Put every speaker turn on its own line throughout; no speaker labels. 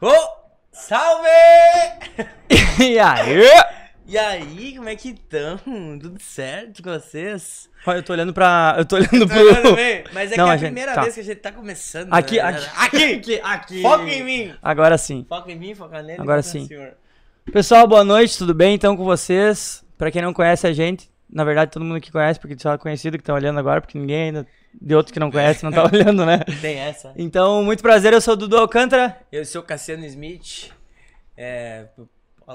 Ô, salve!
E aí?
E aí, como é que estão? Tudo certo com vocês?
Olha, eu tô olhando pra. Eu tô olhando
Tô olhando
pro.
bem, Mas é
Não,
que é
a
a
gente-
primeira
tá.
vez que a gente tá começando.
Aqui,
né?
aqui, aqui, aqui.
Foca em mim!
Agora sim.
Foca em mim, foca nele.
Agora
foca no
sim.
senhor.
Pessoal, boa noite, tudo bem? Então com vocês. Pra quem não conhece a gente, na verdade todo mundo que conhece, porque só conhecido que tá olhando agora, porque ninguém ainda de outro que não conhece não tá olhando, né?
Tem essa.
Então, muito prazer, eu sou o Dudu Alcântara.
Eu sou o Cassiano Smith. É,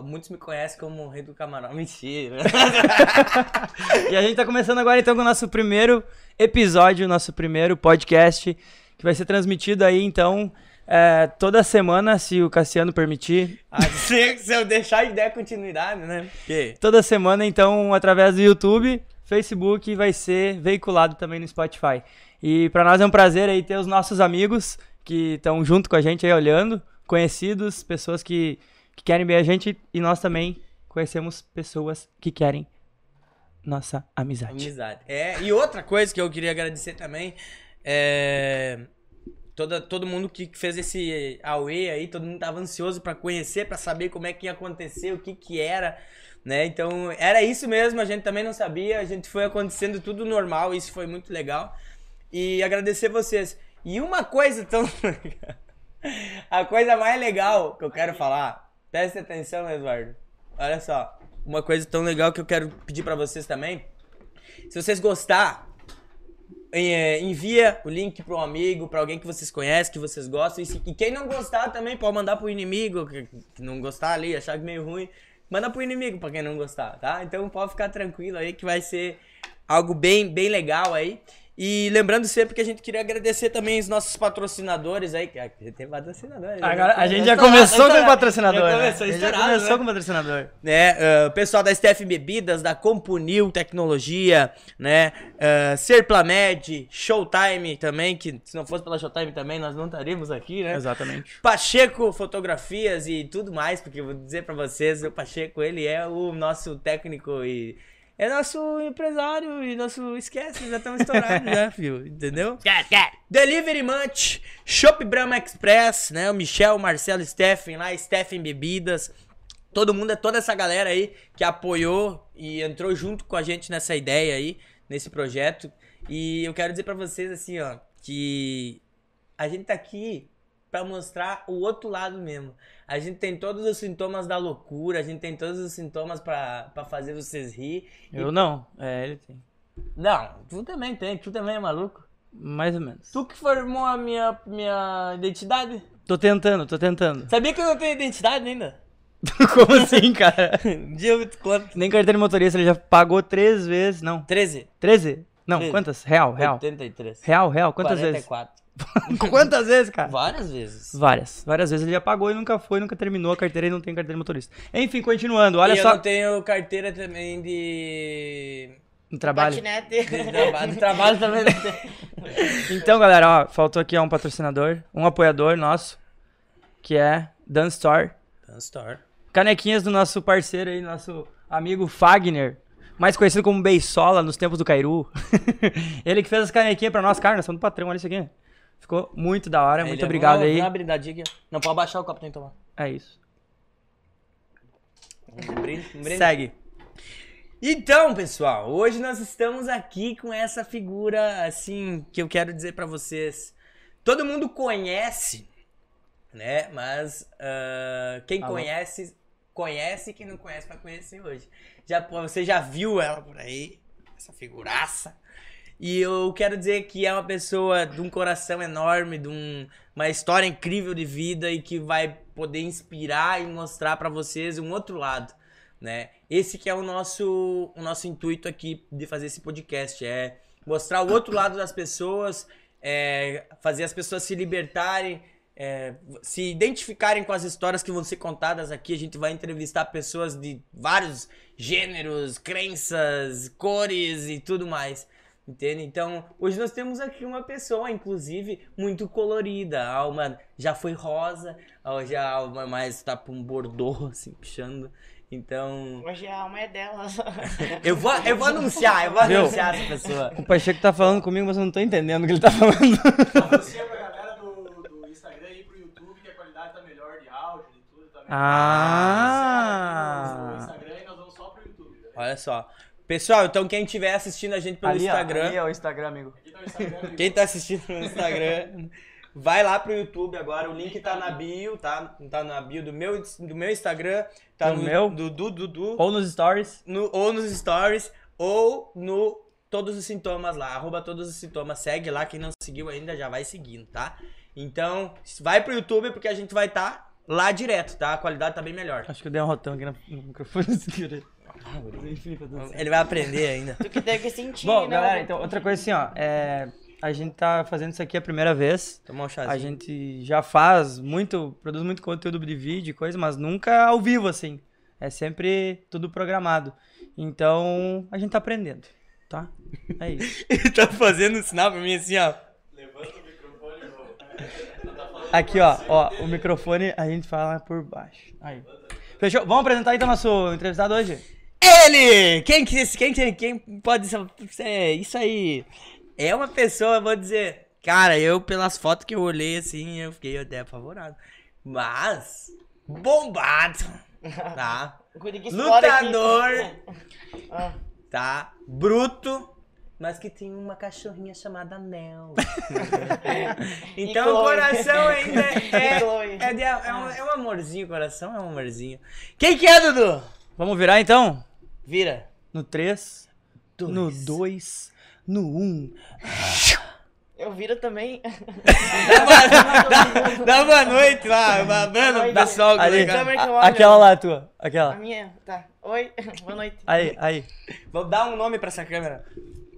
muitos me conhecem como o Rei do Camarão. Mentira.
E a gente tá começando agora então com o nosso primeiro episódio, nosso primeiro podcast, que vai ser transmitido aí então é, toda semana, se o Cassiano permitir.
A ser Assim é que se eu deixar a ideia continuidade, né? Porque
Toda semana, então, através do YouTube, Facebook, vai ser veiculado também no Spotify. E pra nós é um prazer aí ter os nossos amigos que estão junto com a gente aí olhando, conhecidos, pessoas que, que querem bem a gente e nós também conhecemos pessoas que querem nossa amizade.
Amizade. É, e outra coisa que eu queria agradecer também é. Toda, todo mundo que fez esse Aue aí, todo mundo tava ansioso pra conhecer, pra saber como é que ia acontecer, o que que era, né? Então, era isso mesmo, a gente também não sabia, a gente foi acontecendo tudo normal, isso foi muito legal. E agradecer vocês. E uma coisa tão A coisa mais legal que eu quero falar, presta atenção, Eduardo. Olha só, uma coisa tão legal que eu quero pedir pra vocês também. Se vocês gostar, eh, envia o link para um amigo, pra alguém que vocês conhecem, que vocês gostam. E, se- e quem não gostar também pode mandar pro inimigo, que que não gostar ali, achar meio ruim. Manda pro inimigo pra quem não gostar, tá? Então pode ficar tranquilo aí que vai ser algo bem, bem legal aí. E lembrando sempre que a gente queria agradecer também os nossos patrocinadores aí. que A gente tem patrocinadores. né?
Agora, a gente já
Estourado,
começou com
estourado.
o patrocinador.
Já
né?
começou,
A gente já
estourado,
começou
né?
com o patrocinador.
né? ah, pessoal da STF Bebidas, da Compunil Tecnologia, né? ah, Serplamed, Showtime também, que se não fosse pela Showtime também, nós não estaríamos aqui, né?
Exatamente.
Pacheco Fotografias e tudo mais, porque eu vou dizer pra vocês, o Pacheco, ele é o nosso técnico e é nosso empresário e nosso esquece, já estamos estourados já, filho, entendeu? Delivery Munch, Shop Brahma Express, né? O Michel, o Marcelo, o Stephen lá, Stephen Bebidas. Todo mundo, toda essa galera aí que apoiou e entrou junto com a gente nessa ideia aí, nesse projeto. E eu quero dizer pra vocês assim, ó, que a gente tá aqui pra mostrar o outro lado mesmo. A gente tem todos os sintomas da loucura, a gente tem todos os sintomas pra pra fazer vocês rir.
Eu não. É, ele tem.
Não, tu também tem, tu também é maluco.
Mais ou menos.
Tu que formou a minha, minha identidade?
Tô tentando, tô tentando.
Sabia que eu não tenho identidade ainda?
Como assim, cara?
Um dia eu te conto.
Nem carteira de motorista, ele já pagou três vezes. Não,
13.
13? Não,
Treze.
quantas? Real, real.
83.
Real, real, quantas
44.
vezes? quantas vezes, cara?
Várias vezes.
Várias. Várias vezes ele já pagou e nunca foi, nunca terminou a carteira e não tem carteira de motorista. Enfim, continuando, olha
e
só.
eu não tenho carteira também de...
No trabalho.
de trabalho, de trabalho também não tenho.
Então, galera, ó, faltou aqui ó, um patrocinador, um apoiador nosso, que é Dan Store.
Store.
Canequinhas do nosso parceiro aí, nosso amigo Fagner, mais conhecido como Beisola nos tempos do Cairu. Ele que fez as canequinhas pra nós, cara, nós somos do patrão, olha isso aqui. Ficou muito da hora, muito obrigado aí.
Dá é uma brindadinha aqui. ó. Não, pode abaixar o copo, tem que tomar.
É isso.
Um brinde, um brinde.
Segue.
Então, pessoal, hoje nós estamos aqui com essa figura assim que eu quero dizer pra vocês. Todo mundo conhece, né? Mas ah, quem
Alô?
conhece conhece, quem não conhece vai conhecer hoje. Já pô, você já viu ela por aí, essa figuraça. E eu quero dizer que é uma pessoa de um coração enorme, de um- uma história incrível de vida e que vai poder inspirar e mostrar pra vocês um outro lado, né? Esse que é o nosso, o nosso intuito aqui de fazer esse podcast, é mostrar o outro lado das pessoas, é, fazer as pessoas se libertarem, é, se identificarem com as histórias que vão ser contadas aqui. A gente vai entrevistar pessoas de vários gêneros, crenças, cores e tudo mais. Entende? Então, hoje nós temos aqui uma pessoa, inclusive, muito colorida. A alma já foi rosa, hoje a alma mais tá pra um bordô, assim, puxando. Então,
Hoje a alma é dela.
eu vou, eu vou anunciar, eu vou
Viu?
anunciar essa pessoa.
O Pacheco tá falando comigo, mas eu não tô entendendo o que ele tá falando.
Anuncia pra galera do, do Instagram e pro YouTube que a qualidade tá melhor.
recorde de áudio, de tudo também.
Ah!
No Instagram e nós vamos só pro YouTube. Né?
Olha só. Pessoal, então quem estiver assistindo a gente pelo
ali, ó,
Instagram,
ali é o Instagram, amigo.
Aqui tá o Instagram. amigo.
quem tá assistindo no Instagram, vai lá pro YouTube agora. O link tá na bio, tá? Tá na bio do meu, do meu Instagram, tá
Do
no
meu?
do Dudu, Dudu,
Ou nos stories.
no- ou nos stories, ou no Todos os Sintomas lá. Arroba Todos os Sintomas, segue lá. Quem não seguiu ainda já vai seguindo, tá? Então, vai pro YouTube porque a gente vai estar lá direto, tá? A qualidade tá bem melhor.
Acho que eu dei um rotão aqui no no microfone. sem querer. Mas enfim, tá tudo certo.
Ele vai aprender ainda.
Tu que tem que sentir,
Bom,
né?
galera, então, outra coisa assim, ó. É, a gente tá fazendo isso aqui a primeira vez.
Tomar um chazinho.
A gente já faz muito, produz muito conteúdo de vídeo e coisa, mas nunca ao vivo, assim. É sempre tudo programado. Então, a gente tá aprendendo, tá? É isso.
Ele tá fazendo um sinal pra mim assim, ó.
Levanta o microfone e volta.
Aqui, ó, ó, o microfone a gente fala por baixo. Aí. Fechou? Vamos apresentar então nosso entrevistado hoje?
Ele! Quem que é quem, quem, quem pode ser- ser isso aí? É uma pessoa, eu vou dizer. Cara, eu pelas fotos que eu olhei assim, eu fiquei até apavorado. Mas bombado, tá? Lutador, tá? Bruto, mas que tem uma cachorrinha chamada Nel.
E
então o
Chloe.
coração ainda é,
E Chloe.
é, de- é um, é um amorzinho, o coração é um amorzinho. Quem que é, Dudu?
Vamos virar então?
Vira.
No 3, no 2, no 1. Um.
É. Eu viro também.
Tá.
dá, dá boa noite lá, babando
Oi,
o pessoal é que né?
Ali,
legal.
Câmera que eu
a-
olho.
aquela lá, tua.
A
Aquela.
minha, tá. Oi, boa noite.
Aí, aí.
Vou dar um nome pra essa câmera.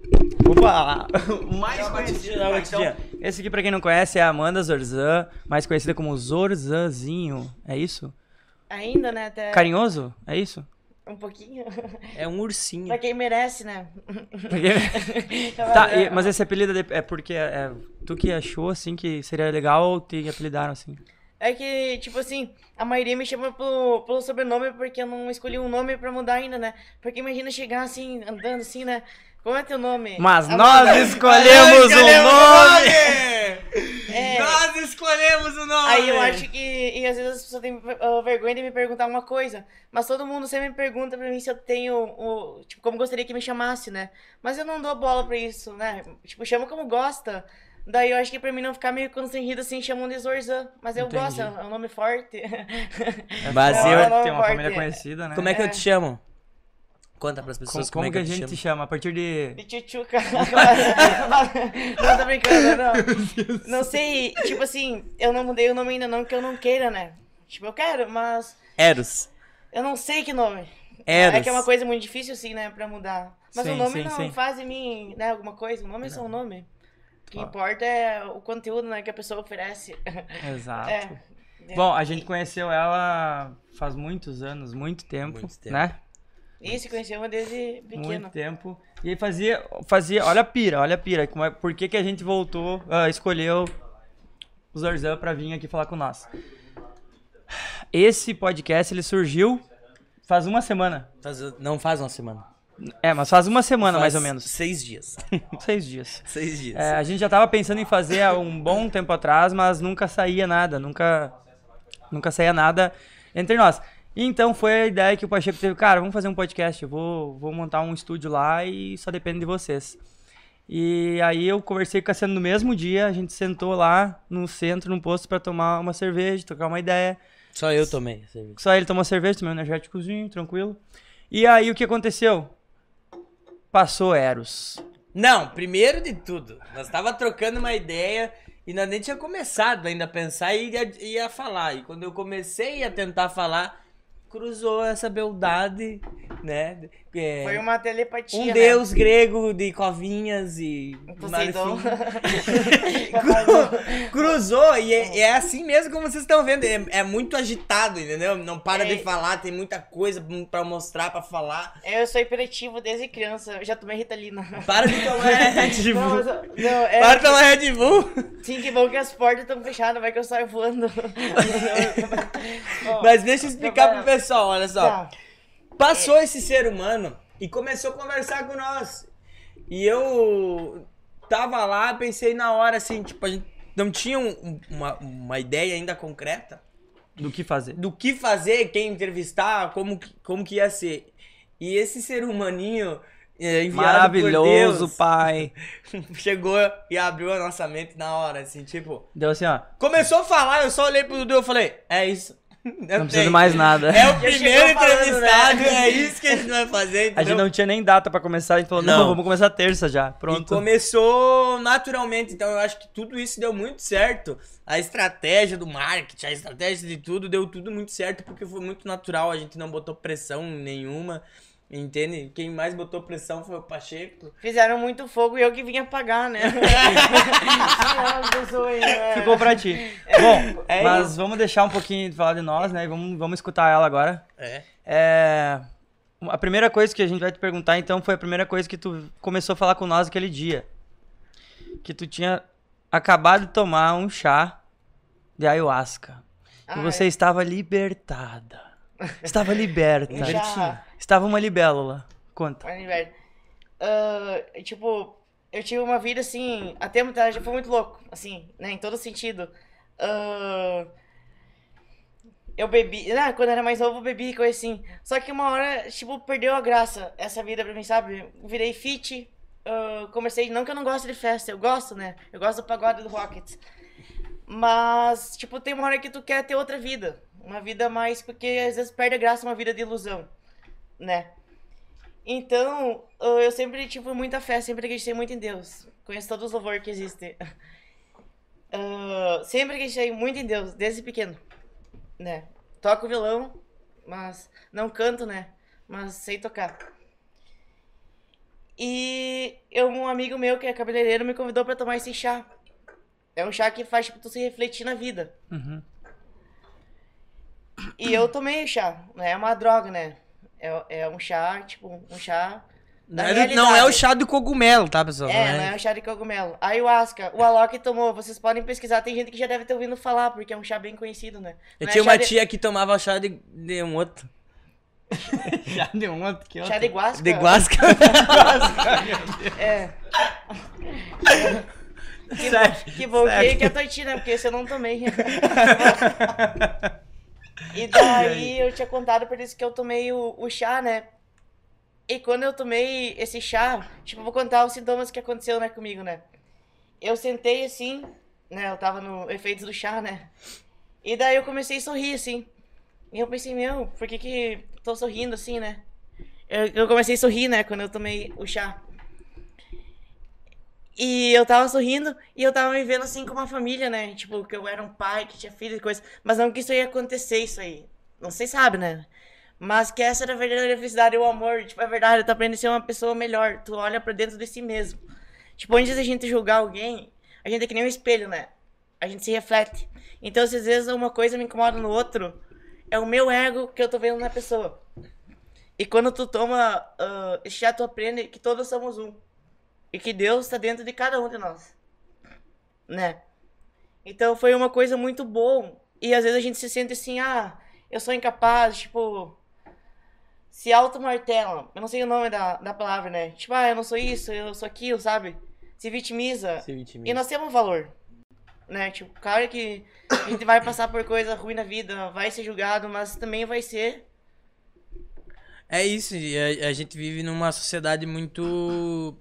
Opa! O mais
é? Dá uma
conhecido
batidinha, dá uma
então.
batidinha.
Esse aqui, pra quem não conhece, é a Amanda Zorzan, mais conhecida como Zorzanzinho. É isso?
Ainda, né? Até
Carinhoso? É isso?
um pouquinho.
É um ursinho.
pra quem merece, né?
Porque- tá, e- mas esse apelido de- é porque é, é tu que achou, assim, que seria legal ou te apelidaram, assim?
É que, tipo assim, a maioria me chama pelo, pelo sobrenome porque eu não escolhi um nome pra mudar ainda, né? Porque imagina chegar assim, andando assim, né? Como é teu nome?
Mas
Amanda.
nós escolhemos um nome!
É.
Nós escolhemos o nome!
Aí eu acho que. E às vezes as pessoas têm ah, vergonha de me perguntar uma coisa. Mas todo mundo sempre me pergunta pra mim se eu tenho. O, tipo, como gostaria que me chamasse, né? Mas eu não dou bola pra isso, né? Tipo, chama como gosta. Daí eu acho que pra mim não ficar meio constrangido assim, chamam de Zorzan. Mas eu
Entendi.
gosto, é um nome forte.
Mas
Não,
eu-
não
é, Tem uma
importa.
família conhecida, né?
Como é que eu te chamo? Conta pras
Como-
pessoas
como
como,
que
é
a gente
te
te chama? A partir de...
De tchutchuca. não, tô brincando, não. Não sei, tipo assim, eu não mudei o nome ainda não, que eu não queira, né? Tipo, eu quero, mas
chamo. Eros.
eu não sei que nome.
Eros.
É que é uma coisa muito difícil, assim, né, pra mudar. Mas
Sim,
o nome
sim,
não
sim.
faz em mim, né, alguma coisa. O nome é só o nome. O que
Claro.
importa é o conteúdo, né, que a pessoa oferece.
Exato.
É.
Bom, a gente conheceu ela faz muitos anos, muito tempo,
Muito tempo.
né?
E se conheceu desde
Muito
pequeno.
tempo. E aí fazia, fazia, olha a pira, olha a pira, como é, por que que a gente voltou, ah, escolheu o Zorzan pra vir aqui falar com nós. Esse podcast, ele surgiu faz uma semana.
Faz- não faz uma semana.
É, mas faz uma semana
Faz
mais ou menos.
Seis dias.
Seis dias.
Seis dias.
É, a gente já tava pensando em fazer há um bom tempo atrás, mas nunca saía nada, nunca nunca saía nada entre nós. E Então foi a ideia que o Pacheco teve, cara, vamos fazer um podcast, eu vou, vou montar um estúdio lá e só depende de vocês. E aí eu conversei com o Cassiano no mesmo dia, a gente sentou lá no centro, num posto, pra tomar uma cerveja, trocar uma ideia.
Só eu tomei. essa vez.
Só ele tomou cerveja, tomei um energéticozinho, tranquilo. E aí o que aconteceu? Passou Eros.
Não, primeiro de tudo, nós tava trocando uma ideia e nós nem tinha começado ainda a pensar e ia, ia falar. E quando eu comecei a tentar falar, cruzou essa beldade, né? É,
Foi uma telepatia,
um
né? Um
deus assim. grego de covinhas e
Poseidon.
malefim. Cru- cruzou e é, é assim mesmo como vocês estão vendo. É, é muito agitado, entendeu? Não para
É.
de falar, tem muita coisa pra mostrar, pra falar.
Eu sou hiperativo desde criança. Eu já tomei Ritalina.
Para de tomar Red
Não,
Bull.
mas eu- não, é-
Para de tomar Red Bull.
Sim, que bom que as portas estão fechadas, vai que eu saio voando. Ó,
Mas deixa eu explicar pro
Não,
pessoal, olha só.
tá.
Passou esse ser humano e começou a conversar com nós. E eu tava lá, pensei na hora assim, tipo, a gente não tinha um- um- uma, uma ideia ainda concreta.
do que fazer.
do que fazer, quem entrevistar, como, que- como que ia ser. E esse ser humaninho é, enviado por
Maravilhoso,
Deus,
pai.
chegou e abriu a nossa mente na hora, assim, tipo...
Deu assim, ó.
Começou a falar, eu só olhei pro Dudu e falei, é isso.
Não precisa de mais né? nada.
É o
Já
primeiro
chegou falando,
entrevistado,
né?
é isso que a gente vai fazer,
A gente
entendeu?
não tinha nem data pra começar, a gente falou, não,
Não.
vamos começar terça já.
E
Pronto.
começou naturalmente, então eu acho que tudo isso deu muito certo. A estratégia do marketing, a estratégia de tudo, deu tudo muito certo, porque foi muito natural, a gente não botou pressão nenhuma, entende? Quem mais botou pressão foi o Pacheco.
Fizeram muito fogo e eu que vim apagar, né? Ah, não, eu sou eu, né?
Ficou pra ti. Bom,
é
mas vamos deixar um pouquinho de falar de nós, né? E vamos, vamos escutar ela agora.
É.
É, A primeira coisa que a gente vai te perguntar, então, foi a primeira coisa que tu começou a falar com nós aquele dia. Que tu tinha acabado de tomar um chá de ayahuasca.
Ah,
e
é.
você estava libertada. Estava liberta.
Um chá.
Estava uma libélula. Conta.
Mas, velho, ah, tipo, eu tive uma vida assim, até muito tarde, foi muito louco, assim, né, em todo sentido. Ah, eu bebi, né, quando eu era mais novo, eu bebi e coisa assim. Só que uma hora, tipo, perdeu a graça essa vida pra mim, sabe? Virei fit, ah, comecei, não que eu não gosto de festa, eu gosto, né? Eu gosto do pagode do Rockets. Mas, tipo, tem uma hora que tu quer ter outra vida. Uma vida mais, porque às vezes perde a graça uma vida de ilusão, né? Então, eu eu sempre tive muita fé, sempre acreditei muito em Deus. Conheço todos os louvores que existem. Ah, sempre acreditei muito em Deus, desde pequeno. Né? Toco violão, mas não canto, né? Mas sei tocar. E eu, um amigo meu que é cabeleireiro me convidou pra tomar esse chá. É um chá que faz tipo, tu se refletir na vida.
Uhum.
E eu tomei o chá, não é uma droga, né? É, é um chá, tipo, um chá Da
Não, não é o
realidade.
chá do cogumelo, tá, pessoal?
É, não é um chá de cogumelo. Ayahuasca. O Alok tomou. Vocês podem pesquisar. Tem gente que já deve ter ouvido falar, porque é um chá bem conhecido, né?
Eu
Não é
tinha
chá
uma
de-
tia que tomava chá de, de um outro.
Já deu um outro que
Chá de guasca.
De guasca.
É. Que,
Sério,
bom- que bom
sério.
que, que eu tô aqui, né? Porque esse eu não tomei. e daí eu tinha contado por isso que eu tomei o, o chá, né? E quando eu tomei esse chá, tipo, eu vou contar os sintomas que aconteceu, né, comigo, né? Eu sentei assim, né? Eu tava no efeitos do chá, né? E daí eu comecei a sorrir, assim. E eu pensei, meu, por que que tô sorrindo assim, né? Eu, eu comecei a sorrir, né, quando eu tomei o chá. E eu tava sorrindo e eu tava me vendo assim com uma família, né? Tipo, que eu era um pai, que tinha filho e coisa. Mas não que isso ia acontecer, isso aí. Não sei, sabe, né? Mas que essa era a verdadeira felicidade, o amor. Tipo, é verdade, tu aprende a ser uma pessoa melhor. Tu olha pra dentro de si mesmo. Tipo, antes da gente julgar alguém, a gente é que nem um espelho, né? A gente se reflete. Então, se às vezes uma coisa me incomoda no outro, é o meu ego que eu tô vendo na pessoa. E quando tu toma ah, esse chá, tu aprende que todos somos um e que Deus está dentro de cada um de nós, né? Então foi uma coisa muito boa e às vezes a gente se sente assim, ah, eu sou incapaz, tipo, se auto-martela, eu não sei o nome da, da palavra, né? Tipo, ah, eu não sou isso, eu sou aquilo, sabe? Se vitimiza. E nós temos valor, né? Tipo, claro que a gente vai passar por coisa ruim na vida, vai ser julgado, mas também vai ser
É isso, e a, a gente vive numa sociedade muito.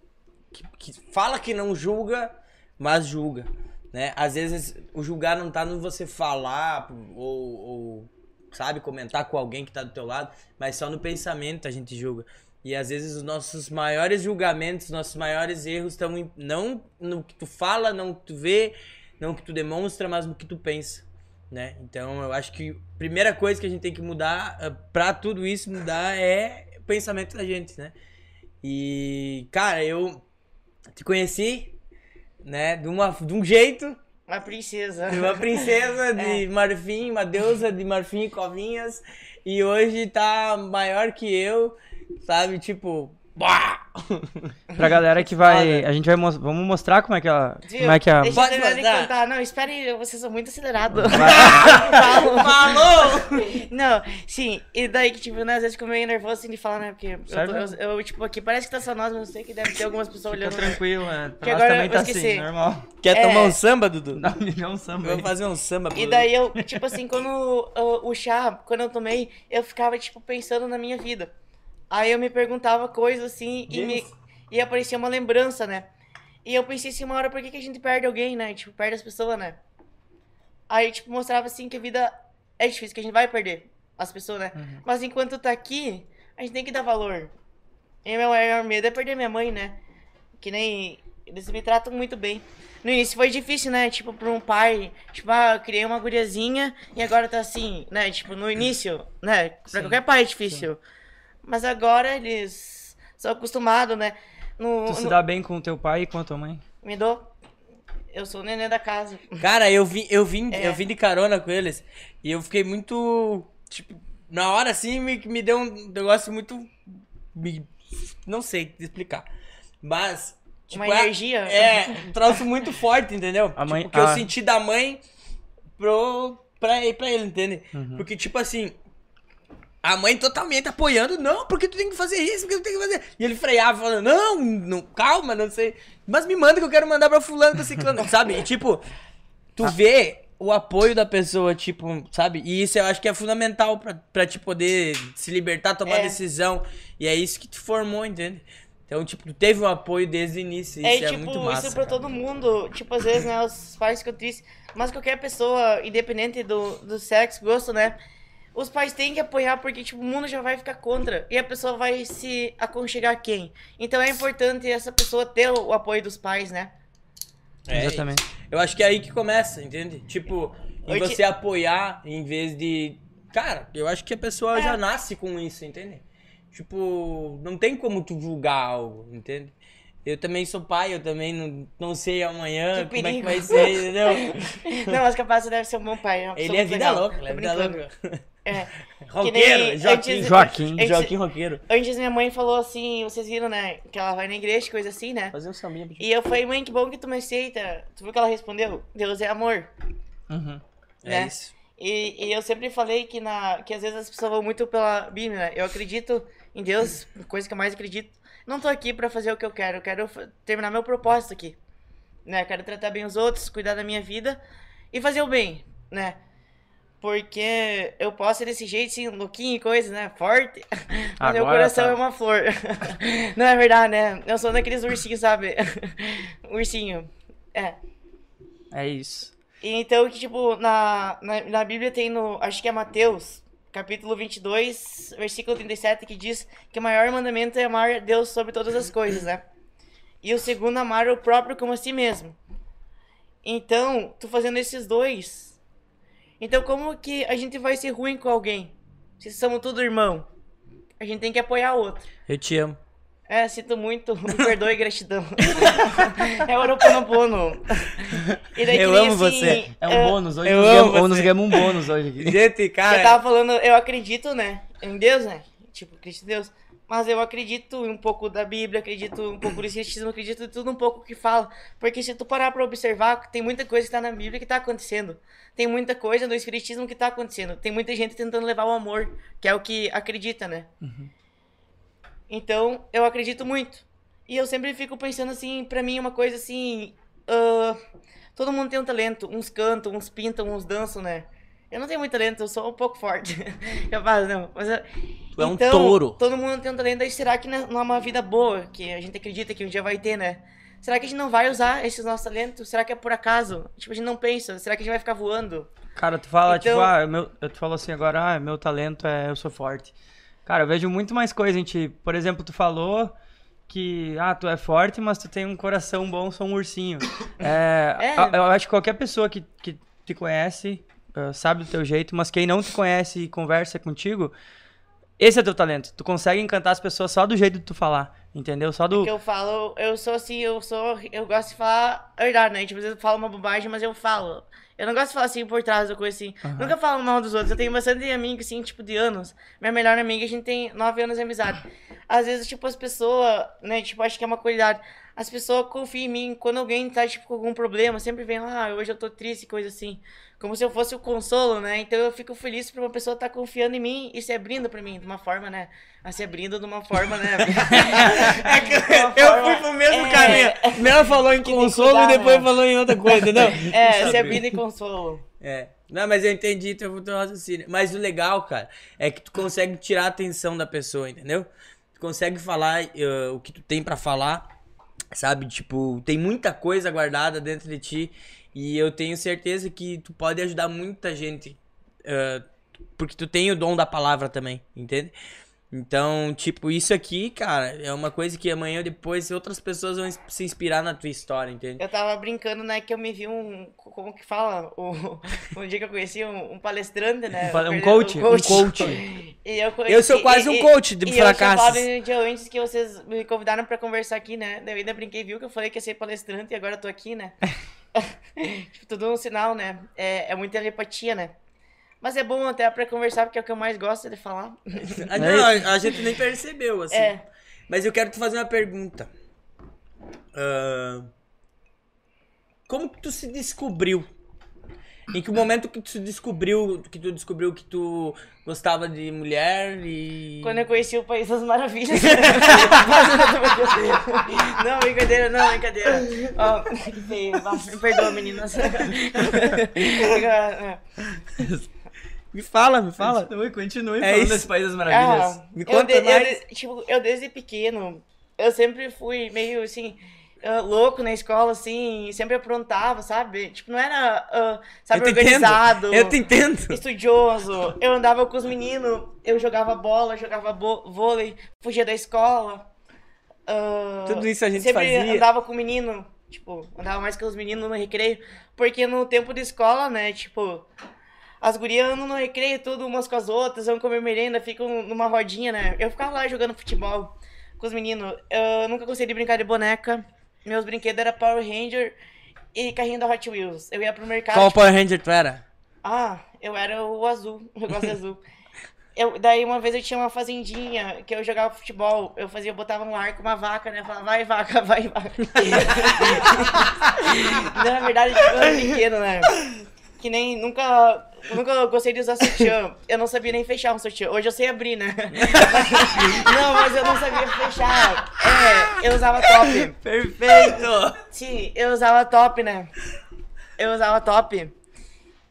Que, que fala que não julga, mas julga. Né? Às vezes o julgar não tá no você falar ou, ou, sabe, comentar com alguém que tá do teu lado, mas só no pensamento a gente julga. E às vezes os nossos maiores julgamentos, nossos maiores erros estão em- não no que tu fala, não no que tu vê, não no que tu demonstra, mas no que tu pensa né? Então eu acho que a primeira coisa que a gente tem que mudar eh, pra tudo isso mudar é o pensamento da gente, né? E cara, eu te conheci, né, de, uma, de um jeito,
uma princesa.
de uma princesa de marfim, uma deusa de marfim e covinhas, e hoje tá maior que eu, sabe? Tipo, bah!
Pra galera que vai. A gente vai mos- vamos mostrar como é que ela. Como é que a.
Deixa
Pode
eu terminar de
mandar.
cantar. Não, espere, vocês são muito acelerados.
Vai-
falou!
Não, Não, sim, e daí que, tipo, né, às vezes fico meio nervoso assim de falar, né? Porque eu, tô-
Serve?
eu- eu, tipo, aqui parece que tá só nós, mas eu sei que deve ter algumas pessoas
Fica
olhando.
tranquilo, né?
Que
Pra nós
agora
também
eu
tá
esqueci.
assim, normal.
Quer
É.
tomar um samba, Dudu?
Dá um milhão samba.
Eu
aí.
vou fazer um samba pro
E daí eu, tipo assim, quando uh, o chá, quando eu tomei, eu ficava, tipo, pensando na minha vida. Aí eu me perguntava coisas assim e, me,
Deus.
e aparecia uma lembrança, né? E eu pensei assim, uma hora, por que, que a gente perde alguém, né? Tipo, perde as pessoas, né? Aí, tipo, mostrava assim que a vida é difícil, que a gente vai perder as pessoas, né? Mas enquanto tá aqui, a gente tem que dar valor. E meu maior medo é perder minha mãe, né? Que nem. Eles me tratam muito bem. No início foi difícil, né? Tipo, pra um pai. Tipo, ah, eu criei uma guriazinha e agora tá assim, né? Tipo, no início, né? Pra
Sim,
qualquer pai é difícil. Mas agora eles são acostumados, né? No,
Tu se
no-
dá bem com teu pai e com a tua mãe?
Me dou. Eu sou o neném da casa.
Cara, eu vim, eu vim,
É.
eu vim de carona com eles e eu fiquei muito, tipo, na hora assim me, me deu um negócio muito me- não sei explicar. Mas tipo,
Uma
é-
energia.
É, um troço muito forte, entendeu?
A mãe-
Tipo, que eu
a-
senti da mãe pro pra, ele- pra ele, entende?
Uhum.
Porque tipo assim, a mãe totalmente apoiando, não, porque tu tem que fazer isso, porque tu tem que fazer. E ele freava, falando, não, não, calma, não sei. Mas me manda que eu quero mandar pra fulano, pra ciclano, sabe? E tipo, tu
Ah.
vê o apoio da pessoa, tipo, sabe? E isso eu acho que é fundamental pra, pra te poder se libertar, tomar
É.
decisão. E é isso que te formou, entende? Então, tipo, tu teve um apoio desde o início. Isso é,
é, tipo,
muito massa.
isso pra
cara.
todo mundo. Tipo, às vezes, né, os pais ficam tristes. Mas qualquer pessoa, independente do, do sexo, gosto, né? Os pais têm que apoiar porque, tipo, o mundo já vai ficar contra. E a pessoa vai se aconchegar a quem? Então é importante essa pessoa ter o apoio dos pais, né?
É,
Exatamente.
Eu acho que é aí que começa, entende? Tipo, em
Eu te-
você apoiar em vez de. Cara, eu acho que a
É.
pessoa já nasce com isso, entende? Tipo, não tem como tu julgar algo, entende? Eu também sou pai, eu também não, não sei amanhã
Que
como é que
perigo.
vai ser, entendeu?
Não, mas capaz você deve ser um bom pai. uma
Ele é
pessoa muito
vida
legal.
louca, ele é
Tô
vida
brincando.
louca.
É.
Roqueiro,
nem
Joaquim.
antes-
Joaquim.
antes-
Joaquim Roqueiro.
Antes minha mãe falou assim, vocês viram, né? Que ela vai na igreja, coisa assim, né?
Fazer um sambinha pra ti.
E eu falei, mãe, que bom que tu me aceita. Tu viu que ela respondeu? Deus é amor.
Uhum.
É
né?
isso.
E, e eu sempre falei que, na, que às vezes as pessoas vão muito pela Bíblia. né? Eu acredito em Deus, coisa que eu mais acredito. Não tô aqui pra fazer o que eu quero, eu quero fa- terminar meu propósito aqui. Né? Quero tratar bem os outros, cuidar da minha vida e fazer o bem, né? Porque eu posso ser desse jeito, assim, louquinho e coisa, né? Forte. Mas meu
Agora
coração
tá.
é uma flor. Não é verdade, né? Eu sou daqueles ursinhos, sabe? Ursinho. É.
É isso.
Então, que, tipo, na, na, na Bíblia tem no, acho que é Mateus, capítulo 22, versículo 37, que diz que o maior mandamento é amar a Deus sobre todas as coisas, né? E o segundo, amar o próprio como a si mesmo. Então, tu fazendo esses dois. Então, como que a gente vai ser ruim com alguém? Se somos tudo irmão. A gente tem que apoiar o outro.
Eu te amo.
É, sinto muito. Me perdoe, gratidão. é o Oroponopono. E daí que
Eu
nem
amo
assim,
você.
É um bônus. Hoje
eu
nós
amo
ganhamos-
você.
ou nós ganhamos um bônus hoje aqui.
Gente, cara.
Eu tava falando, eu acredito, né? Em Deus, né? Tipo, acredito em Deus. Mas eu acredito em um pouco da Bíblia, acredito um pouco do cientismo, acredito em tudo um pouco que fala. Porque se tu parar pra observar, tem muita coisa que tá na Bíblia que tá acontecendo. Tem muita coisa no Espiritismo que tá acontecendo. Tem muita gente tentando levar o amor, que é o que acredita, né? Então, eu acredito muito. E eu sempre fico pensando assim, pra mim é uma coisa assim. ah, todo mundo tem um talento. Uns cantam, uns pintam, uns dançam, né? Eu não tenho muito talento, eu sou um pouco forte. Capaz, não. Mas eu-
Tu é um
então,
touro.
Todo mundo tem um talento, aí será que não não é uma vida boa, que a gente acredita que um dia vai ter, né? Será que a gente não vai usar esses nossos talentos? Será que é por acaso? Tipo, a gente não pensa. Será que a gente vai ficar voando?
Cara, tu fala,
Então-
tipo, ah, meu, eu- tu falou assim agora, ah, meu talento é eu sou forte. Cara, eu vejo muito mais coisa em ti. Por exemplo, tu falou que, ah, tu é forte, mas tu tem um coração bom, sou um ursinho. É,
É.
a- eu acho que qualquer pessoa que, que te conhece ah, sabe do teu jeito, mas quem não te conhece e conversa contigo, esse é teu talento. Tu consegue encantar as pessoas só do jeito de tu falar, entendeu? Só do...
Porque É eu falo, eu sou assim, eu sou, eu gosto de falar a verdade, né? Tipo, às vezes eu falo uma bobagem, mas eu falo. Eu não gosto de falar assim por trás da coisa assim. Nunca falo mal dos outros. Eu tenho bastante amigo, assim, tipo, de anos. Minha melhor amiga, a gente tem nove anos de amizade. Às vezes, tipo, as pessoas, né, tipo, acho que é uma qualidade. as pessoas confiam em mim. Quando alguém tá, tipo, com algum problema, sempre vem, ah, hoje eu tô triste, coisa assim. Como se eu fosse o consolo, né? Então eu fico feliz por uma pessoa estar confiando em mim e se abrindo pra mim, de uma forma, né? Ah, se abrindo de uma forma, né?
É que eu fui pro mesmo
É.
caminho. Primeiro falou em
tem que
consolo
cuidar,
e depois
né?
falou em outra coisa, entendeu?
É, se abrindo e consolo.
É. Não, mas eu entendi teu, teu raciocínio. Mas o legal, cara, é que tu consegue tirar a atenção da pessoa, entendeu? Tu consegue falar eh, o que tu tem pra falar, sabe? Tipo, tem muita coisa guardada dentro de ti. E eu tenho certeza que tu pode ajudar muita gente. eh, porque tu tem o dom da palavra também, entende? Então, tipo, isso aqui, cara, é uma coisa que amanhã ou depois outras pessoas vão ins- se inspirar na tua história, entende?
Eu tava brincando, né, que eu me vi um. Como que fala? O, um dia que eu conheci um, um palestrante, né?
Um pale- um
Eu-
coach, um coach.
E eu,
Eu sou
e-
quase
e-
um coach de
e
fracassos.
Eu tinha falado um dia antes que vocês me convidaram pra conversar aqui, né? Daí Eu ainda brinquei, viu, que eu falei que ia ser palestrante e agora eu tô aqui, né? tipo, tudo um sinal, né? É, é muita telepatia, né? Mas é bom até pra conversar, porque é o que eu mais gosto de falar.
Ah, não, a, a gente nem percebeu, assim.
É.
Mas eu quero te fazer uma pergunta. Ah, como que tu se descobriu? Em que momento que tu se descobriu, que tu descobriu que tu gostava de mulher e...
Quando eu conheci o País das Maravilhas. não, brincadeira, não, brincadeira. Ó, que feio. vá, Me perdoa, meninas.
Me fala, me fala.
Continue, continue
É
falando
isso.
desse País das Maravilhas.
Ah,
Me
eu
conta
de- eu
mais.
de- tipo, eu desde pequeno, eu sempre fui meio assim. ah, louco na escola, assim, sempre aprontava, sabe? Tipo, não era, ah, sabe,
eu te
organizado
entendo. Eu te entendo.
estudioso. Eu andava com os meninos, eu jogava bola, jogava bo- vôlei, fugia da escola. Ah,
Tudo isso a gente
sempre
fazia.
andava com o menino, tipo, andava mais com os meninos no recreio, porque no tempo de escola, né, tipo, as gurias andam no recreio, tudo umas com as outras, vão comer merenda, ficam numa rodinha, né? Eu ficava lá jogando futebol com os meninos. Eu nunca consegui brincar de boneca. Meus brinquedos eram Power Ranger e carrinho da Hot Wheels. Eu ia pro mercado.
Qual Power Ranger tu era?
Ah, eu era o azul, eu gosto de azul. Eu, daí uma vez eu tinha uma fazendinha que eu jogava futebol, eu fazia, eu botava um arco, uma vaca, né? Eu falava, vai vaca, vai vaca. Não, na verdade, eu era pequeno, né? Que nem nunca. Nunca gostei de usar sutiã. Eu não sabia nem fechar um sutiã. Hoje eu sei abrir, né? não, mas eu não sabia fechar. É, eu usava top.
Perfeito!
Sim, eu usava top, né? Eu usava top.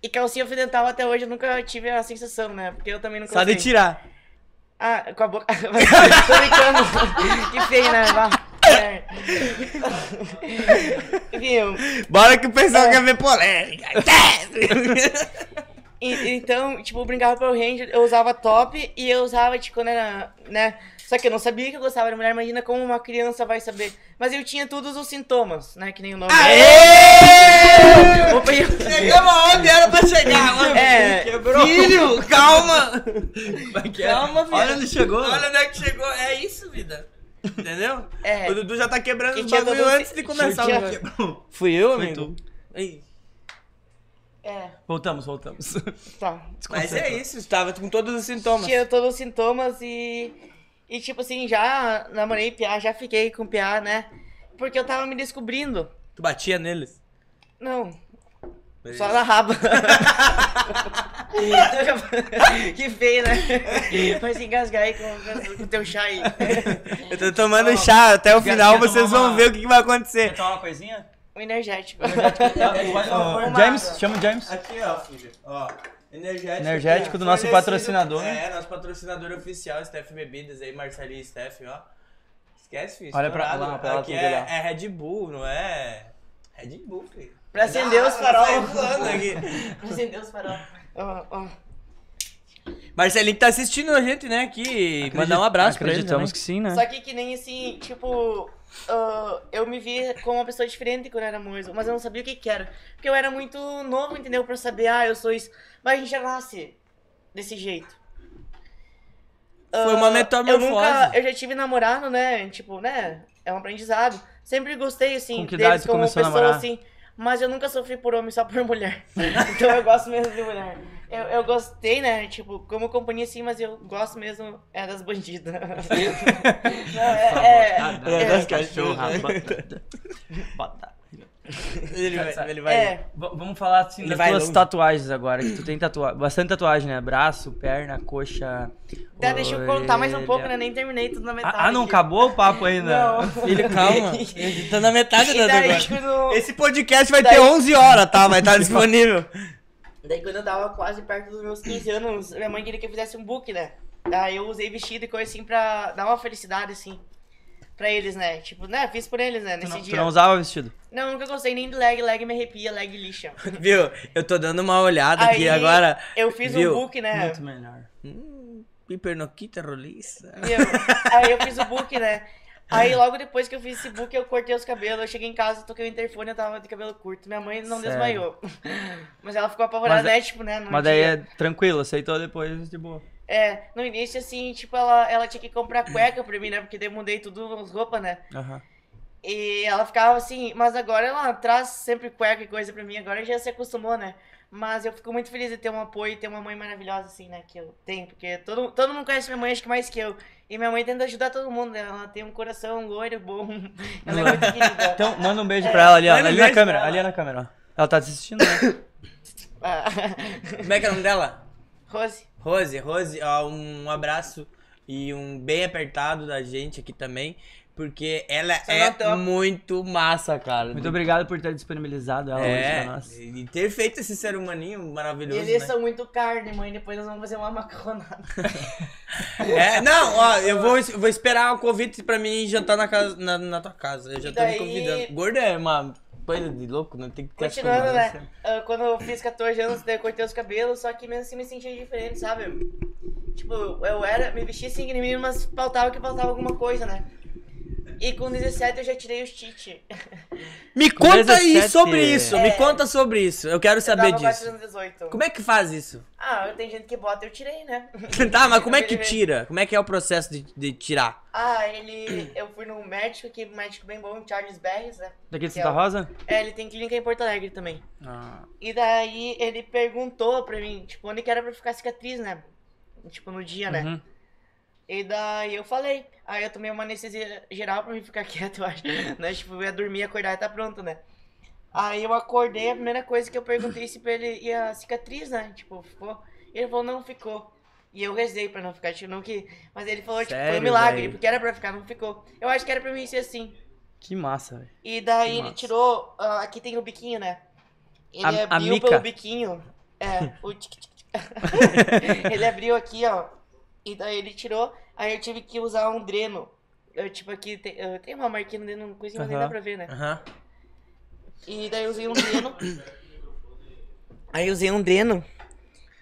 E calcinha afidental até hoje eu nunca tive a sensação, né? Porque eu também nunca
Só de
usei.
tirar.
Ah, com a boca. Tô brincando. que feio, né? Vá. É. Viu?
Bora que o pessoal
É.
quer ver polêmica.
E- então, tipo, eu brincava pelo Ranger, eu usava top e eu usava, tipo, quando era, né? Só que eu não sabia que eu gostava de mulher, imagina como uma criança vai saber. Mas eu tinha todos os sintomas, né? Que nem o nome.
Aê!
Opa, eu-
Chegamos aonde era pra chegar. Olha,
É,
Filho, calma! calma, filho.
Olha onde chegou.
Olha onde é que chegou. É isso, vida. Entendeu?
É.
O Dudu já tá quebrando
Quem
os
tinha
bagulho
todo-
antes de começar.
tinha-
o jogo. Fui eu,
Foi
amigo? Ih,
é,
Voltamos, voltamos.
tá.
Mas é isso, estava com todos os sintomas.
Tinha todos os sintomas e. E tipo assim, já namorei piá, já fiquei com piá, né? Porque eu tava me descobrindo.
Tu batia neles.
Não,
Mas-
só na raba. que feio, né? Vai se engasgar aí com com o teu chá aí.
Eu tô tomando chá, até o
Quer-
final
quer
vocês
tomar
vão
uma-
ver o que, que vai acontecer.
tomar uma coisinha?
O energético.
Ó, James, chama o James.
Aqui, ó, filho. Ó. Energético,
Energético do nosso
Fornecido-
patrocinador. né?
É, nosso patrocinador oficial, Steph Bebidas aí, Marcelinho e Steph, ó. Esquece, filho.
Olha pra-
estourado.
lá, pra lá,
Aqui
tudo
é,
lá.
é Red Bull, não é? Red Bull, filho. tá
Pra acender os Ah, farol.
farols.
Pra acender os farol. Ó, ó.
Marcelinho que tá assistindo a gente, né, aqui. Mandar um abraço pra ele.
Acreditamos
também.
que sim, né?
Só que que nem assim, tipo, ah, eu me vi como uma pessoa diferente quando eu era moço, mas eu não sabia o que que era. Porque eu era muito novo, entendeu? Pra saber, ah, eu sou isso. Mas a gente já nasce desse jeito.
Foi uma
Ah,
metamorfose.
Eu, nunca, eu já tive namorado, né? Tipo, né? É um aprendizado. Sempre gostei, assim,
Com que idade
deles
tu
como
começou a
pessoa,
namorar?
assim. Mas eu nunca sofri por homem, só por mulher. então eu gosto mesmo de mulher. Eu, eu gostei, né? Tipo, como companhia sim, mas eu gosto mesmo é das bandidas. Não, é, é,
Ah,
Sabotada,
é,
tá
das cachorras. batata.
Ele
Tá.
vai. Ele vai
é,
V- vamos falar assim
Ele
das
vai
tuas
longe.
tatuagens agora, que tu tem tatuagem, bastante tatuagem, né? Braço, perna, coxa.
tá, deixa eu contar mais um pouco,
orelha.
né? Nem terminei tudo na metade.
Ah, ah, não
aqui.
acabou o papo ainda.
Não.
Filho, calma. Ele tá na metade
E
da
daí,
negócio.
quando,
Esse podcast vai
Daí-
ter 11 horas, tá? Vai estar disponível.
daí quando eu dava quase perto dos meus 15 anos, minha mãe queria que eu fizesse um book, né? Daí eu usei vestido e coisa assim pra dar uma felicidade, assim, pra eles, né? Tipo, né? Fiz por eles, né?
Tu
Nesse
não, tu
dia.
não usava vestido.
Não, nunca gostei nem de leg, leg me arrepia, leg lixa.
Viu? Eu tô dando uma olhada aqui
Aí,
agora.
Eu fiz
Viu?
um book, né?
Muito melhor.
Pipernoquita roliça.
Meu, aí eu fiz o book, né? Aí logo depois que eu fiz esse book, eu cortei os cabelos. Eu cheguei em casa, toquei o interfone, eu tava de cabelo curto. Minha mãe não
Sério?
desmaiou. Mas ela ficou apavorada,
Mas é-
né? Tipo, né? no
Mas daí
dia.
é tranquilo, aceitou depois de boa.
É, no início, assim, tipo, ela, ela tinha que comprar cueca pra mim, né? Porque daí eu mudei tudo, as roupas, né?
Aham.
E ela ficava assim, mas agora ela traz sempre cueca e coisa pra mim, agora já se acostumou, né? Mas eu fico muito feliz de ter um apoio e ter uma mãe maravilhosa, assim, né? Que eu tenho, porque todo, todo mundo conhece minha mãe, acho que mais que eu. E minha mãe tenta ajudar todo mundo, né? Ela tem um coração loiro, bom. Ela é muito querida.
Então, manda um
É.
beijo pra ela ali, ó.
Manda um
Ali na
beijo pra
câmera,
ela.
ali na câmera, ó. Ela tá te assistindo, né?
Ah,
Como é que é o nome dela?
Rose,
Rose, Rose, ó, um abraço e um bem apertado da gente aqui também, porque ela
Só
é
não tem uma-
muito massa, cara.
Muito obrigado por ter disponibilizado ela hoje né?
É,
pra nós.
e ter feito esse ser humaninho maravilhoso,
eles
né?
são muito carne, mãe. Depois nós vamos fazer uma macarronada.
É, não, ó, eu vou, eu vou esperar o convite pra mim jantar na, casa, na, na tua casa, eu já
E
tô me
daí-
convidando. Gorda é uma coisa de louco, não tem que ter essa
Continuando,
conversa.
né? Ah, Quando eu fiz 14 anos, daí eu cortei os cabelos, só que mesmo assim me sentia diferente, sabe? Tipo, eu era, me vestia assim que nem menino, mas faltava que faltava alguma coisa, né? E com 17 eu já tirei os tite.
Me conta aí
17.
sobre isso, me
É.
conta sobre isso, eu quero
Eu
saber
tava quase
disso.
nos 18.
Como é que faz isso?
Ah, tem gente que bota, eu tirei, né?
tá, mas como é que
Ele-
tira? Como é que é o processo de, de tirar?
Ah, ele. Eu fui num médico, que médico bem bom, Charles Berries, né?
Daqui de
Que é
Santa
o-
Rosa?
É, ele tem clínica em Porto Alegre também.
Ah.
E daí ele perguntou pra mim, tipo, onde que era pra ficar a cicatriz, né? Tipo, no dia, né?
Uhum.
E daí eu falei. Aí eu tomei uma anestesia geral pra mim ficar quieto, eu acho. Né? Tipo, eu ia dormir, acordar e tá pronto, né? Aí eu acordei, a primeira coisa que eu perguntei se pra ele e a cicatriz, né? Tipo, ficou. E ele falou, não ficou. E eu rezei pra não ficar, tipo, não que. Mas ele falou, tipo, foi
Sério,
um milagre,
velho?
porque era pra ficar, não ficou. Eu acho que era pra mim ser assim.
Que massa, velho.
E daí
Que
ele
massa.
tirou. ah, aqui tem o biquinho, né? Ele
A- a
abriu
mica.
pelo biquinho. É, o tic, tic, tic. Ele abriu aqui, ó. E daí ele tirou. Aí eu tive que usar um dreno. Eu, tipo, aqui tem, eu tenho uma marquinha no dreno, uma coisinha, mas nem dá
Aham.
pra ver, né?
Aham.
E daí eu usei um dreno. Aí eu usei um dreno.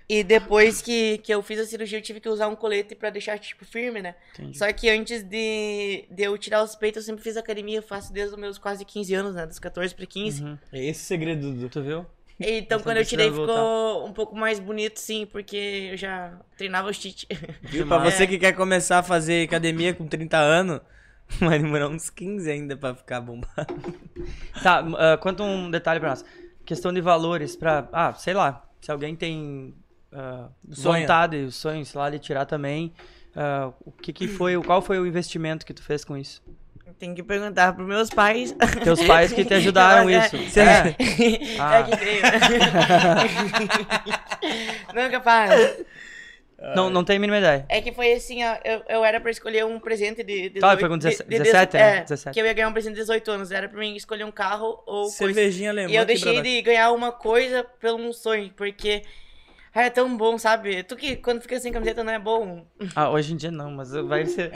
E depois que, que eu fiz a cirurgia, eu tive que usar um colete pra deixar, tipo, firme, né?
Entendi.
Só que antes de, de eu tirar os peitos, eu sempre fiz academia. Eu faço desde os meus quase 15 anos, né? Dos 14 pra 15.
Uhum.
É esse o segredo do.
Tu viu?
Então,
Você
quando eu
precisa
tirei,
voltar.
ficou um pouco mais bonito, sim, porque eu já treinava os tite.
Viu? tá Pra
massa.
você que quer começar a fazer academia com 30 anos, vai demorar uns 15 ainda pra ficar bombado.
Tá, m- ah, conta um detalhe pra nós. Questão de valores pra. Ah, sei lá. Se alguém tem ah,
Sonho.
vontade, o sonho, sei lá, de tirar também. ah, o que, que foi, o- qual foi o investimento que tu fez com isso?
Tem que perguntar pros meus pais.
Teus pais que te ajudaram
Mas
isso.
é-
É. Ah.
É que veio. Não, capaz.
Não, não tem a mínima ideia.
É que foi assim, ó, eu, eu era pra escolher um presente de. de
Tá, foi com
18 de- de
17,
dezo-
né?
é,
17.
Que eu ia ganhar um presente de 18 anos. Era pra mim escolher um carro ou coisa.
Cervejinha
É
alemã.
E eu
aqui,
deixei
brother.
de ganhar uma coisa pelo um sonho, porque. Ah, é tão bom, sabe? Tu que quando fica sem camiseta não é bom.
Ah, hoje em dia não, mas vai ser.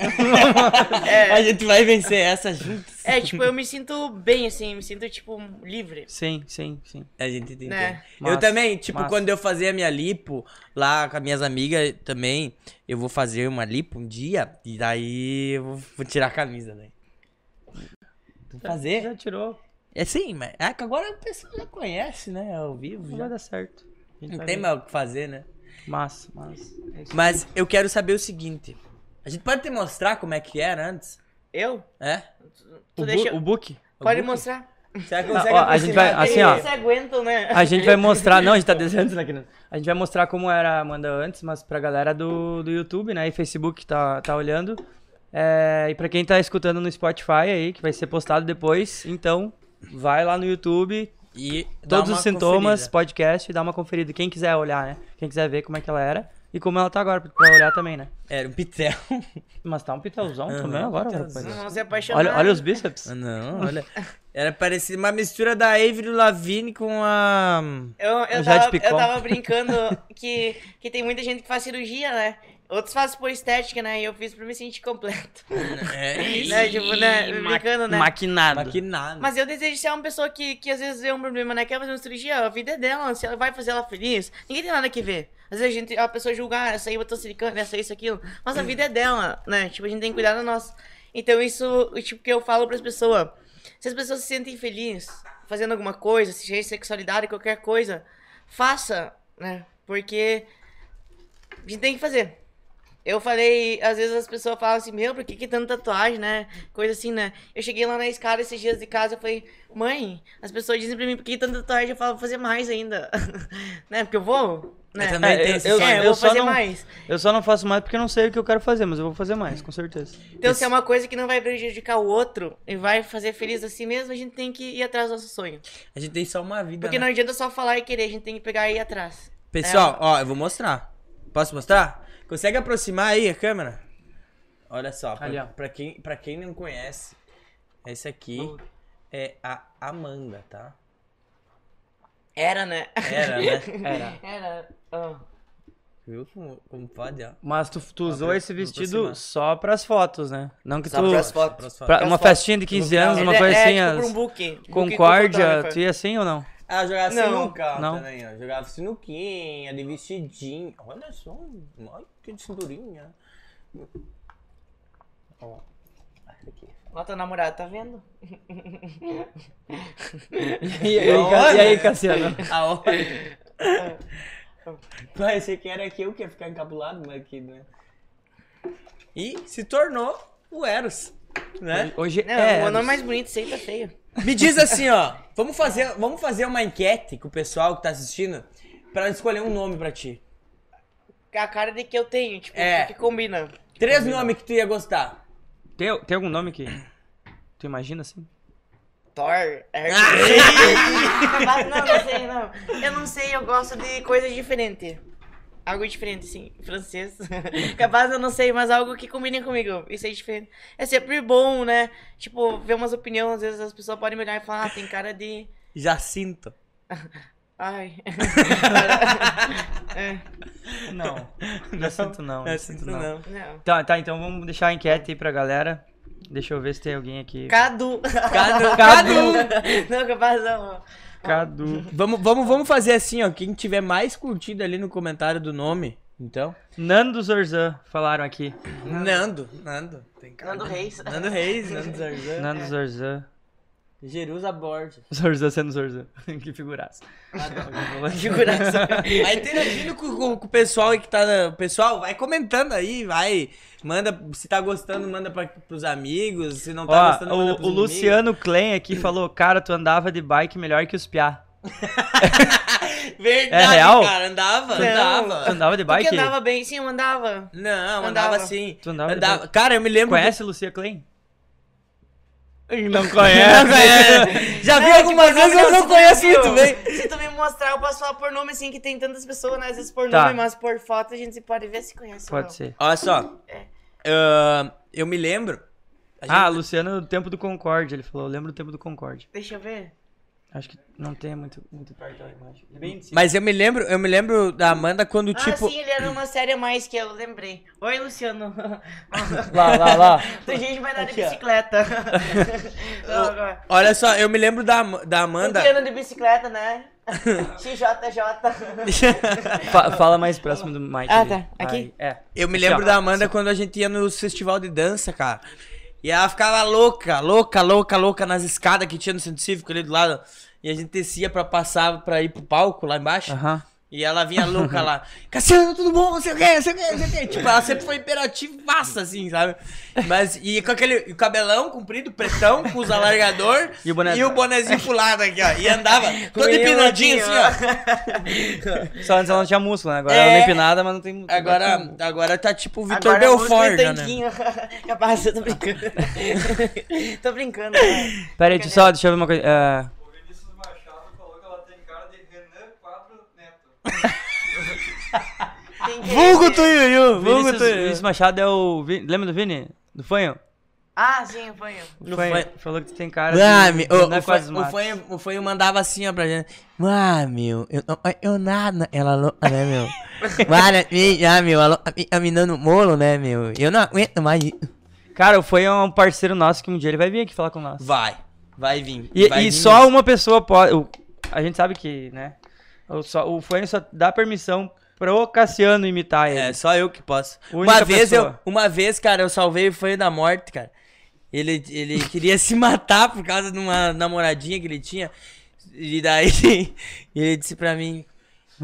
A gente vai vencer essa juntos.
É, tipo, eu me sinto bem, assim, me sinto, tipo, livre.
Sim, sim, sim.
A gente tem
Né?
que-
Massa,
Eu também, tipo,
massa.
quando eu fazia a minha lipo, lá com as minhas amigas também, eu vou fazer uma lipo um dia, e daí eu vou, vou tirar a camisa, né? Vou fazer?
Já tirou,
É sim, mas é que agora o pessoal já conhece, né? Ao vivo,
não
já.
vai dar certo. A gente
Não
vai
tem
ver.
mais o que fazer, né?
Massa, massa. É isso.
Mas eu quero saber o seguinte. A gente pode te mostrar como é que era antes?
Eu?
É?
o,
Tu
bu-
deixa.
o book?
Pode
book?
mostrar?
Será que
Não,
consegue
ó, a gente vai-
aproximar
assim,
dele?
ó.
Eles aguentam, né?
A gente vai mostrar, não, a gente tá desenhando isso aqui. né? A gente vai mostrar como era a Amanda antes, mas pra galera do, do YouTube, né, e Facebook que tá, tá olhando. É, e pra quem tá escutando no Spotify aí, que vai ser postado depois, então vai lá no YouTube,
E dá
todos
uma
os sintomas,
conferida.
podcast, e dá uma conferida. Quem quiser olhar, né, quem quiser ver como é que ela era e como ela tá agora, pra olhar também, né.
Era um pitel.
Mas tá um pitelzão
Aham,
também agora,
pitelzão.
rapaz.
Vamos se apaixonar.
Olha, olha os bíceps.
Ah, Não, olha. Era parecida uma mistura da Avery Lavigne com a.
Eu, eu,
Um Jade
tava,
Picon.
eu tava brincando que, que tem muita gente que faz cirurgia, né? Outros fazem por estética, né? E eu fiz pra me sentir completo.
É isso.
né? Tipo, né? Brincando, né?
Maquinado.
Maquinado.
Mas eu desejo ser uma pessoa que, que às vezes é um problema, né? Quer fazer uma cirurgia, a vida é dela, se ela vai fazer ela feliz, ninguém tem nada que ver. Às vezes a gente, a pessoa julgar, essa aí botou silicone, essa isso, aquilo. Mas a vida é dela, né? Tipo, a gente tem que cuidar da nossa. Então isso, tipo, que eu falo pras pessoas. Se as pessoas se sentem felizes fazendo alguma coisa, se seja sexualidade, qualquer coisa, faça, né? Porque a gente tem que fazer. Eu falei, às vezes as pessoas falam assim, meu, por que, que tanta tatuagem, né? Coisa assim, né? Eu cheguei lá na escada esses dias de casa, eu falei, mãe, as pessoas dizem pra mim, por que tanta tatuagem? Eu falo, vou fazer mais ainda. né? Porque eu vou, né?
Eu também
É,
tenho esse
eu-
sonho.
É, eu vou
só
fazer
não-
mais.
Eu só não faço mais porque eu não sei o que eu quero fazer, mas eu vou fazer mais, com certeza.
Então, se é uma coisa que não vai prejudicar o outro e vai fazer feliz a si mesmo, a gente tem que ir atrás do nosso sonho.
A gente tem só uma vida.
Porque
né?
não adianta só falar e querer, a gente tem que pegar e ir atrás.
Pessoal, ó, eu vou mostrar. Posso mostrar? Consegue aproximar aí a câmera? Olha só, pra,
Ali, ó.
pra quem, pra quem não conhece, esse aqui é a Amanda, tá?
Era, né?
Era, né?
Era.
Era. ah.
Viu como, como pode, ó?
Mas tu, tu usou
pra-
esse
pra
vestido
aproximar.
só pras fotos, né? Não que
Só
tu.
pras fotos.
Pras
pra
fotos.
uma
fotos.
festinha de 15 anos, uma
É,
coisa
é,
assim,
tipo
as-
pra um é. book. book com
Concórdia,
fotógrafo.
tu ia assim ou não?
Ah, eu jogava
Não.
sinuca ó,
Não.
também, ó. Jogava sinuquinha, de vestidinho. Olha só, um- olha que cinturinha. Ó, aqui.
Ó, teu namorado, tá vendo?
E aí,
Não,
Ca- e
olha.
aí, Cassiano?
A hora. Parecia que era que eu que ia ficar encabulado, mas aqui, né? E se tornou o Eros, né?
Hoje
Não,
é.
o nome mais bonito, sei tá feio.
Me diz assim, ó. Vamos fazer, vamos fazer uma enquete com o pessoal que tá assistindo pra escolher um nome pra ti.
A cara de que eu tenho, tipo,
É.
que combina.
Três nomes que tu ia gostar.
Tem, tem algum nome que. Tu imagina assim?
Thor,
Ah!
Hercules. não, não sei, não. Eu não sei, eu gosto de coisas diferentes. Algo diferente, sim. Francês. Capaz eu não sei, mas algo que combine comigo. Isso é diferente. É sempre bom, né? Tipo, ver umas opiniões, às vezes as pessoas podem me olhar e falar, ah, tem cara de.
Jacinto.
Ai. é,
Não. Não é sinto não. Não
Jacinto
sinto
não.
não.
não.
Tá, tá, então vamos deixar a enquete aí pra galera. Deixa eu ver se tem alguém aqui.
Cadu.
Cadu.
Não, capaz não.
Cadu.
Vamos, vamos, vamos fazer assim, ó. Quem tiver mais curtido ali no comentário do nome, então.
Nando Zorzan, falaram aqui.
Nando, Nando. Tem cara.
Nando Reis.
Nando Reis, Nando Zarzan.
Nando Zorzan.
Jerusa Borges.
Zorzan sendo Zorzan. que figuraça.
Figuração.
Vai interagindo com, com- com o pessoal aí que tá. na- o Pessoal, vai comentando aí, vai. Manda, se tá gostando, manda pra, pros amigos. Se não tá
Ó,
gostando, manda
o,
pros
o
inimigos.
Luciano Klein aqui falou, cara, tu andava de bike melhor que os piá.
Verdade,
É real?
cara. Andava,
Não.
Tu
andava.
andava de
Porque
bike?
andava bem, sim, eu andava.
Não, andava,
Andava.
assim.
Tu andava de bike?
Cara, eu me lembro.
Conhece Lucia Klein?
Não conhece. Já
É, tipo,
vi algumas vezes, eu não conheço muito bem.
Se tu me mostrar, eu posso falar por nome, assim, que tem tantas pessoas, né? Às vezes por
Tá.
nome, mas por foto a gente se pode ver se conhece ou não.
Pode ser.
Olha só.
É.
ahn, eu me lembro. a gente-
Ah, Luciano, do tempo do Concorde, ele falou, eu lembro do tempo do Concorde.
Deixa eu ver.
Acho que não tem muito, muito perto da imagem. É Bem em cima.
Mas eu me lembro, eu me lembro da Amanda quando, tipo.
Ah, sim, ele era uma série a mais que eu lembrei. Oi, Luciano.
Lá, lá, lá.
Tem gente que vai dar de
Aqui, ó.
bicicleta. Não, agora.
Olha só, eu me lembro da, Am- da
Um
Amanda.
que anda de bicicleta, né? XJJ.
Fa- fala mais próximo do Mike.
Ah,
ali.
tá. Aqui?
Aí, é.
Eu me lembro
ó.
da Amanda quando a gente ia no festival de dança, cara. E ela ficava louca, louca, louca, louca nas escadas que tinha no centro cívico ali do lado. E a gente descia pra passar pra ir pro palco lá embaixo.
Aham.
E ela vinha louca lá, Cassiano, tudo bom? Não sei o quê, não sei o quê, não sei o quê. Tipo, ela sempre foi imperativaça, assim, sabe? Mas, e com aquele e o cabelão comprido, pretão, com os alargador
E o boné-
e o bonezinho pulado aqui, ó. E andava todo empinadinho, assim, ó.
Só antes ela não tinha músculo, né? Agora ela
É.
não é empinada, mas não tem músculo.
Agora, agora tá tipo o Vitor
Agora a música
Belfort,
é
né?
tanquinho. Capaz, eu tô brincando. tô brincando. né? cara.
Pera aí, deixa- só, deixa eu ver uma coisa. ah,
O Vinícius Machado falou que ela tem cara de Renan 4 Neto.
Tem que-
Vulgo Tuiuiu, vulgo
Vinícius,
Tuiuiu.
Vinícius Machado é o. Vin- Lembra do Vini? Do Fanho?
Ah, sim, foi eu.
No Fanho.
Falou que tu tem cara.
Ah,
de-
me-
Renan
o, o,
Quadros
Fanho- o,
Matos.
Fanho- o Fanho mandava assim, ó, pra gente. Ah, meu, eu, não- eu nada. Ela louca, né, meu? Para mim, ah, meu, ela aminando molo, né, meu? Eu não aguento mais. isso.
Cara, o Fanho é um parceiro nosso que um dia ele vai vir aqui falar com nós.
Vai, vai vir.
E,
vai
e
vir
só
mesmo.
uma pessoa pode. o- a gente sabe que, né? O, só, o Fanho só dá permissão pro Cassiano imitar ele.
É, só eu que posso.
Única
uma vez, eu,
pessoa.
uma vez, cara, eu salvei o Fanho da morte, cara. Ele, ele queria se matar por causa de uma namoradinha que ele tinha. E daí ele disse pra mim: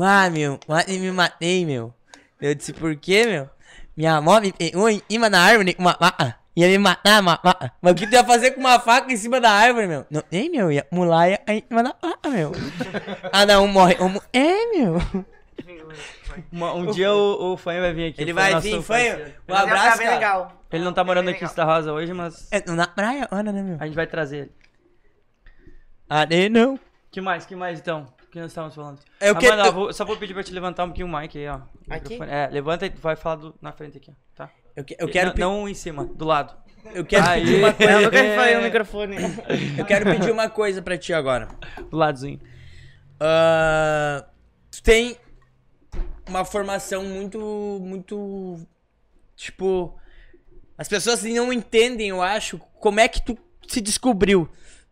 Ah, meu, quase me matei, meu. Eu disse: Por quê, meu? Minha mãe me pegou em cima da árvore com uma faca. Ia me matar, uma faca. Mas o que tu ia fazer com uma faca em cima da árvore, meu? Não tem, meu. Ia pular ia em cima da faca, meu. Cada um morre. como- É, meu.
Uma- um dia o, o Fanho vai vir aqui.
Ele
o Fanho é
vai
nosso
vir,
parceiro.
Fanho. Um abraço,
bem
cara.
legal.
Ele não tá morando aqui em
legal.
Santa Rosa hoje, mas
É, na praia, Ana, né, meu?
a gente vai trazer ele.
Ah,
né,
nem não.
Que mais? Que mais então? O que nós estávamos falando?
É o que-
Amanda, eu vou- só vou pedir pra te levantar um pouquinho o mic aí, ó. O
Aqui?
microfone. É, levanta e vai falar do- na frente aqui, ó, tá?
Eu, que- eu quero,
não,
pe-
não em cima, do lado.
eu quero
Aí.
pedir uma
Eu
coisa.
nunca falei no microfone.
Eu quero pedir uma coisa pra ti agora.
Do ladozinho.
Ah, tu tem uma formação muito. muito. Tipo. As pessoas assim, não entendem, eu acho, como é que tu se descobriu,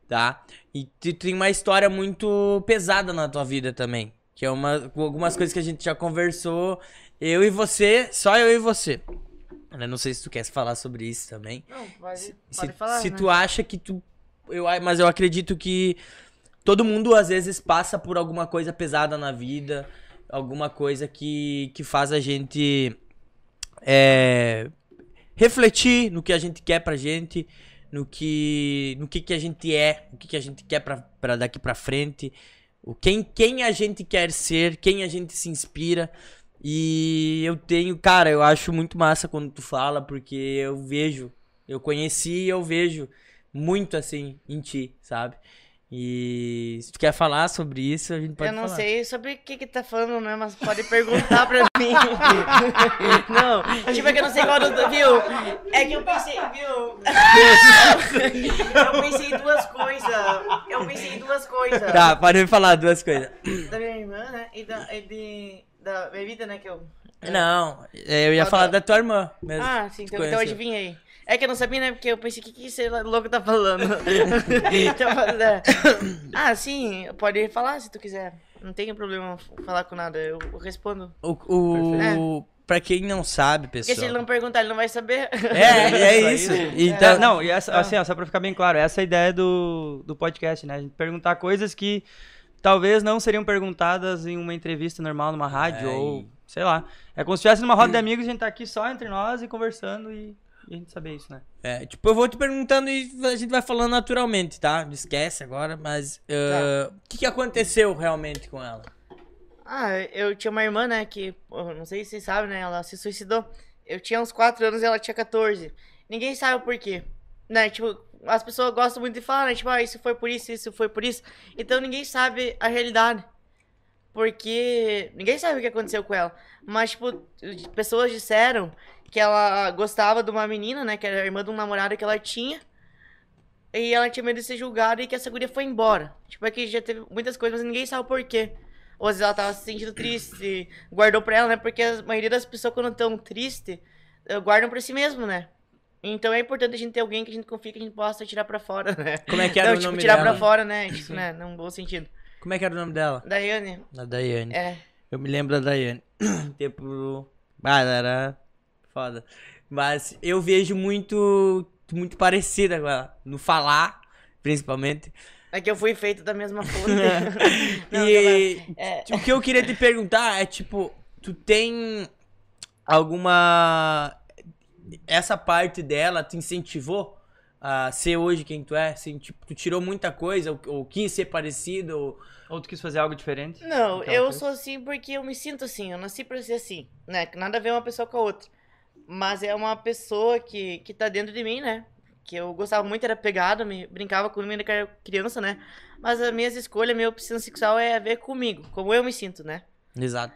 tá? E tu tem uma história muito pesada na tua vida também. Que é uma. Algumas coisas que a gente já conversou. Eu e você, só eu e você. Eu não sei se tu quer falar sobre isso também.
Não, pode,
Se,
pode
se-
falar.
se
né?
tu acha que tu. Eu, a- mas eu acredito que todo mundo às vezes passa por alguma coisa pesada na vida, alguma coisa que, que faz a gente é, refletir no que a gente quer pra gente, no que, no que, que a gente é, o que, que a gente quer pra, pra daqui pra frente, o quem, quem a gente quer ser, quem a gente se inspira. E eu tenho, cara, eu acho muito massa quando tu fala, porque eu vejo eu conheci e eu vejo muito assim em ti, sabe? E se tu quer falar sobre isso, a gente pode
eu não
falar.
sei sobre o que que tá falando, né? Mas pode perguntar pra mim. não, tipo, é que eu não sei qual... do- Viu? É que eu pensei, viu? eu pensei em duas coisas. Eu pensei em duas coisas.
Tá, pode me falar duas coisas.
Da minha irmã, né? E da, e de, da bebida, né? Que eu...
Não, é, eu ia
Qual
falar
da-
da tua irmã mesmo.
Ah, sim,
Tu
então, então
conheceu.
adivinhei. É que eu não sabia, né? Porque eu pensei, o que, que esse louco tá falando? Então, é. Ah, sim, pode falar se tu quiser. Não tenho problema falar com nada, eu eu respondo.
O, o... Pra quem não sabe,
Porque
pessoal.
se ele não perguntar, ele não vai saber.
É, é isso. Então,
É, não, e essa, assim, ó, só pra ficar bem claro, essa é a ideia do, do podcast, né? A gente perguntar coisas que talvez não seriam perguntadas em uma entrevista normal, numa rádio,
É,
ou
e-
sei lá. É como se estivesse numa roda de amigos, a gente tá aqui só entre nós e conversando e, e a gente saber isso, né?
É, tipo, eu vou te perguntando e a gente vai falando naturalmente, tá? Não esquece agora, mas.
Tá.
ah, O que, que aconteceu realmente com ela?
Ah, eu tinha uma irmã, né, que, pô, não sei se vocês sabem, né, ela se suicidou. Eu tinha uns 4 anos e ela tinha 14. Ninguém sabe o porquê, né, tipo, as pessoas gostam muito de falar, né, tipo, ah, isso foi por isso, isso foi por isso. Então ninguém sabe a realidade, porque ninguém sabe o que aconteceu com ela. Mas, tipo, pessoas disseram que ela gostava de uma menina, né, que era a irmã de um namorado que ela tinha. E ela tinha medo de ser julgada e que essa guria foi embora. Tipo, é que já teve muitas coisas, mas ninguém sabe o porquê. Ou às vezes ela tava se sentindo triste, guardou pra ela, né? Porque a maioria das pessoas, quando estão tristes, guardam pra si mesmo, né? Então é importante a gente ter alguém que a gente confia que a gente possa tirar pra fora, né?
Como é que era
não,
o
tipo,
nome
tirar
dela?
pra fora, né? Isso, né? Num bom sentido.
Como é que era o nome dela?
Daiane,
Da Daiane.
é.
Eu me lembro da Daiane. Tempo. Ah, era foda. Mas eu vejo muito. muito parecida com ela. No falar, principalmente.
É que eu fui feito da mesma fonte. Não,
e
é.
o que eu queria te perguntar é, tipo, tu tem alguma... Essa parte dela te incentivou a ser hoje quem tu é? Assim, tipo, tu tirou muita coisa, ou, ou quis ser parecido, ou...
Ou tu quis fazer algo diferente?
Não,
Então,
eu
fez.
sou assim porque eu me sinto assim, eu nasci pra ser assim, né? Que Nada a ver uma pessoa com a outra. Mas é uma pessoa que, que tá dentro de mim, né? Que eu gostava muito, era pegado, me, brincava comigo ainda que era criança, né? Mas as minhas escolhas, minha opção sexual é a ver comigo, como eu me sinto, né?
Exato.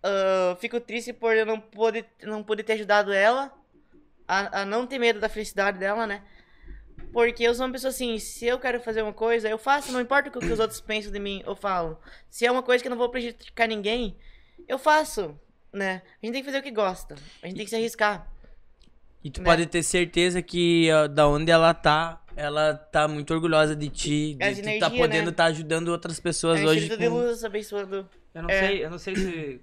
Eu fico triste por eu não poder, não poder ter ajudado ela a, a não ter medo da felicidade dela, né? Porque eu sou uma pessoa assim, se eu quero fazer uma coisa, eu faço, não importa o que os outros pensam de mim ou falam. Se é uma coisa que eu não vou prejudicar ninguém, eu faço, né? A gente tem que fazer o que gosta. A gente tem que se arriscar.
E tu
Né?
pode ter certeza que ó, da onde ela tá, ela tá muito orgulhosa de ti,
As
de tu tá
energia,
podendo
né?
estar ajudando outras pessoas
É um
hoje.
espírito de
com-
luz abençoando.
Eu não
É.
sei, eu não sei se.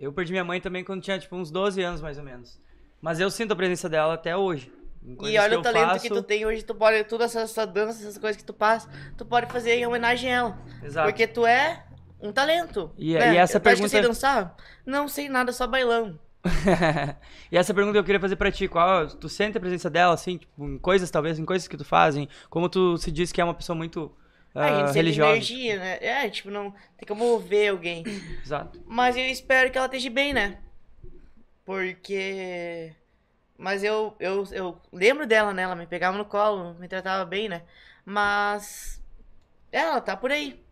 Eu perdi minha mãe também quando tinha, tipo, uns 12 anos, mais ou menos. Mas eu sinto a presença dela até hoje. Em
E
coisas
olha
que
o
eu
talento que tu
faço.
tem hoje, tu pode, todas essas essa danças, essas coisas que tu passa, tu pode fazer em homenagem a ela.
Exato.
Porque tu é um talento.
Tá. E-
né?
e essa
Tu acha que
pergunta-
eu sei dançar? Não sei nada, só bailão.
e essa pergunta eu queria fazer pra ti, qual tu sente a presença dela, assim, tipo, em coisas, talvez, em coisas que tu fazem, como tu se diz que é uma pessoa muito
É, a
ah,
gente sente
religiosa.
energia, né? É, tipo, não tem como ver alguém.
Exato.
Mas eu espero que ela esteja bem, né? Porque. Mas eu, eu, eu lembro dela, né? Ela me pegava no colo, me tratava bem, né? Mas. Ela tá por aí.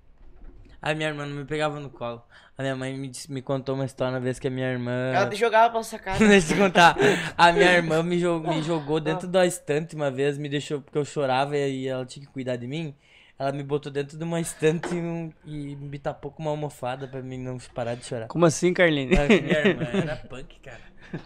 A minha irmã não me pegava no colo. A minha mãe me, disse- me contou uma história uma vez que a minha
É.
irmã.
Ela jogava pra nossa cara.
Deixa eu te contar. A minha irmã me, jo- me jogou dentro da estante uma vez, me deixou porque eu chorava e ela tinha que cuidar de mim. Ela me botou dentro de uma estante e, um- e me tapou com uma almofada pra mim não parar de chorar.
Como assim, Carline?
A minha irmã era punk, cara.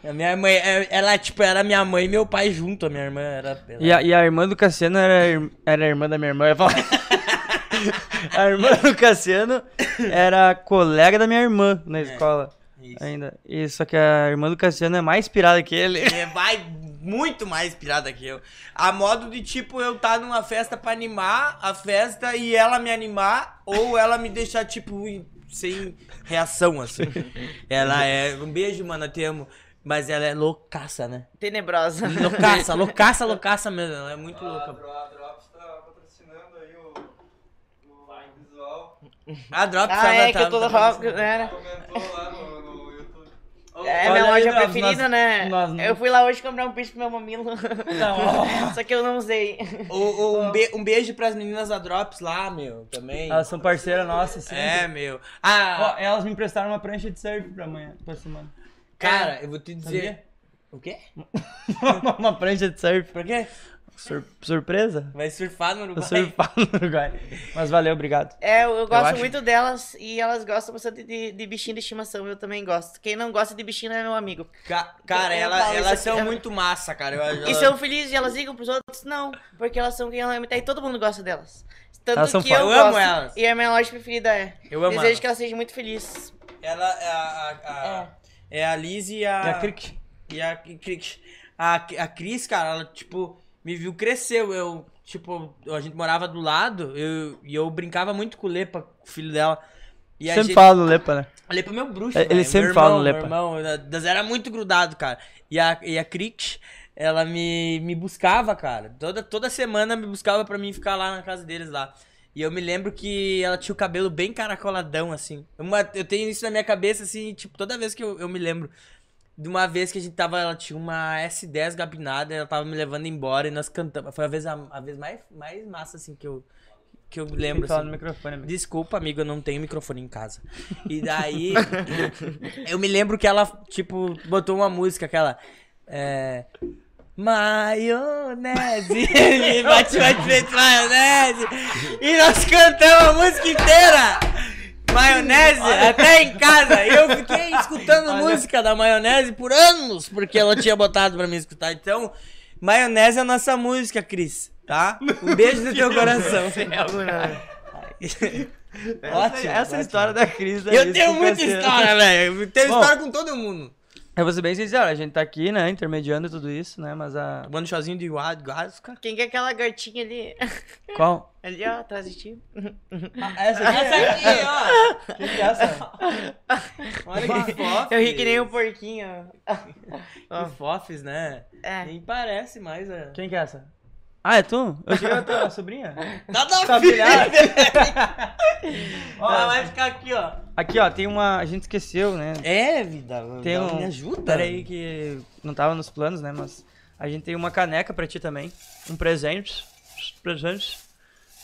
A minha mãe, é- ela, tipo, era minha mãe e meu pai junto. A minha irmã era. ela-
E a, e a irmã do Cassiano era, ir- era a irmã da minha irmã. eu ia falar. a irmã do Cassiano era colega da minha irmã na escola.
É, Isso.
Ainda. E, só que a irmã do Cassiano é mais pirada que ele.
Ele É, vai muito mais pirada que eu. A modo de tipo eu tá numa festa pra animar a festa e ela me animar ou ela me deixar tipo em- sem reação assim. Ela é um beijo, mano, eu te amo, mas ela é loucaça, né?
Tenebrosa.
Loucaça, loucaça, loucaça mesmo, ela é muito
A Ah,
louca.
Drops tá patrocinando aí o, o visual.
A Drops
Ah, é, que
tá-
eu tô
tá-
rápido, né?
Comentou lá no, no YouTube.
Olha
É minha
aí,
loja
nós-
preferida,
nós-
né?
nós não-
Eu fui lá hoje comprar um piercing pro meu mamilo. Só que eu não usei.
Ô, ô, um, be- um beijo pras meninas da Drops lá, meu, também.
Elas são parceiras nossas, sim.
É, meu. Ah,
Ó, elas me emprestaram uma prancha de surf pra amanhã, pra semana.
cara, eu vou te dizer. O quê?
uma prancha de surf.
Por quê?
Sur- surpresa?
Vai surfar no
Eu
Uruguai?
surfar no Uruguai. Mas valeu, obrigado.
É, eu, eu gosto
acho-
muito delas e elas gostam bastante de, de bichinho de estimação. Eu também gosto. Quem não gosta de bichinho é meu amigo.
Ca- cara,
Eu
ela-
falo isso
elas
aqui, é um
são
eu-
muito massa, cara. Eu-
E
ela-
são felizes e elas ligam pros outros? Não, porque elas são quem ela é. E todo mundo gosta delas. Tanto
Elas são
que
foda.
eu,
Eu amo
gosto.
elas.
E a minha loja preferida é.
Eu amo
Desejo
elas.
que ela seja muito feliz.
Ela é a. a- a- É a Liz e a.
E a Crick?
E a Crick. A, a Cris, cara, ela, tipo, me viu crescer. Eu, tipo, a gente morava do lado eu, e eu brincava muito com o Lepa, com o filho dela. E a
Sempre
gente-
fala do Lepa, né?
Ele é meu bruxo.
É, ele
velho.
sempre
meu
fala no
irmão, meu
Lepa.
irmão, né, nós era muito grudado, cara. E a, e a Crit, ela me, me buscava, cara. Toda, toda semana me buscava pra mim ficar lá na casa deles lá. E eu me lembro que ela tinha o cabelo bem caracoladão, assim. Uma, eu tenho isso na minha cabeça, assim, tipo, toda vez que eu, eu me lembro. De uma vez que a gente tava, ela tinha uma S10 gabinada, ela tava me levando embora e nós cantamos. Foi a vez, a, a vez mais, mais massa, assim, que eu, que eu
Tem
lembro.
que falar
assim.
no microfone, amigo.
Desculpa, amigo, eu não tenho microfone em casa. E daí, eu me lembro que ela, tipo, botou uma música, aquela. É. Maionese! E bate, bate, bate, maionese! E nós cantamos a música inteira! Maionese até em casa! E eu fiquei escutando música da maionese por anos, porque ela tinha botado pra mim escutar. Então, maionese é a nossa música, Cris, tá? Um beijo no teu coração.
Essa,
Ótimo,
essa história da Cris aí,
Eu tenho
com o
muita
Cassiano.
história, velho. É Eu tenho
Bom,
história com todo mundo.
Eu vou ser bem sincero, a gente tá aqui, né, intermediando tudo isso, né, mas a...
Tomando chozinho de guasca.
Quem que é aquela gatinha ali?
Qual?
Ali, ó, atrás de ti.
Ah,
essa aqui?
é. aqui,
que que é essa?
ó. Olha que fofes.
Eu ri que nem um porquinho.
Que fofes, né?
É.
Nem parece mais. É.
Quem que é essa? Ah, é tu? Eu achei que era tua sobrinha.
Nada
Tá
a ver.
pilhada?
Ela vai ficar aqui, ó.
Aqui, ó, tem uma... A gente esqueceu, né?
É, vida.
Tem um...
Me ajuda.
Peraí que não tava nos planos, né, mas... A gente tem uma caneca pra ti também. Um presente. Presente.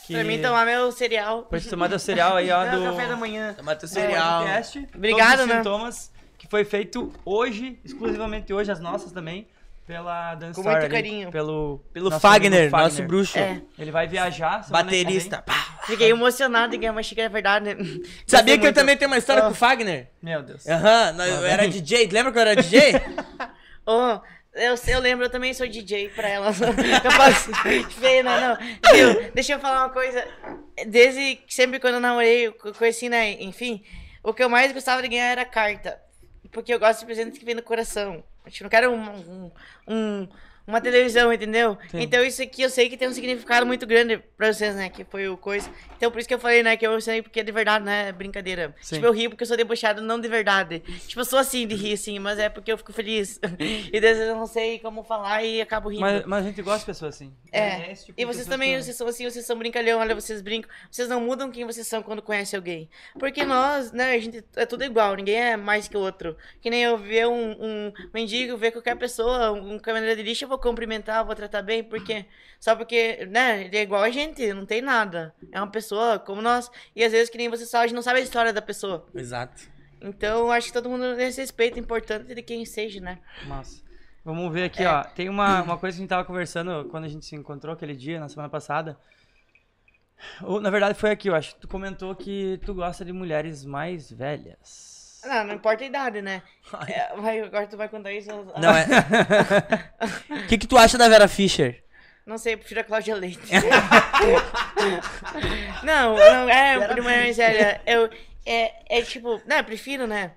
Que...
Pra mim tomar meu cereal.
Pra te tomar teu cereal aí, ó,
Ah,
do...
café da manhã.
Toma teu é cereal.
podcast.
Obrigado,
todos os
né?
sintomas que foi feito hoje, exclusivamente hoje, as nossas também, pela Dan
Com
Star
muito
ali,
carinho.
Pelo,
Pelo
nosso
Fagner,
amigo
nosso bruxo.
É.
Ele vai viajar. semana que
Baterista. Pá.
Fiquei emocionado em ganhar uma xícara, é verdade, né?
Sabia
Gostei
que eu
muito.
também tenho uma história com o Fagner? Tá
vem. Meu Deus.
É.
Aham, nós- eu era DJ. Lembra que eu era DJ?
Ô, eu, eu lembro, eu também sou DJ pra ela. Eu faço feio, não, não. Viu? Deixa eu falar uma coisa. Desde que sempre quando eu namorei, eu co- conheci, né? Enfim, o que eu mais gostava de ganhar era carta. Porque eu gosto de presentes que vem do coração. A gente não quer um, um- um- uma televisão, entendeu? Então isso aqui eu sei que tem um significado muito grande pra vocês, né? Que foi o coisa. Então por isso que eu falei, né? Que eu sei porque é de verdade, né? Brincadeira.
Sim.
Tipo, eu rio porque eu sou debochado, não de verdade. Tipo, eu sou assim de rir, assim, mas é porque eu fico feliz. e às vezes eu não sei como falar e acabo rindo.
Mas, mas a gente gosta de pessoas assim.
É.
esse tipo
E
de
vocês
pessoa
também,
que-
vocês são assim, vocês são brincalhão, olha, vocês brincam. Vocês não mudam quem vocês são quando conhecem alguém. Porque nós, né, a gente é tudo igual, ninguém é mais que o outro. Que nem eu ver um, um mendigo, ver qualquer pessoa, um caminhoneiro de lixo, eu vou cumprimentar, eu vou tratar bem, porque. Só porque, né, ele é igual a gente, não tem nada. É uma pessoa como nós. E às vezes, que nem vocês falam, a gente não sabe a história da pessoa.
Exato.
Então, acho que todo mundo nesse respeito, é importante de quem seja, né?
Massa. Vamos ver
É.
aqui, ó. Tem uma, uma coisa que a gente tava conversando quando a gente se encontrou aquele dia, na semana passada. Ou, na verdade, foi aqui, eu acho. Tu comentou que tu gosta de mulheres mais velhas.
Não, não importa a idade, né? É, vai, agora tu vai contar isso. eu-
Não é. O que, que tu acha da Vera Fischer?
Não sei, eu prefiro a Cláudia Leite. não, não, é, por uma mais velha. Eu, é, é tipo, não, eu prefiro, né?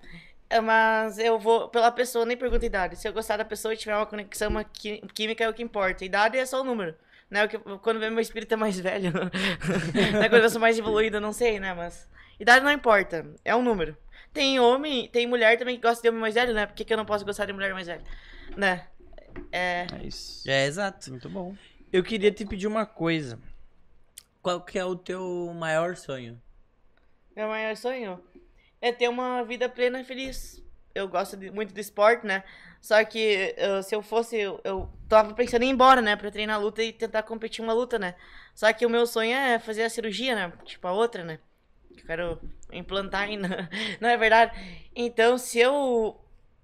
É, Mas eu vou pela pessoa, nem pergunto a idade. Se eu gostar da pessoa e tiver uma conexão uma qui- química, é o que importa. Idade é só o número. Né? O que, quando vem meu espírito é mais velho. né? Quando eu sou mais evoluída, não sei, né? Mas idade não importa, é um número. Tem homem, tem mulher também que gosta de homem mais velho, né? Por que, que eu não posso gostar de mulher mais velha? Né? É.
É isso.
É, exato.
Muito bom.
Eu queria te pedir uma coisa. Qual que é o teu maior sonho?
Meu maior sonho é ter uma vida plena e feliz. Eu gosto de- muito do esporte, né? Só que eu- se eu fosse, eu, eu tava pensando em ir embora, né? Pra treinar luta e tentar competir uma luta, né? Só que o meu sonho é fazer a cirurgia, né? Tipo a outra, né? Que eu quero implantar ainda. Não é verdade? Então, se eu.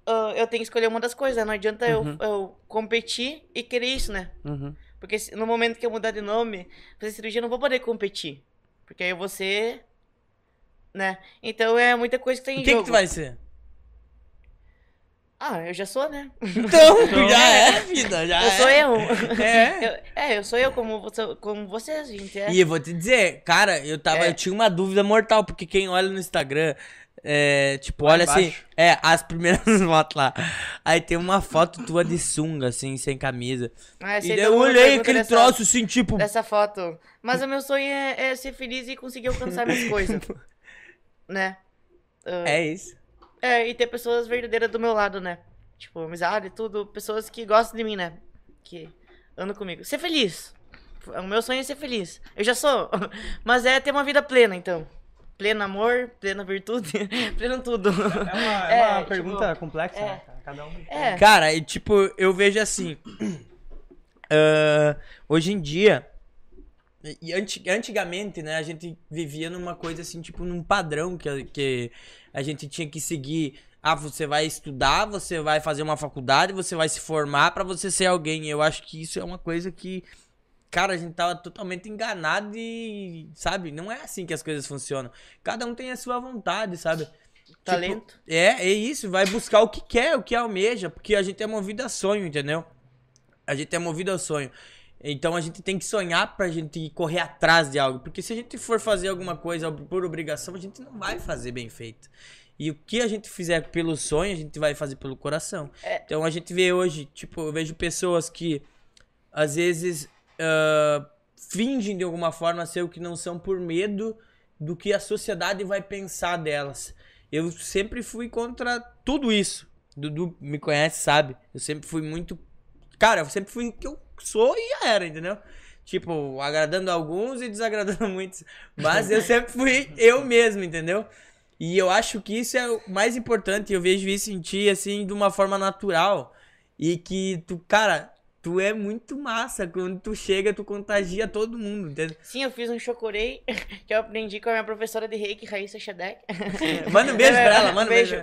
ah, eu tenho que escolher uma das coisas, né? Não adianta eu-
Uhum.
eu, competir e querer isso, né?
Uhum.
Porque se- no momento que eu mudar de nome, fazer cirurgia, eu não vou poder competir. Porque aí eu vou ser. Né? Então é muita coisa que tem
O
em
que, que
jogo.
tu vai ser?
Ah, eu já sou, né?
Então, já é, vida, já
eu
é.
sou eu.
É.
Eu- é, eu sou eu como, você- como vocês, gente. É.
E eu vou te dizer, cara, eu tava,
É.
eu tinha uma dúvida mortal, porque quem olha no Instagram, é, tipo, olha assim,
embaixo.
é, as primeiras fotos lá. Aí tem uma foto tua de sunga, assim, sem camisa.
Ah,
E
sei,
daí eu
todo mundo
olhei
pergunta
aquele
dessa-
troço, assim, tipo,
Dessa foto. Mas o meu sonho é, é ser feliz e conseguir alcançar minhas coisas. né?
é isso.
É, e ter pessoas verdadeiras do meu lado, né? Tipo, amizade, tudo. Pessoas que gostam de mim, né? Que andam comigo. Ser feliz. O meu sonho é ser feliz. Eu já sou. Mas é ter uma vida plena, então. Pleno amor, plena virtude, pleno tudo.
É uma,
É,
é uma
tipo,
pergunta complexa,
é.
né, cara? Cada um.
É.
Cara, e tipo, eu vejo assim. ah, hoje em dia. e- E anti- antigamente, né, a gente vivia numa coisa assim, tipo, num padrão que, a- que a gente tinha que seguir. Ah, você vai estudar, você vai fazer uma faculdade, você vai se formar pra você ser alguém. Eu acho que isso é uma coisa que, cara, a gente tava totalmente enganado e, sabe, não é assim que as coisas funcionam. Cada um tem a sua vontade, sabe?
Talento.
É, é isso, vai buscar o que quer, o que almeja, porque a gente é movido a sonho, entendeu? A gente é movido a sonho. Então a gente tem que sonhar pra gente correr atrás de algo, porque se a gente for fazer alguma coisa por obrigação, a gente não vai fazer bem feito. E o que a gente fizer pelo sonho, a gente vai fazer pelo coração.
É.
Então a gente vê hoje, tipo, eu vejo pessoas que às vezes ah, fingem de alguma forma ser o que não são por medo do que a sociedade vai pensar delas. Eu sempre fui contra tudo isso. Dudu me conhece, sabe? Eu sempre fui muito. Cara, eu sempre fui o que eu sou e já era, entendeu? Tipo, agradando alguns e desagradando muitos. Mas eu sempre fui eu mesmo, entendeu? E eu acho que isso é o mais importante. Eu vejo isso em ti, assim, de uma forma natural. E que tu, cara, tu é muito massa. Quando tu chega, tu contagia todo mundo, entendeu?
Sim, eu fiz um chocorei que eu aprendi com a minha professora de reiki, Raíssa Shadek.
Manda um beijo pra ela, manda um beijo.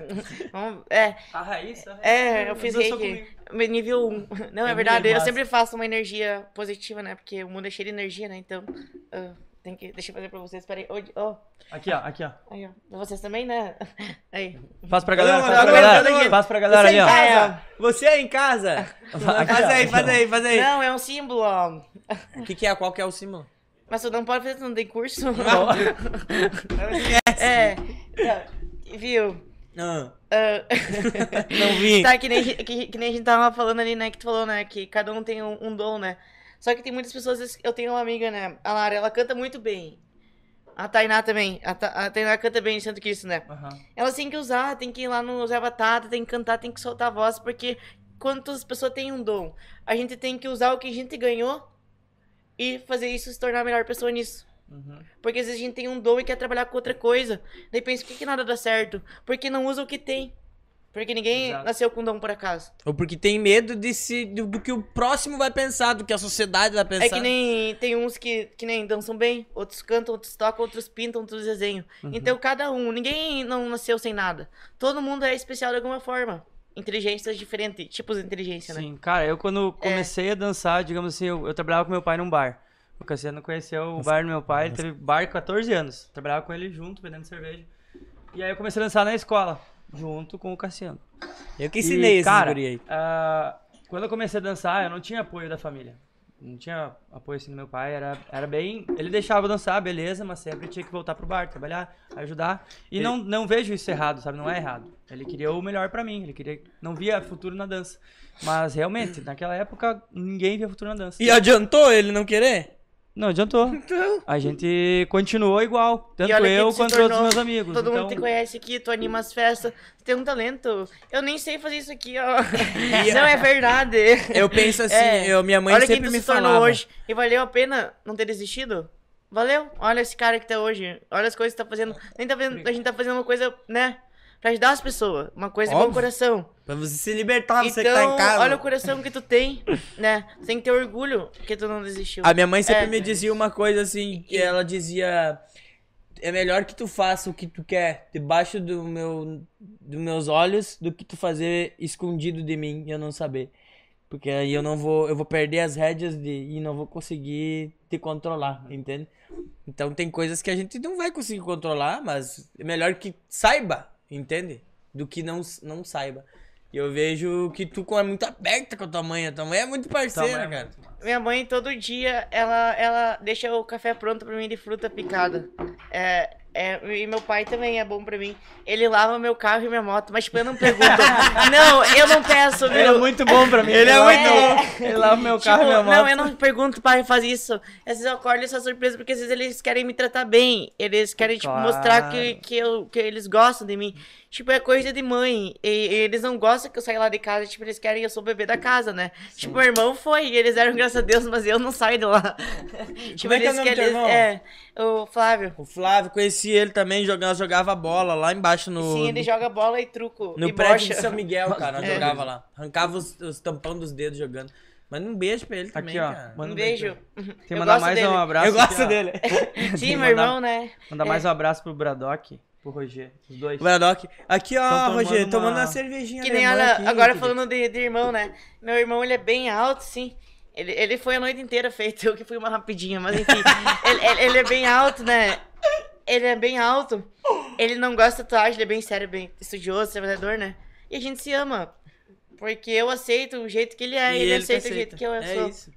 Vamos- É,
A Raíssa?
é, eu fiz
dançou
reiki
comigo.
nível 1. Não, é
É
verdade,
muito
eu
massa.
sempre faço uma energia positiva, né? Porque o mundo é cheio de energia, né? Então, ah, tem que... deixa eu fazer pra vocês, peraí. Ô, ô,
Aqui, ó, aqui, ó.
aí, ó. Vocês também, né? Aí.
Faz pra galera,
Não,
faz pra
agora,
galera.
agora.
Faz pra galera
Você
ali,
em
ó.
É,
casa! Você aí em casa! Faz aí, faz aí, faz aí.
Não, é um símbolo, ó.
O que, que é? Qual que é o Ah, símbolo?
Mas tu não pode fazer, tu não tem curso. é. Não, viu?
Ah,
Ah,
não vi.
Tá, que nem, que, que nem a gente tava falando ali, né? Que tu falou, né? Que cada um tem um, um dom, né? Só que tem muitas pessoas. Eu tenho uma amiga, né? A Lara, ela canta muito bem. A Tainá também. A, Ta, a Tainá canta bem, tanto que isso, né?
Aham.
Elas têm que usar, tem que ir lá no Zé Batata, tem que cantar, tem que soltar a voz, porque quando as pessoas têm um dom, a gente tem que usar o que a gente ganhou e fazer isso se tornar a melhor pessoa nisso.
Uhum.
Porque às vezes a gente tem um dom e quer trabalhar com outra coisa. Daí pensa, por que, que nada dá certo? Porque não usa o que tem. Porque ninguém
Exato.
nasceu com um dom por acaso.
Ou porque tem medo de se, do, do que o próximo vai pensar, do que a sociedade vai pensar.
É que nem tem uns que, que nem dançam bem, outros cantam, outros tocam, outros pintam, outros desenham.
Uhum.
Então cada um, ninguém não nasceu sem nada. Todo mundo é especial de alguma forma. Inteligências diferentes, tipos de inteligência, né?
Sim, cara, eu quando comecei a dançar, digamos assim, eu, eu trabalhava com meu pai num bar. O Cassiano conheceu o bar do meu pai, ele teve bar com 14 anos. Trabalhava com ele junto, vendendo cerveja. E aí eu comecei a dançar na escola, junto com o Cassiano.
Eu que ensinei
E,
esse
cara,
guri aí.
ah, quando eu comecei a dançar, eu não tinha apoio da família. Não tinha apoio assim do meu pai, era, era bem. Ele deixava eu dançar, beleza, mas sempre tinha que voltar pro bar, trabalhar, ajudar. E não, não vejo isso errado, sabe? Não é errado. Ele queria o melhor pra mim, ele queria. Não via futuro na dança. Mas realmente, naquela época, ninguém via futuro na dança.
E adiantou ele não querer?
Não adiantou. A gente continuou igual, tanto
Então. E olha que
eu
se
quanto
tornou-
outros meus amigos.
Todo
então,
mundo te conhece aqui, tu anima as festas, tu tem um talento. Eu nem sei fazer isso aqui, ó.
E-
Não é verdade.
Eu penso assim,
É.
eu, minha mãe
Olha quem
sempre
tu
me
se tornou
falava.
hoje. E valeu a pena não ter desistido? Valeu. Olha esse cara que tá hoje. Olha as coisas que tá fazendo. Nem tá fazendo, a gente tá fazendo uma coisa, né? Pra ajudar as pessoas. Uma coisa com
Óbvio.
o coração.
Pra você se libertar, você que
então,
tá em casa.
olha o coração que tu tem, né? Tu Tem que ter orgulho que tu não desistiu.
A minha mãe sempre
É.
me dizia uma coisa assim, que ela dizia é melhor que tu faça o que tu quer debaixo do meu dos meus olhos do que tu fazer escondido de mim e eu não saber. Porque aí eu não vou, eu vou perder as rédeas de e não vou conseguir te controlar, entende? Então tem coisas que a gente não vai conseguir controlar, mas é melhor que saiba, entende? Do que não não saiba. E eu vejo que tu é muito aberta com a tua mãe, a tua mãe é muito
tá, mas
parceira,
é
cara.
muito massa.
Minha mãe, todo dia, ela, ela deixa o café pronto pra mim de fruta picada. É, é, e meu pai também é bom pra mim. Ele lava meu carro e minha moto, mas tipo, eu não pergunto. não, eu não peço, viu?
Ele é muito bom pra mim.
Ele é
muito
bom. Ele lava meu
Tipo,
carro e minha moto.
não, eu não pergunto, pai, faz isso. Às vezes eu acordo e sou surpresa, porque às vezes eles querem me tratar bem. Eles querem, tipo,
Claro.
mostrar que, que, eu, que eles gostam de mim. Tipo, é coisa de mãe. E, e eles não gostam que eu saia lá de casa. Tipo, eles querem, eu sou o bebê da casa, né? Tipo, meu irmão foi, e eles eram, graças a Deus, mas eu não saio de lá. tipo,
é que é o
eles
nome do teu
querem.
irmão?
É, o Flávio.
O Flávio, conheci ele também, jogava, jogava bola lá embaixo no.
Sim, ele joga bola e truco.
No
e
prédio
bocha.
de São Miguel, cara.
É.
Jogava lá. Arrancava os, os tampão dos dedos jogando. Mas um beijo pra ele também,
Aqui, ó.
cara.
Manda
Um beijo.
Tem que
Eu
mandar
gosto
mais
dele.
um abraço.
Eu gosto
aqui, ó.
dele.
Sim, meu
mandar-
irmão, né?
Mandar mais um abraço pro Bradock, pro Roger, os dois.
Bradock. Aqui,
Tão
ó,
tomando
Rogério, tomando
uma-
uma cervejinha
Que nem
alemã
olha,
aqui,
agora
querido.
falando de, de irmão, né? Meu irmão, ele é bem alto, sim. Ele, ele foi a noite inteira feito, eu que fui uma rapidinha, mas enfim. ele, ele- ele é bem alto, né? Ele é bem alto. Ele não gosta de tatuagem, ele é bem sério, bem estudioso, trabalhador, né? E a gente se ama. Porque eu aceito o jeito que ele é,
E
ele,
que
aceita, o jeito que eu
É
sou.
isso.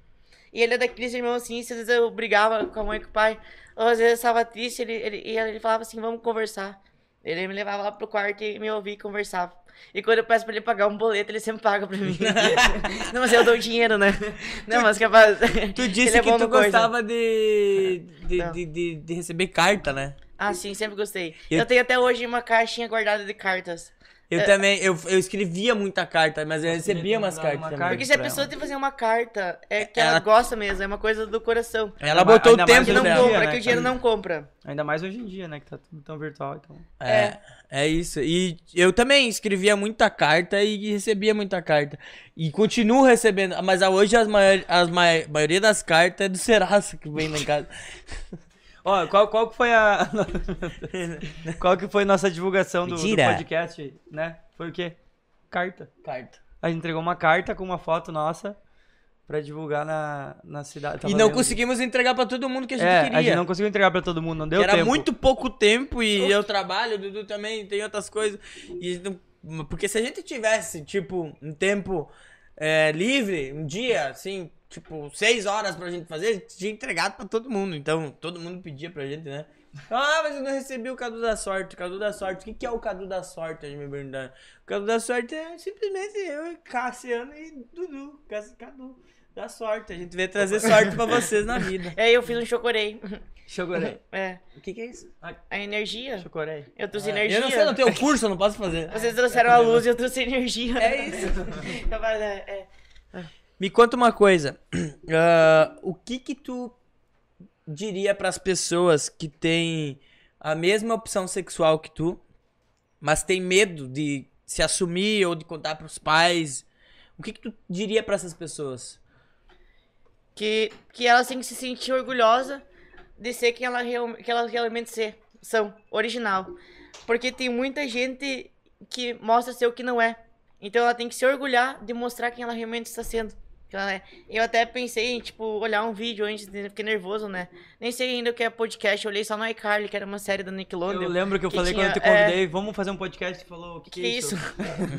E ele é daqueles irmãos assim, se às vezes eu brigava com a mãe e com o pai, ou às vezes eu estava triste, ele, ele, e ele falava assim, vamos conversar. Ele me levava lá pro quarto e me ouvia e conversava. E quando eu peço pra ele pagar um boleto, ele sempre paga pra mim. não, mas eu dou o dinheiro, né? Não, mas capaz.
Tu
Ele
disse
é
que
bom
tu
no coisa.
gostava de de,
Não.
de, de- de receber carta, né?
Ah, sim, sempre gostei.
Eu-
Eu... tenho até hoje uma caixinha guardada de cartas.
Eu
É.
também, eu, eu escrevia muita carta, mas eu recebia umas
mandar
cartas
uma
também.
carta.
Porque se a
pra
pessoa
ela.
te fazer uma carta, é que ela,
Ela- É,
gosta mesmo, é uma coisa do coração.
Ela
Ainda
botou o
mais- ainda
tempo
Que
mais
não
dela.
hoje em dia,
compra,
né,
que o
cara?
dinheiro não compra.
Ainda mais hoje em dia, né? Que tá tudo tão virtual. Então...
É, é isso. E eu também escrevia muita carta e recebia muita carta. E continuo recebendo, mas ah, hoje as maior, as mai- maioria das cartas é do Serasa que vem lá em casa.
Ó, qual, qual que foi a. qual que foi nossa divulgação do, do
Mentira.
podcast, né? Foi o quê? Carta.
carta.
A gente entregou uma carta com uma foto nossa pra divulgar na, na cidade. Tava
e não
lendo.
conseguimos entregar pra todo mundo que a gente
é,
queria.
A gente não conseguiu entregar pra todo mundo, não deu
Que era
tempo.
muito pouco tempo e eu trabalho, o Dudu também tem outras coisas. E não- porque se a gente tivesse, tipo, um tempo é, livre, um dia, assim, tipo, seis horas pra gente fazer, tinha entregado pra todo mundo. Então, todo mundo pedia pra gente, né? Ah, mas eu não recebi o Cadu da Sorte. Cadu da Sorte, o que, que é o Cadu da Sorte? Eles me perguntaram. O Cadu da Sorte é simplesmente eu, Cassiano e Dudu. Cas- Cadu da Sorte. A gente veio trazer sorte pra vocês na vida.
É, eu fiz um chocorei.
Chocorei.
É,
O que, que é isso?
a energia.
Chocorei.
Eu trouxe
Ah, É.
energia.
Eu não sei, eu não tenho curso, eu não posso fazer.
Vocês trouxeram a luz e eu trouxe energia.
É isso.
Eu falei, é,
Me conta uma coisa. ah, o que que tu diria pras pessoas que têm a mesma opção sexual que tu, mas tem medo de se assumir ou de contar pros pais? O que que tu diria pra essas pessoas?
que, que elas têm que se sentir orgulhosa de ser quem ela real- que elas realmente ser, são, original. Porque tem muita gente que mostra ser o que não é. Então ela tem que se orgulhar de mostrar quem ela realmente está sendo. que ela é. Eu até pensei em, tipo, olhar um vídeo antes, de- fiquei nervoso, né? Nem sei ainda o que é podcast, eu olhei só no iCarly, que era uma série da
Eu
Nickelodeon.
lembro que eu
Que
falei
tinha,
quando eu te
é.
convidei, vamos fazer um podcast, tu falou o que,
Que isso?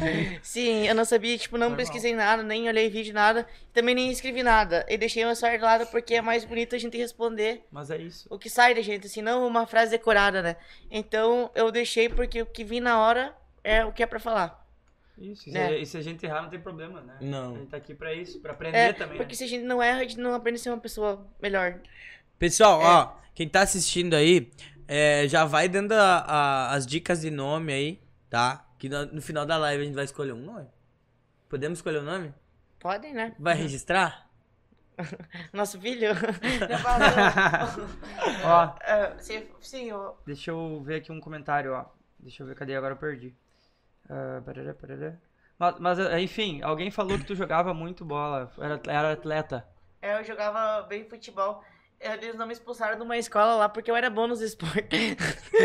é isso?
Sim, eu não sabia, tipo, não
Normal.
pesquisei nada, nem olhei vídeo, nada. Também nem escrevi nada. E deixei uma sorte de lado porque é mais bonito a gente responder
Mas é isso.
o que sai da gente, assim, não uma frase decorada, né? Então eu deixei porque o que vi na hora é o que é pra falar.
Isso,
É.
E se a gente errar, não tem problema, né?
Não.
A gente tá aqui pra isso, pra aprender
É,
também. né?
porque se a gente não erra, a gente não aprende a ser uma pessoa melhor.
Pessoal, ó, quem tá assistindo aí, é, já vai dando a- a- as dicas de nome aí, tá? Que no, no final da live a gente vai escolher um nome. Podemos escolher o nome?
Podem, né?
Vai registrar?
Nosso filho.
né? Ó,
É, se- Sim, eu...
deixa eu ver aqui um comentário, ó. Deixa eu ver, cadê? Agora eu perdi. Ah, parará, parará. Mas, mas, eh, enfim, alguém falou que tu jogava muito bola, era, era atleta.
é, eu jogava bem futebol. É, Eles não me expulsaram de uma escola lá porque eu era bom nos esportes.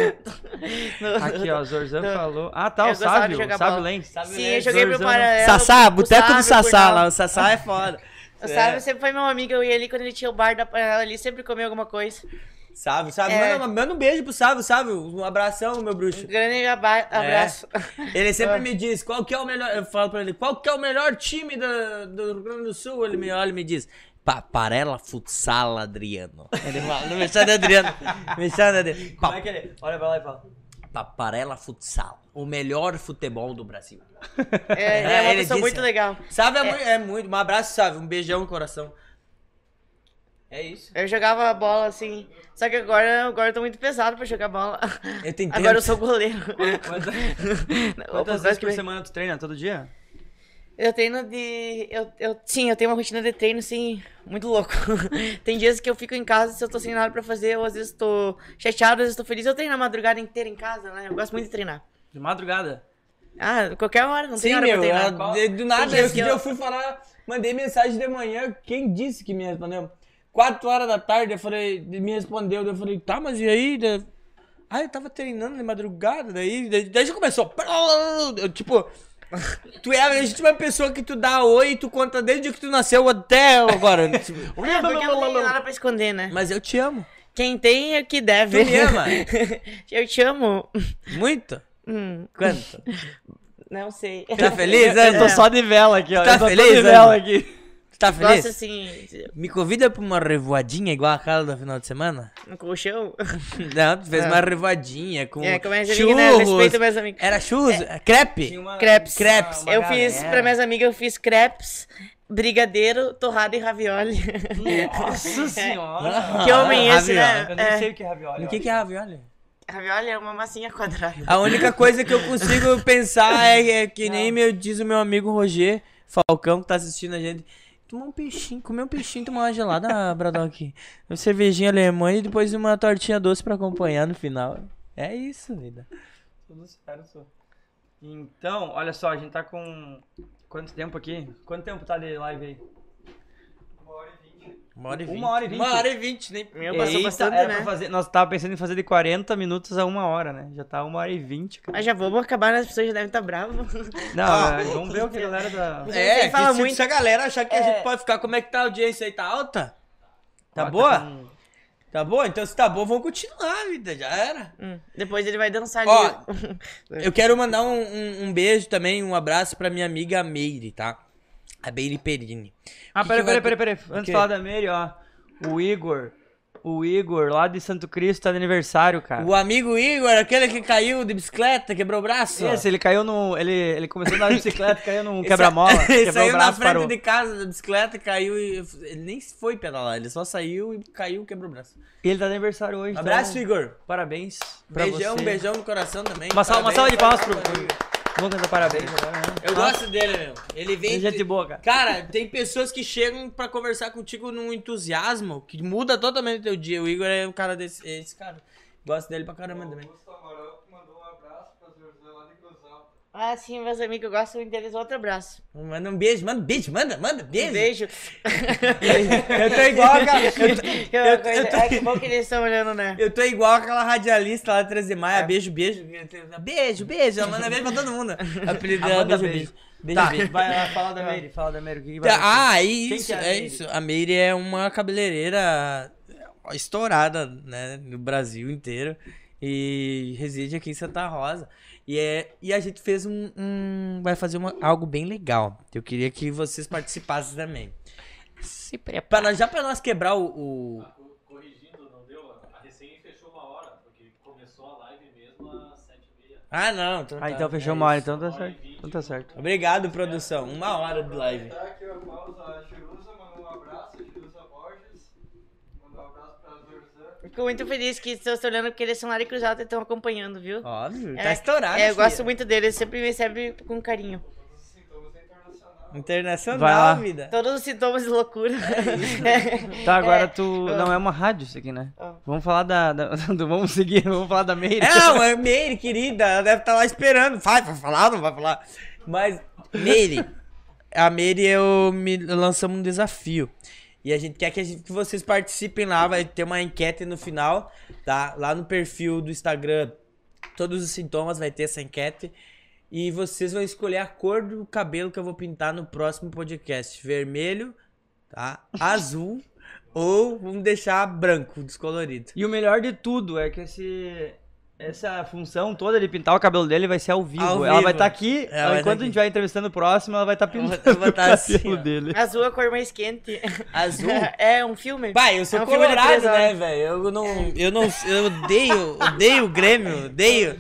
No-
Aqui, ó, Zorzan
Não.
falou. Ah, tá,
Eu
o
gostava de
Sávio,
jogar
Sávio
bola.
Lenz.
Sim, eu joguei é, pro
Zorzano.
Paralelo.
Sassá,
pro
boteco do
Sábio, pro
Sassá
Nau-
lá. O Sassá é foda.
O Sábio sempre foi meu amigo, eu ia ali quando ele tinha o bar da panela ali, sempre comia alguma coisa.
Sábio, Sábio.
É.
Manda, manda um beijo pro Sábio, Sábio. Um abração, meu bruxo.
Um grande aba- abraço.
Ele sempre me diz qual que é o melhor. Eu falo pra ele, qual que é o melhor time do, do Rio Grande do Sul? Ele me olha e me diz. "Pa- Parela Futsal Adriano. Ele fala, no Mexendo Adriano. Mexendo Adriano.
Como é
Pa-
que ele... Olha pra lá e fala.
Paparela Futsal. O melhor futebol do Brasil.
É, ele é uma
ele disse,
pessoa muito
né?
legal.
Sábio é, mui- é muito. Um abraço, Sábio. Um beijão no coração. É isso.
Eu jogava bola assim. Só que agora, agora eu tô muito pesado pra jogar bola.
Eu te entendo.
Agora eu sou goleiro.
Quantas,
Não,
quantas
eu
vezes
posso
por
ver.
semana tu treina? Todo dia?
Eu treino de. Eu, eu, sim, eu tenho uma rotina de treino, assim, muito louco. Tem dias que eu fico em casa, se eu tô sem nada pra fazer, eu às vezes tô chateado, às vezes tô feliz. Eu treino a madrugada inteira em casa, né? Eu gosto muito de treinar.
De madrugada?
Ah, qualquer hora, não tem
Sim,
hora
meu,
pra treinar.
eu- de- do nada, assim,
dias
eu,
que
eu...
eu-
fui falar, mandei mensagem de manhã, quem disse que me respondeu? Quatro horas da tarde, eu falei, me respondeu, daí eu falei, tá, mas e aí? Daí- Ah, eu tava treinando de madrugada, daí, daí, daí já começou, eu, tipo, tu é a última pessoa que tu dá oi, tu conta desde que tu nasceu até agora. Tipo,
É, porque eu não tenho nada pra esconder, né?
mas eu te amo,
Quem tem é que
tu
deve.
me ama,
eu te amo.
muito,
Hum,
quanto?
não sei.
Tá feliz,
Eu tô
Ângela?
É.
só de vela aqui, ó.
Tá
eu tô só
feliz,
de
Ana?
vela aqui.
Tá feliz?
Gosto assim, de-
Me convida pra uma revoadinha igual aquela do final de semana?
no colchão.
Não, tu fez
Não.
uma revoadinha com
Ah. É, como é que
Uhum. churros.
né? Respeito meus amigos.
Era churros? Crepe?
Tinha uma-
Crepes.
Crepes.
uma
Eu fiz,
galera.
pra minhas amigas, eu fiz crepes, brigadeiro, torrada e ravioli. É,
Nossa senhora!
Que homem é esse,
Ah. ravioli.
Eu
É.
nem sei o que é ravioli.
O que, que é ravioli?
ravioli é uma massinha quadrada.
A única coisa que eu consigo pensar é, é que nem meu, diz o meu amigo Roger Falcão, que tá assistindo a gente. Tomar um peixinho, comer um peixinho, tomar uma gelada, Bradock. Uma cervejinha alemã e depois uma tortinha doce pra acompanhar no final. É isso, vida.
Tudo certo, senhor. Então, olha só, a gente tá com. Quanto tempo aqui? Quanto tempo tá de live aí?
Uma hora e vinte.
Uma hora e
Uma
vinte.
hora e vinte.
Uma hora e vinte, nem.
Meu, passou
Eita,
bastante,
era
né?
pra fazer- nós tava pensando em fazer de 40 minutos a uma hora, né? Já tá uma hora e vinte, cara.
Mas já vamos acabar, né? As pessoas já devem estar bravas.
Não, é, vamos ver o que a galera tá- da.
É,
Sem falar
que se,
muito.
se a galera achar que a
É.
gente pode ficar, como é que tá a audiência aí? Tá alta? Tá
Ó,
boa?
com-
Tá boa? Então se tá boa, vamos continuar, vida. Já era.
Hum, Depois ele vai dançar
Ó,
ali.
Eu quero mandar um, um- um beijo também, um abraço pra minha amiga Meire, tá? A Meire Perini.
Ah,
Que
peraí,
que
peraí,
vai
peraí,
ter-
peraí.
O
Antes
quê?
de falar da Mary, ó. O Igor. O Igor, lá de Santo Cristo, tá de aniversário, cara.
O amigo Igor, aquele que caiu de bicicleta, quebrou o braço. ó.
Esse, ele caiu no. Ele, ele começou a andar de bicicleta, caiu num
Ele
quebra-mola.
sa- Ele
quebrou o
saiu na
braço,
frente
parou.
de casa da bicicleta, caiu e. Ele nem foi pedalar, ele só saiu e caiu e quebrou o braço.
E ele tá de aniversário hoje. então,
Abraço, Igor.
Parabéns. pra
Beijão,
você.
beijão no coração também.
Uma salva, uma salva de palmas
Parabéns,
pro.
parabéns.
Vamos cantar parabéns agora, né?
Eu gosto dele, meu. Ele vem.
Ele é gente boa, cara.
Cara, tem pessoas que chegam pra conversar contigo num entusiasmo que muda totalmente o teu dia. O Igor é um cara desse. é Esse cara. Gosto dele pra caramba
O
também.
Augusto Amaral que mandou um abraço pra Zorzé lá de Cruzal.
Ah, sim, meus amigos, eu gosto muito deles. Outro abraço.
Manda um beijo, manda um beijo, manda, manda, beijo.
Um beijo.
Eu tô igual aquela, eu tô,
Eu, eu, É que bom que eles estão olhando, né?
eu tô igual aquela radialista lá de 13 de maio. Beijo, beijo. Beijo, beijo. Ela manda beijo pra todo mundo. Apelido dela,
Amanda,
beijo, beijo. Beijo,
Tá,
beijo.
vai lá, fala da Mary, fala da Mary. O que que vai acontecer?
Tá, ah, é
que
isso,
é
é,
a Meire?
isso. A Meire é uma cabeleireira é, estourada, né, no Brasil inteiro. E reside aqui em Santa Rosa. E, é, e a gente fez um. um- vai fazer uma- algo bem legal. Eu queria que vocês participassem também. Se prepara. Já pra nós quebrar o. o-
Co- Corrigindo, não deu? A a recém fechou uma hora, porque começou a live mesmo às 7h30.
Ah, não. Então
Ah,
tá,
então
é
fechou uma hora, então tá
Uma hora e
certo.
vinte.
Então tá certo.
isso. Obrigado, produção. Uma hora de live.
Tá aqui o Paulo, a Jerusa mandou um abraço, a Jerusa Borges. Mandou um abraço pra Zorzé.
Fico muito feliz que estão se olhando porque eles são lá de cruzado e estão acompanhando, viu?
Óbvio,
É,
tá estourado.
É, eu gosto
filha.
muito deles, sempre me recebe com carinho.
Todos os sintomas é internacional.
Vai lá.
Internacional, vida.
Todos os sintomas de loucura.
É Tá, agora
É,
tu. Não é uma rádio isso aqui, né?
Ah.
Vamos falar da. da- do- Vamos seguir, vamos falar da Meire.
Não, é Meire, querida. Ela deve estar lá esperando. Vai, vai falar, não vai falar. Mas, Meire, a Meire, eu me lançamos um desafio. E a gente quer que, a gente- que vocês participem lá. Vai ter uma enquete no final, tá? Lá no perfil do Instagram, todos os sintomas, vai ter essa enquete. E vocês vão escolher a cor do cabelo que eu vou pintar no próximo podcast. Vermelho, tá? Azul ou vamos deixar branco, descolorido.
E o melhor de tudo é que esse. Essa função toda de pintar o cabelo dele vai ser ao vivo.
Ao
ela vai
vivo.
estar aqui,
Ela vai tá
enquanto a gente
aqui.
vai entrevistando o próximo, ela vai estar
vou-
pintando
eu vou
o
tá assim,
cabelo
ó.
dele.
Azul é a cor mais quente.
Azul?
É um filme.
Pai, eu sou
É um filme de
colorado,
três
né,
horas.
velho? Eu não.
É.
Eu não. Eu odeio. Odeio o Grêmio. Odeio.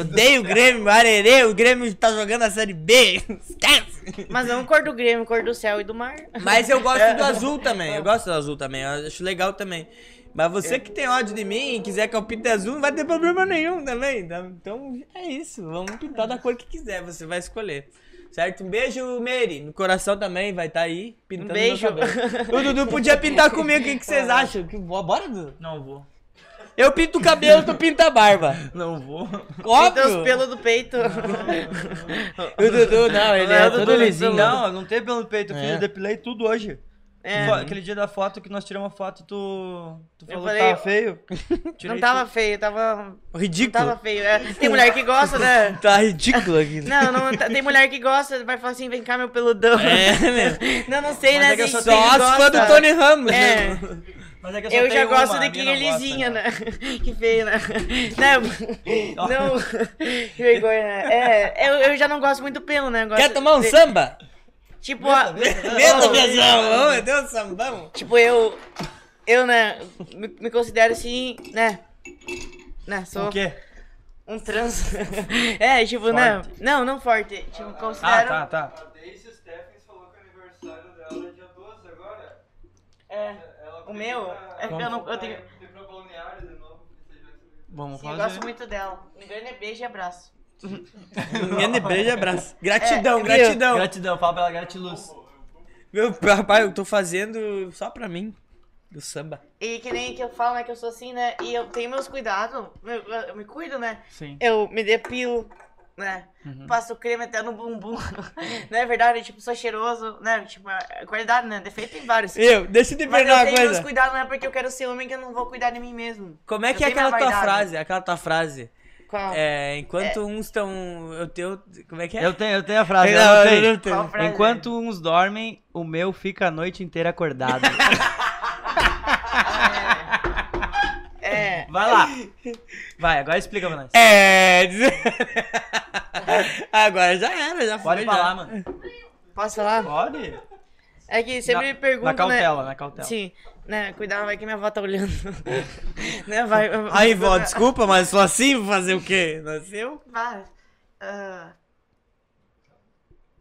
Odeio o Grêmio. Arerê, o Grêmio tá jogando a série B. Esquece!
Mas não cor do Grêmio, cor do céu e do mar.
Mas eu
É.
gosto do azul também. Eu gosto do azul também. Eu acho legal também. Mas
É.
você que tem ódio de mim e quiser que eu pinte azul, não vai ter problema nenhum também. tá? Então é isso. Vamos pintar da cor que quiser. Você vai escolher. Certo? Um beijo, Meire. No coração também vai estar aí pintando meu
Um beijo. É.
cabelo. O Dudu podia pintar comigo. O que, que vocês acham? Que- Bora, Dudu.
Não vou.
Eu pinto o cabelo, tu pinta a barba.
Não vou.
Tem os
Óbvio.
pelos do peito.
O Dudu, não, ele é
Não,
todo
Dudu,
lisinho.
Não, eu não tenho pelo no peito, eu fiz,
É.
eu depilei tudo hoje.
É.
Fo- Aquele dia da foto que nós tiramos a foto, tu. Tu falou
falei-
que tava feio.
Não
Tirei
tava feio, tava. Não
Ridículo.
tava feio. É, Tem mulher que gosta, né?
Tá ridículo aqui.
Não, não, tá- tem mulher que gosta, vai falar assim, vem cá, meu peludão.
É, mesmo.
Não, não sei,
Mas
né?
é que eu
gente?
só tenho
Só
Quem
se for do
gosta-
Tony Ramos.
É.
né?
tudo. Mas é que eu só
Eu já
tenho
gosto
uma, a
de
minha
quem é
não gosta,
lisinha,
né?
né? Que feio, né? Não, não. Que vergonha, né? É, eu, eu já não gosto muito do pelo, né? Eu Gosto
Quer tomar um
de-
samba?
Tipo, a-
Meta, Piazão! Vamos, meu Deus, Sam, vamos!
tipo eu. Eu, né? Me, me considero assim, né? Né? Sou
O quê?
um trans. é, tipo, né? Não, não forte. Tipo,
Ah,
considero.
tá, tá.
A Daisy Stephens falou que o aniversário dela é dia 12 agora.
É.
Ela
O meu? É que eu não- eu tenho-
Ir pra Balneário de novo. porque você já se-
Vamos
Sim, eu
fazer.
gosto muito dela. Um grande beijo e abraço.
Grande beijo e abraço. Gratidão,
É, viu?
gratidão.
Gratidão, fala pra ela, gratiluz.
Meu papai, eu tô fazendo só pra mim. Do samba.
E que nem que eu falo, né? Que eu sou assim, né? E eu tenho meus cuidados. Eu, eu me cuido, né?
Sim.
Eu me depilo, né? Passo creme até no bumbum. não é verdade? Tipo, sou cheiroso, né? Tipo, a qualidade, né? Defeito tem vários.
Eu, deixa eu te
Mas
perguntar
eu
uma
tenho meus
coisa.
cuidados, não é porque eu quero ser homem que eu não vou cuidar de mim mesmo.
Como é
eu
que é
tenho minha
aquela tua
vaidade. Ah.
frase? Aquela tua frase.
Qual?
É, enquanto uns estão. Eu tenho. Como é que é?
Eu tenho, eu tenho a frase, eu
Não,
anotei.
eu não tenho.
Qual frase?
Enquanto uns dormem, o meu fica a noite inteira acordado.
É.
Vai lá. Vai, agora explica pra nós.
É. diz- Agora já era, já foi.
Pode
já.
falar, mano.
Posso falar?
Pode?
É que sempre
Na-
me perguntam.
Na
né?
cautela, na cautela.
Sim, né? Cuidado, vai que minha avó tá olhando. né? Vai.
Aí, vó, desculpa, mas só assim vou fazer o quê? Nasceu?
Vai. Ah.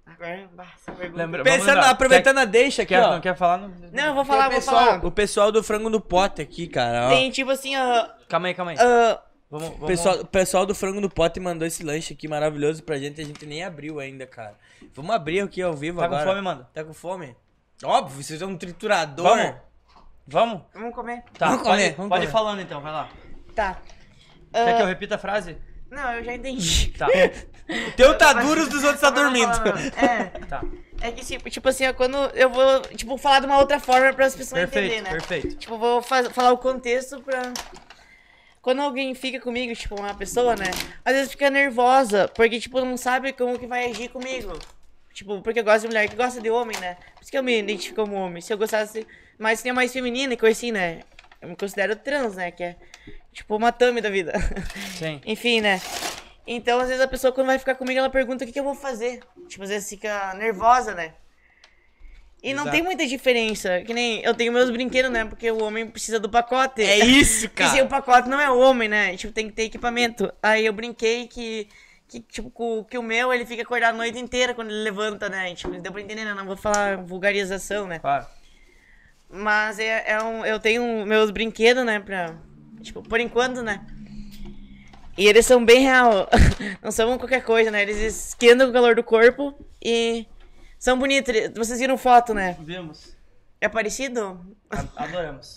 Agora, bah, essa pergunta.
Lembra- Vamos
Pensando,
lembrar.
aproveitando a deixa aqui,
Quer,
ó.
não quer falar? Não...
Não, eu vou falar,
o
vou
pessoal,
falar.
O pessoal do frango no pote aqui, cara. Ó.
Tem tipo assim, ó.
Calma aí, calma aí.
ó,
Vamos,
O
vamos...
pessoal, o pessoal do frango no pote mandou esse lanche aqui maravilhoso pra gente. A gente nem abriu ainda, cara. Vamos abrir aqui ao vivo
Tá com
agora.
fome, manda.
Tá com fome? Óbvio, vocês são um triturador.
Vamos? Vamos?
vamos comer.
Tá,
Vamos
pode,
comer, vamos
pode ir
comer.
falando então, vai lá.
Tá.
Quer que eu repita a frase?
Não, eu já entendi.
Tá,
O teu tá duro, os dos outros tá dormindo.
É.
tá.
É que tipo, tipo assim, ó, quando eu vou, tipo, falar de uma outra forma para as pessoas
Perfeito,
entenderem, né?
perfeito.
Tipo, vou faz- falar o contexto pra. Quando alguém fica comigo, tipo, uma pessoa, né? Às vezes fica nervosa, porque, tipo, não sabe como que vai agir comigo. Tipo, porque eu gosto de mulher que gosta de homem, né? Por isso que eu me identifico como homem. Se eu gostasse mais, seria mais feminina e coisa assim, né? Eu me considero trans, né? Que é, tipo, uma thumb da vida.
Sim.
Enfim, né? Então, às vezes a pessoa, quando vai ficar comigo, ela pergunta o que, que eu vou fazer. Tipo, às vezes fica nervosa, né? E não
Exato.
tem muita diferença. Que nem eu tenho meus brinquedos, né? Porque o homem precisa do pacote.
É isso,
Porque se o
cara.
pacote não é o homem, né? Tipo, tem que ter equipamento. Aí eu brinquei que, que tipo, co- que o meu, ele fica acordado a noite inteira quando ele levanta, né? E, Tipo, deu pra entender, né? Não vou falar vulgarização, né?
Claro.
Mas é, é um, eu tenho meus brinquedos, né? Pra, tipo, por enquanto, né? E eles são bem real. Não são qualquer coisa, né? Eles esquentam o calor do corpo e são bonitos. Eles- Vocês viram foto, né?
Vimos.
É parecido?
A- Adoramos.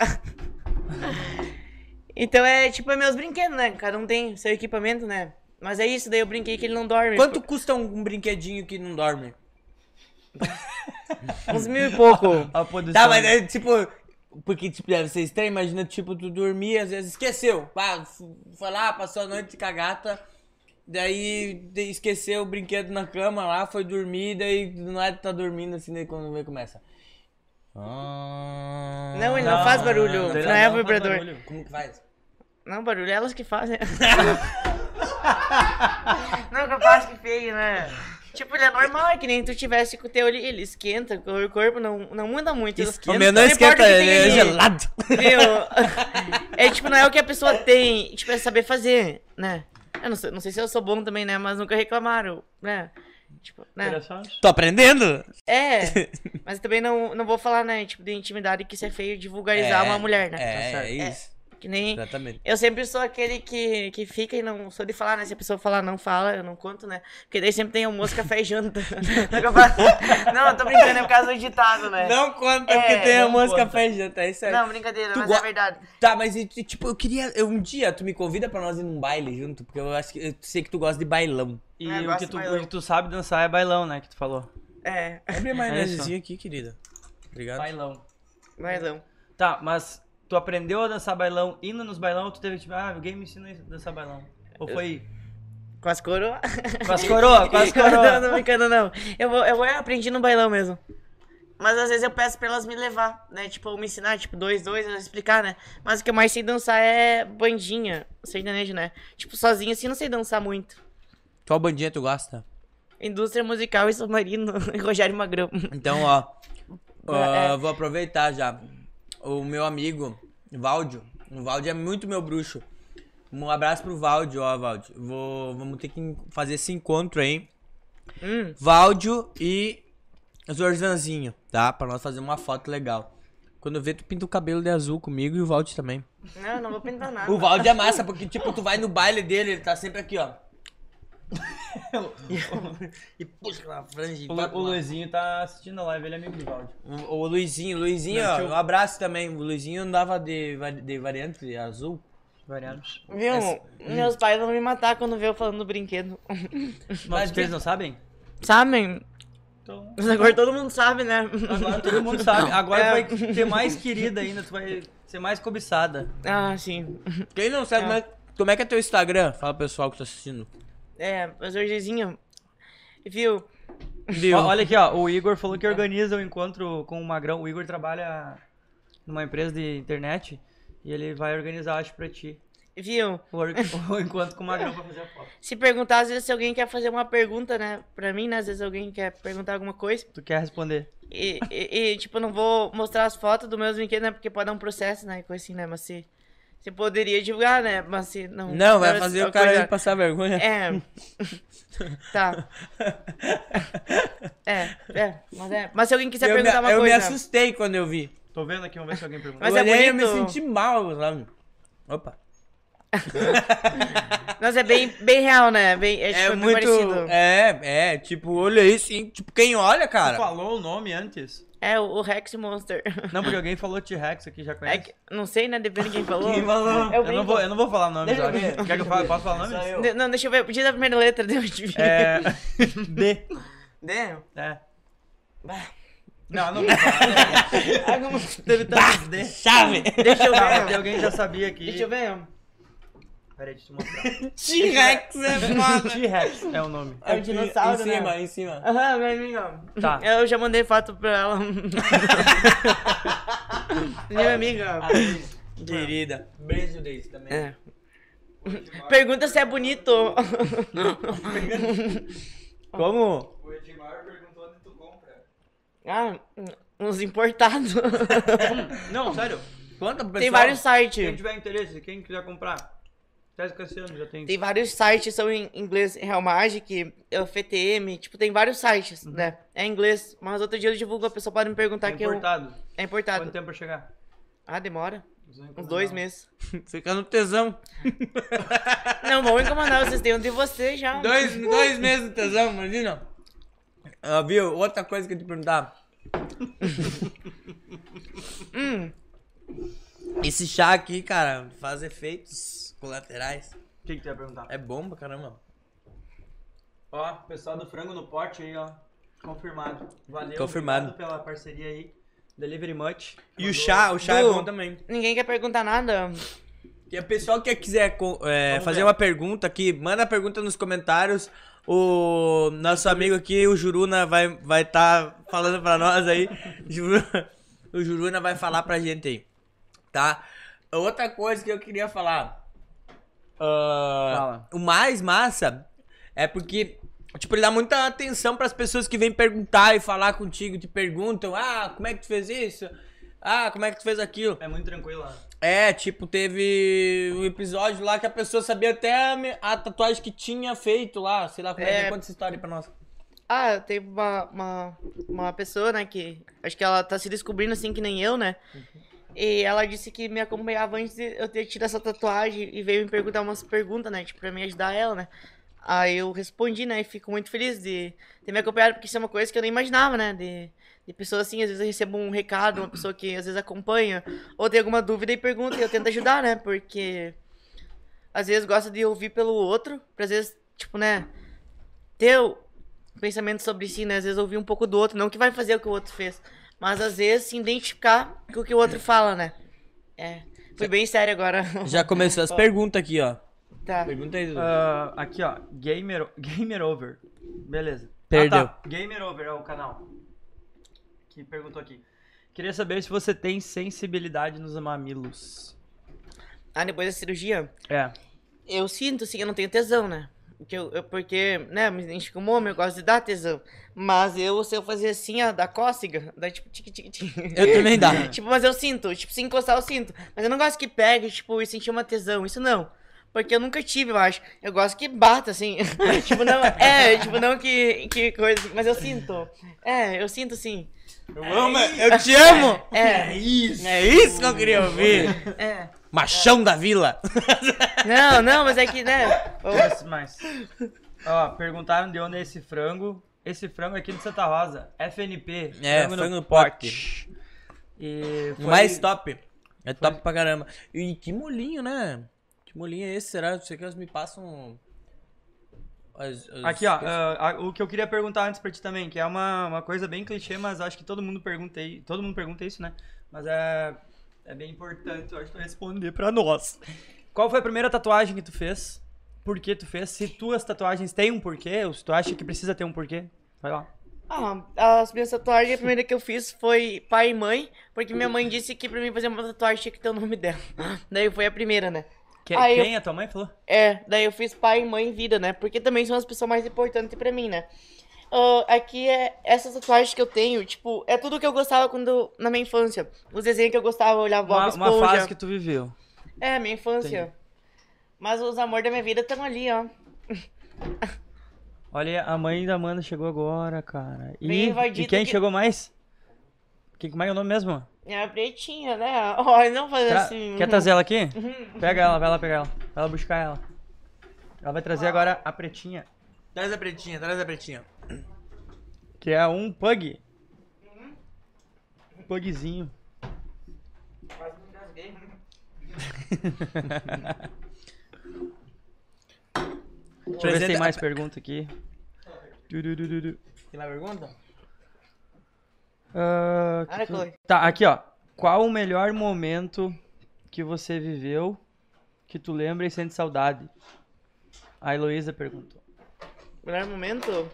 Então é tipo é meus brinquedos, né? Cada um tem seu equipamento, né? Mas é isso, daí eu brinquei que ele não dorme.
Quanto custa um, um brinquedinho que não dorme?
Uns mil e pouco.
A produção.
Tá, mas é tipo. Porque, tipo, deve ser estranho. Imagina, tipo, tu dormir, às vezes esqueceu. Ah, fu- foi lá, passou a noite com a gata. Daí de- esqueceu o brinquedo na cama lá, foi dormir, daí do nada tá dormindo assim, daí quando vê começa. Ah,
Não, ele não faz barulho,
não,
não
não.
é
faz
vibrador.
barulho.
Como que faz?
Não, barulho, é elas que fazem. não, capaz que feio, né? Tipo, ele é normal, é que nem tu tivesse com o teu ali, ele esquenta, o corpo não, não muda muito.
O meu não
Não
esquenta,
importa o que tem
ele é
ali.
gelado.
Viu? É tipo, não é o que a pessoa tem, tipo, é saber fazer, né? Eu não sei, não sei se eu sou bom também, né? Mas nunca reclamaram, né? Tipo, né?
Interessante.
Tô aprendendo?
É, mas também não, não vou falar, né? Tipo, de intimidade que isso é feio de vulgarizar uma mulher, né?
É,
certo.
é isso.
Que nem
Exatamente.
eu sempre sou aquele que, que fica e não sou de falar, né? Se a pessoa falar, não fala, eu não conto, né? Porque daí sempre tem almoço, café e janta. não, eu tô brincando, é por causa do ditado, né?
Não conta
É,
porque tem a
não
música
conta.
café e janta, é isso aí.
Não, brincadeira,
Tu
mas
go-
é verdade.
Tá, mas e, e, tipo, eu queria. eu- um dia tu me convida pra nós ir num baile junto, porque eu acho que eu sei que tu gosta de bailão.
E
Ah, eu
o,
gosto
que
de
tu,
bailão.
o que tu sabe dançar é bailão, né? Que tu falou.
É,
Abre a
maionesezinha
aqui, querida. Obrigado.
Bailão.
mas não.
Tá, mas tu aprendeu a dançar bailão indo nos bailão ou tu teve tipo, ah, alguém me ensina a dançar bailão? Ou foi
Com as coroas.
com as coroa, com as
não,
coroa?
não brincando, não. Eu vou, eu vou eu aprendi no bailão mesmo. Mas às vezes eu peço pra elas me levar, né? Tipo, ou me ensinar, tipo, dois, dois, elas explicar, né? Mas o que eu mais sei dançar é bandinha, sertanejo, né? Tipo, sozinha assim, eu não sei dançar muito.
Qual bandinha tu gosta?
Indústria Musical e Submarino, Rogério Magrão.
Então, ó.
É.
ó, Vou aproveitar já. O meu amigo, Valdio. O Valdio é muito meu bruxo. Um abraço pro Valdio, ó, Valdio. Vou, vamos ter que en- fazer esse encontro aí.
Hum.
Valdio e Zorzanzinho, tá? Pra nós fazer uma foto legal. Quando eu ver, tu pinta o cabelo de azul comigo e o Valdio também.
Não, não vou pintar nada.
O Valdi é massa, porque, tipo, tu vai no baile dele, ele tá sempre aqui, ó. e puxa na franja e
O,
toca
Lu- o
uma-
Luizinho tá assistindo a live, ele é amigo de Valdi.
O- O Luizinho, Luizinho,
Não,
ó,
deixa eu-
um abraço também. O Luizinho andava de, vari- de variante azul.
Variados.
Viu?
Essa-
Meus pais vão me matar quando vê eu falando do brinquedo.
Mas que eles não sabem?
Sabem?
Então.
Mas agora todo mundo sabe, né?
Agora todo mundo sabe. Agora
É.
tu vai ser mais querida ainda, tu vai ser mais cobiçada.
Ah, sim.
Quem não sabe, mas como é que é teu Instagram? Fala pro pessoal que tá assistindo.
É, mas hojezinho. Viu?
Viu?
Ó, olha aqui, ó. O Igor falou que organiza o encontro com o Magrão. O Igor trabalha numa empresa de internet e ele vai organizar, acho, pra ti.
Viu?
O, or- o encontro com o Magrão pra fazer a foto.
Se perguntar, às vezes, se alguém quer fazer uma pergunta, né? Pra mim, né? Às vezes alguém quer perguntar alguma coisa.
Tu quer responder?
E, e, e, tipo, eu não vou mostrar as fotos dos meus brinquedos, né? Porque pode dar um processo, né? e Coisa assim, né? Mas se. Você poderia divulgar, né? Mas se não.
Não, vai
não,
fazer
essa
o cara
coisa-
aí passar vergonha.
É. tá. É, é, mas é. Mas se alguém quiser
eu me,
perguntar uma
eu me
coisa.
assustei quando eu vi.
Tô vendo aqui, vamos ver se alguém pergunta.
Mas
eu
é
olhei e eu me
bonito.
senti mal, sabe? Opa.
Mas é bem, bem real, né? Bem, é,
É
tipo, bem
muito.
parecido. É,
É, é, tipo, olha isso. hein? Tipo, quem olha,
Tu
cara.
falou o nome antes?
é
É o, o Rex Monster.
Não, porque alguém falou T-Rex aqui, já
É
conhece.
que- não sei, né? Depende de quem falou.
Quem falou?
Eu,
Eu não vou, eu não vou falar nomes, eu
Deixa eu
acho.
ver.
Quer que eu fale? Posso falar nomes?
eu.
não, deixa eu ver. Diz a primeira letra de onde vi.
É. D.
Né?
É. Não, não vou falar.
Alguma-
Teve tantos D.
É Chave!
Deixa eu
Calma, que
ver.
alguém já sabia aqui.
Deixa eu ver.
Peraí, deixa eu te mostrar.
T-Rex é foda.
T-Rex é o nome.
É o dinossauro,
Em
né?
cima, em cima.
Aham, meu amigo.
Tá.
Eu já mandei foto pra ela. Minha amiga.
Querida. Beijo desse também.
É. Pergunta se é bonito.
Como?
O Edmar perguntou onde tu compra.
ah, uns importados.
Não, sério.
Conta pro pessoal.
Tem vários
Quem
sites.
tiver interesse, quem quiser comprar, tá esquecendo, já tem.
Tem vários sites, são em inglês, Real Magic, é, FTM, tipo, tem vários sites,
Uhum.
né? É em inglês, mas outro dia eu divulgo, a pessoa pode me perguntar
Tem
que eu...
tá importado.
É importado.
Quanto tempo pra chegar?
Ah, demora? Uns dois meses.
Você fica no tesão.
Não, vão incomodar vocês, tem um de vocês já.
Dois, dois meses no tesão, imagina. Ah, viu? Outra coisa que eu te perguntar. Esse chá aqui, cara, faz efeitos colaterais.
O que, que tu ia perguntar?
É bom pra caramba.
Ó, pessoal do Frango no Pote aí, ó. Confirmado. Valeu.
Confirmado.
Obrigado pela parceria aí. Delivery Much.
E o chá, o chá é
Du.
bom também.
Ninguém quer perguntar nada.
E a pessoa que quiser co- é,
Vamos
fazer
ver.
uma pergunta aqui, manda a pergunta nos comentários. O nosso amigo aqui, o Juruna, vai estar vai tá falando pra nós aí. Juruna- o Juruna vai falar pra gente aí, tá? Outra coisa que eu queria falar. Ah,
Fala.
O mais massa é porque, tipo, ele dá muita atenção pras pessoas que vêm perguntar e falar contigo, te perguntam, ah, como é que tu fez isso? Ah, como é que tu fez aquilo?
É muito tranquilo, ó.
É, tipo, teve um episódio lá que a pessoa sabia até a, me- a tatuagem que tinha feito lá. Sei lá, como é
É.
que conta essa história aí pra nós.
Ah, tem uma, uma, uma pessoa, né, que acho que ela tá se descobrindo assim que nem eu, né? E ela disse que me acompanhava antes de eu ter tido essa tatuagem e veio me perguntar umas perguntas, né, tipo, pra me ajudar ela, né? Aí eu respondi, né, e fico muito feliz de ter me acompanhado, porque isso é uma coisa que eu nem imaginava, né, de, de pessoas assim, às vezes eu recebo um recado, uma pessoa que às vezes acompanha, ou tem alguma dúvida e pergunta, e eu tento ajudar, né, porque às vezes gosta de ouvir pelo outro, pra às vezes, tipo, né, ter o pensamento sobre si, né? Às vezes ouvir um pouco do outro, não que vai fazer o que o outro fez, mas às vezes se identificar com o que o outro fala, né? É. Fui bem sério agora.
Já começou as perguntas aqui, ó.
tá.
Pergunta aí, Dudu.
Ah, aqui, ó. Gamer, Gamer Over. Beleza.
Perdeu.
Ah, tá. Gamer Over é o canal. Que perguntou aqui. Queria saber se você tem sensibilidade nos mamilos.
Ah, depois da cirurgia,
É.
eu sinto, assim, eu não tenho tesão, né? Que eu, eu- porque, né, me identifico como homem, eu gosto de dar tesão. Mas eu, se eu fazer assim, ó, da cócega, dá tipo tique, tique, tique.
Eu também dá.
Tipo, mas eu sinto, tipo, se encostar eu sinto. Mas eu não gosto que pegue, tipo, e sentir uma tesão, isso não. Porque eu nunca tive, eu acho. Eu gosto que bata, assim. tipo, não, é, tipo, não que, que coisa, assim, mas eu sinto. É, eu sinto sim.
Eu amo, eu te amo!
É,
isso! É isso que eu queria ouvir!
é.
Machão da vila!
Não, não, mas é que, né, eu-
Mas, mas- Ó, perguntaram de onde é esse frango. Esse frango é aqui de Santa Rosa. FNP.
É, frango no pote.
E foi...
Mais top. É top pra caramba. E que molinho, né? Que molinho é esse? Será? Você que elas me passam. as- as-
Aqui, ó, ah, ah, o que eu queria perguntar antes pra ti também, que é uma, uma coisa bem clichê, mas acho que todo mundo pergunta aí, todo mundo pergunta isso, né? Mas é, é bem importante, eu acho, tu responder pra nós. Qual foi a primeira tatuagem que tu fez? Por que tu fez? Se tuas tatuagens têm um porquê, ou se tu acha que precisa ter um porquê, vai lá.
Ah, as minhas tatuagens, a primeira que eu fiz foi pai e mãe, porque minha mãe disse que pra mim fazer uma tatuagem tinha que ter o nome dela. Daí foi a primeira, né?
Que-
Ah, eu-
quem é tua mãe falou?
É, daí eu fiz pai e mãe e vida, né? Porque também são as pessoas mais importantes pra mim, né? Ah, aqui é essas tatuagens que eu tenho, tipo, é tudo que eu gostava quando na minha infância. Os desenhos que eu gostava, eu olhava Bob
Uma,
Esponja.
uma fase que tu viveu.
É, minha infância.
Entendi.
Mas os amores da minha vida estão ali, ó.
Olha, a mãe da Amanda chegou agora, cara. E,
Bem
e
invadida
quem
que-
chegou mais? Quem, como é que é o nome mesmo?
É a pretinha, né? Ó, não fazer
Tra-
assim.
Quer trazer ela aqui? Pega ela, vai lá pegar ela. Vai lá buscar ela. Ela vai trazer agora a pretinha,
Traz a pretinha, traz a pretinha.
que é um pug. Um pugzinho. Deixa eu ver se tem mais pergunta aqui. Turururu.
Tem mais pergunta?
Ah,
Olha, Chloe.
Tá, aqui ó. Qual o melhor momento que você viveu que tu lembra e sente saudade? A Heloísa perguntou.
uhum. Melhor momento?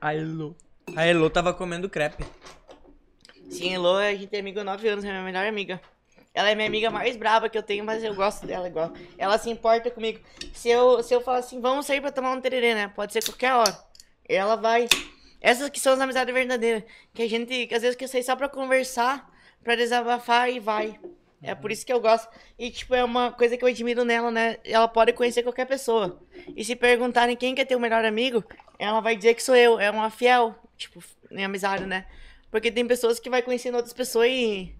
A Elo.
A Elo tava comendo crepe.
Sim, Lô, a gente é amiga há 9 anos, é minha melhor amiga. Ela é minha amiga mais braba que eu tenho, mas eu gosto dela igual. Ela se importa comigo. Se eu, se eu falar assim, vamos sair pra tomar um tererê, né? Pode ser qualquer hora. Ela vai. Essas que são as amizades verdadeiras. Que a gente, que às vezes, quer sair só pra conversar, pra desabafar e vai. É por isso que eu gosto. E, tipo, é uma coisa que eu admiro nela, né? Ela pode conhecer qualquer pessoa. E se perguntarem quem quer ter o melhor amigo, ela vai dizer que sou eu. É uma fiel, tipo, em amizade, né? Porque tem pessoas que vai conhecendo outras pessoas e.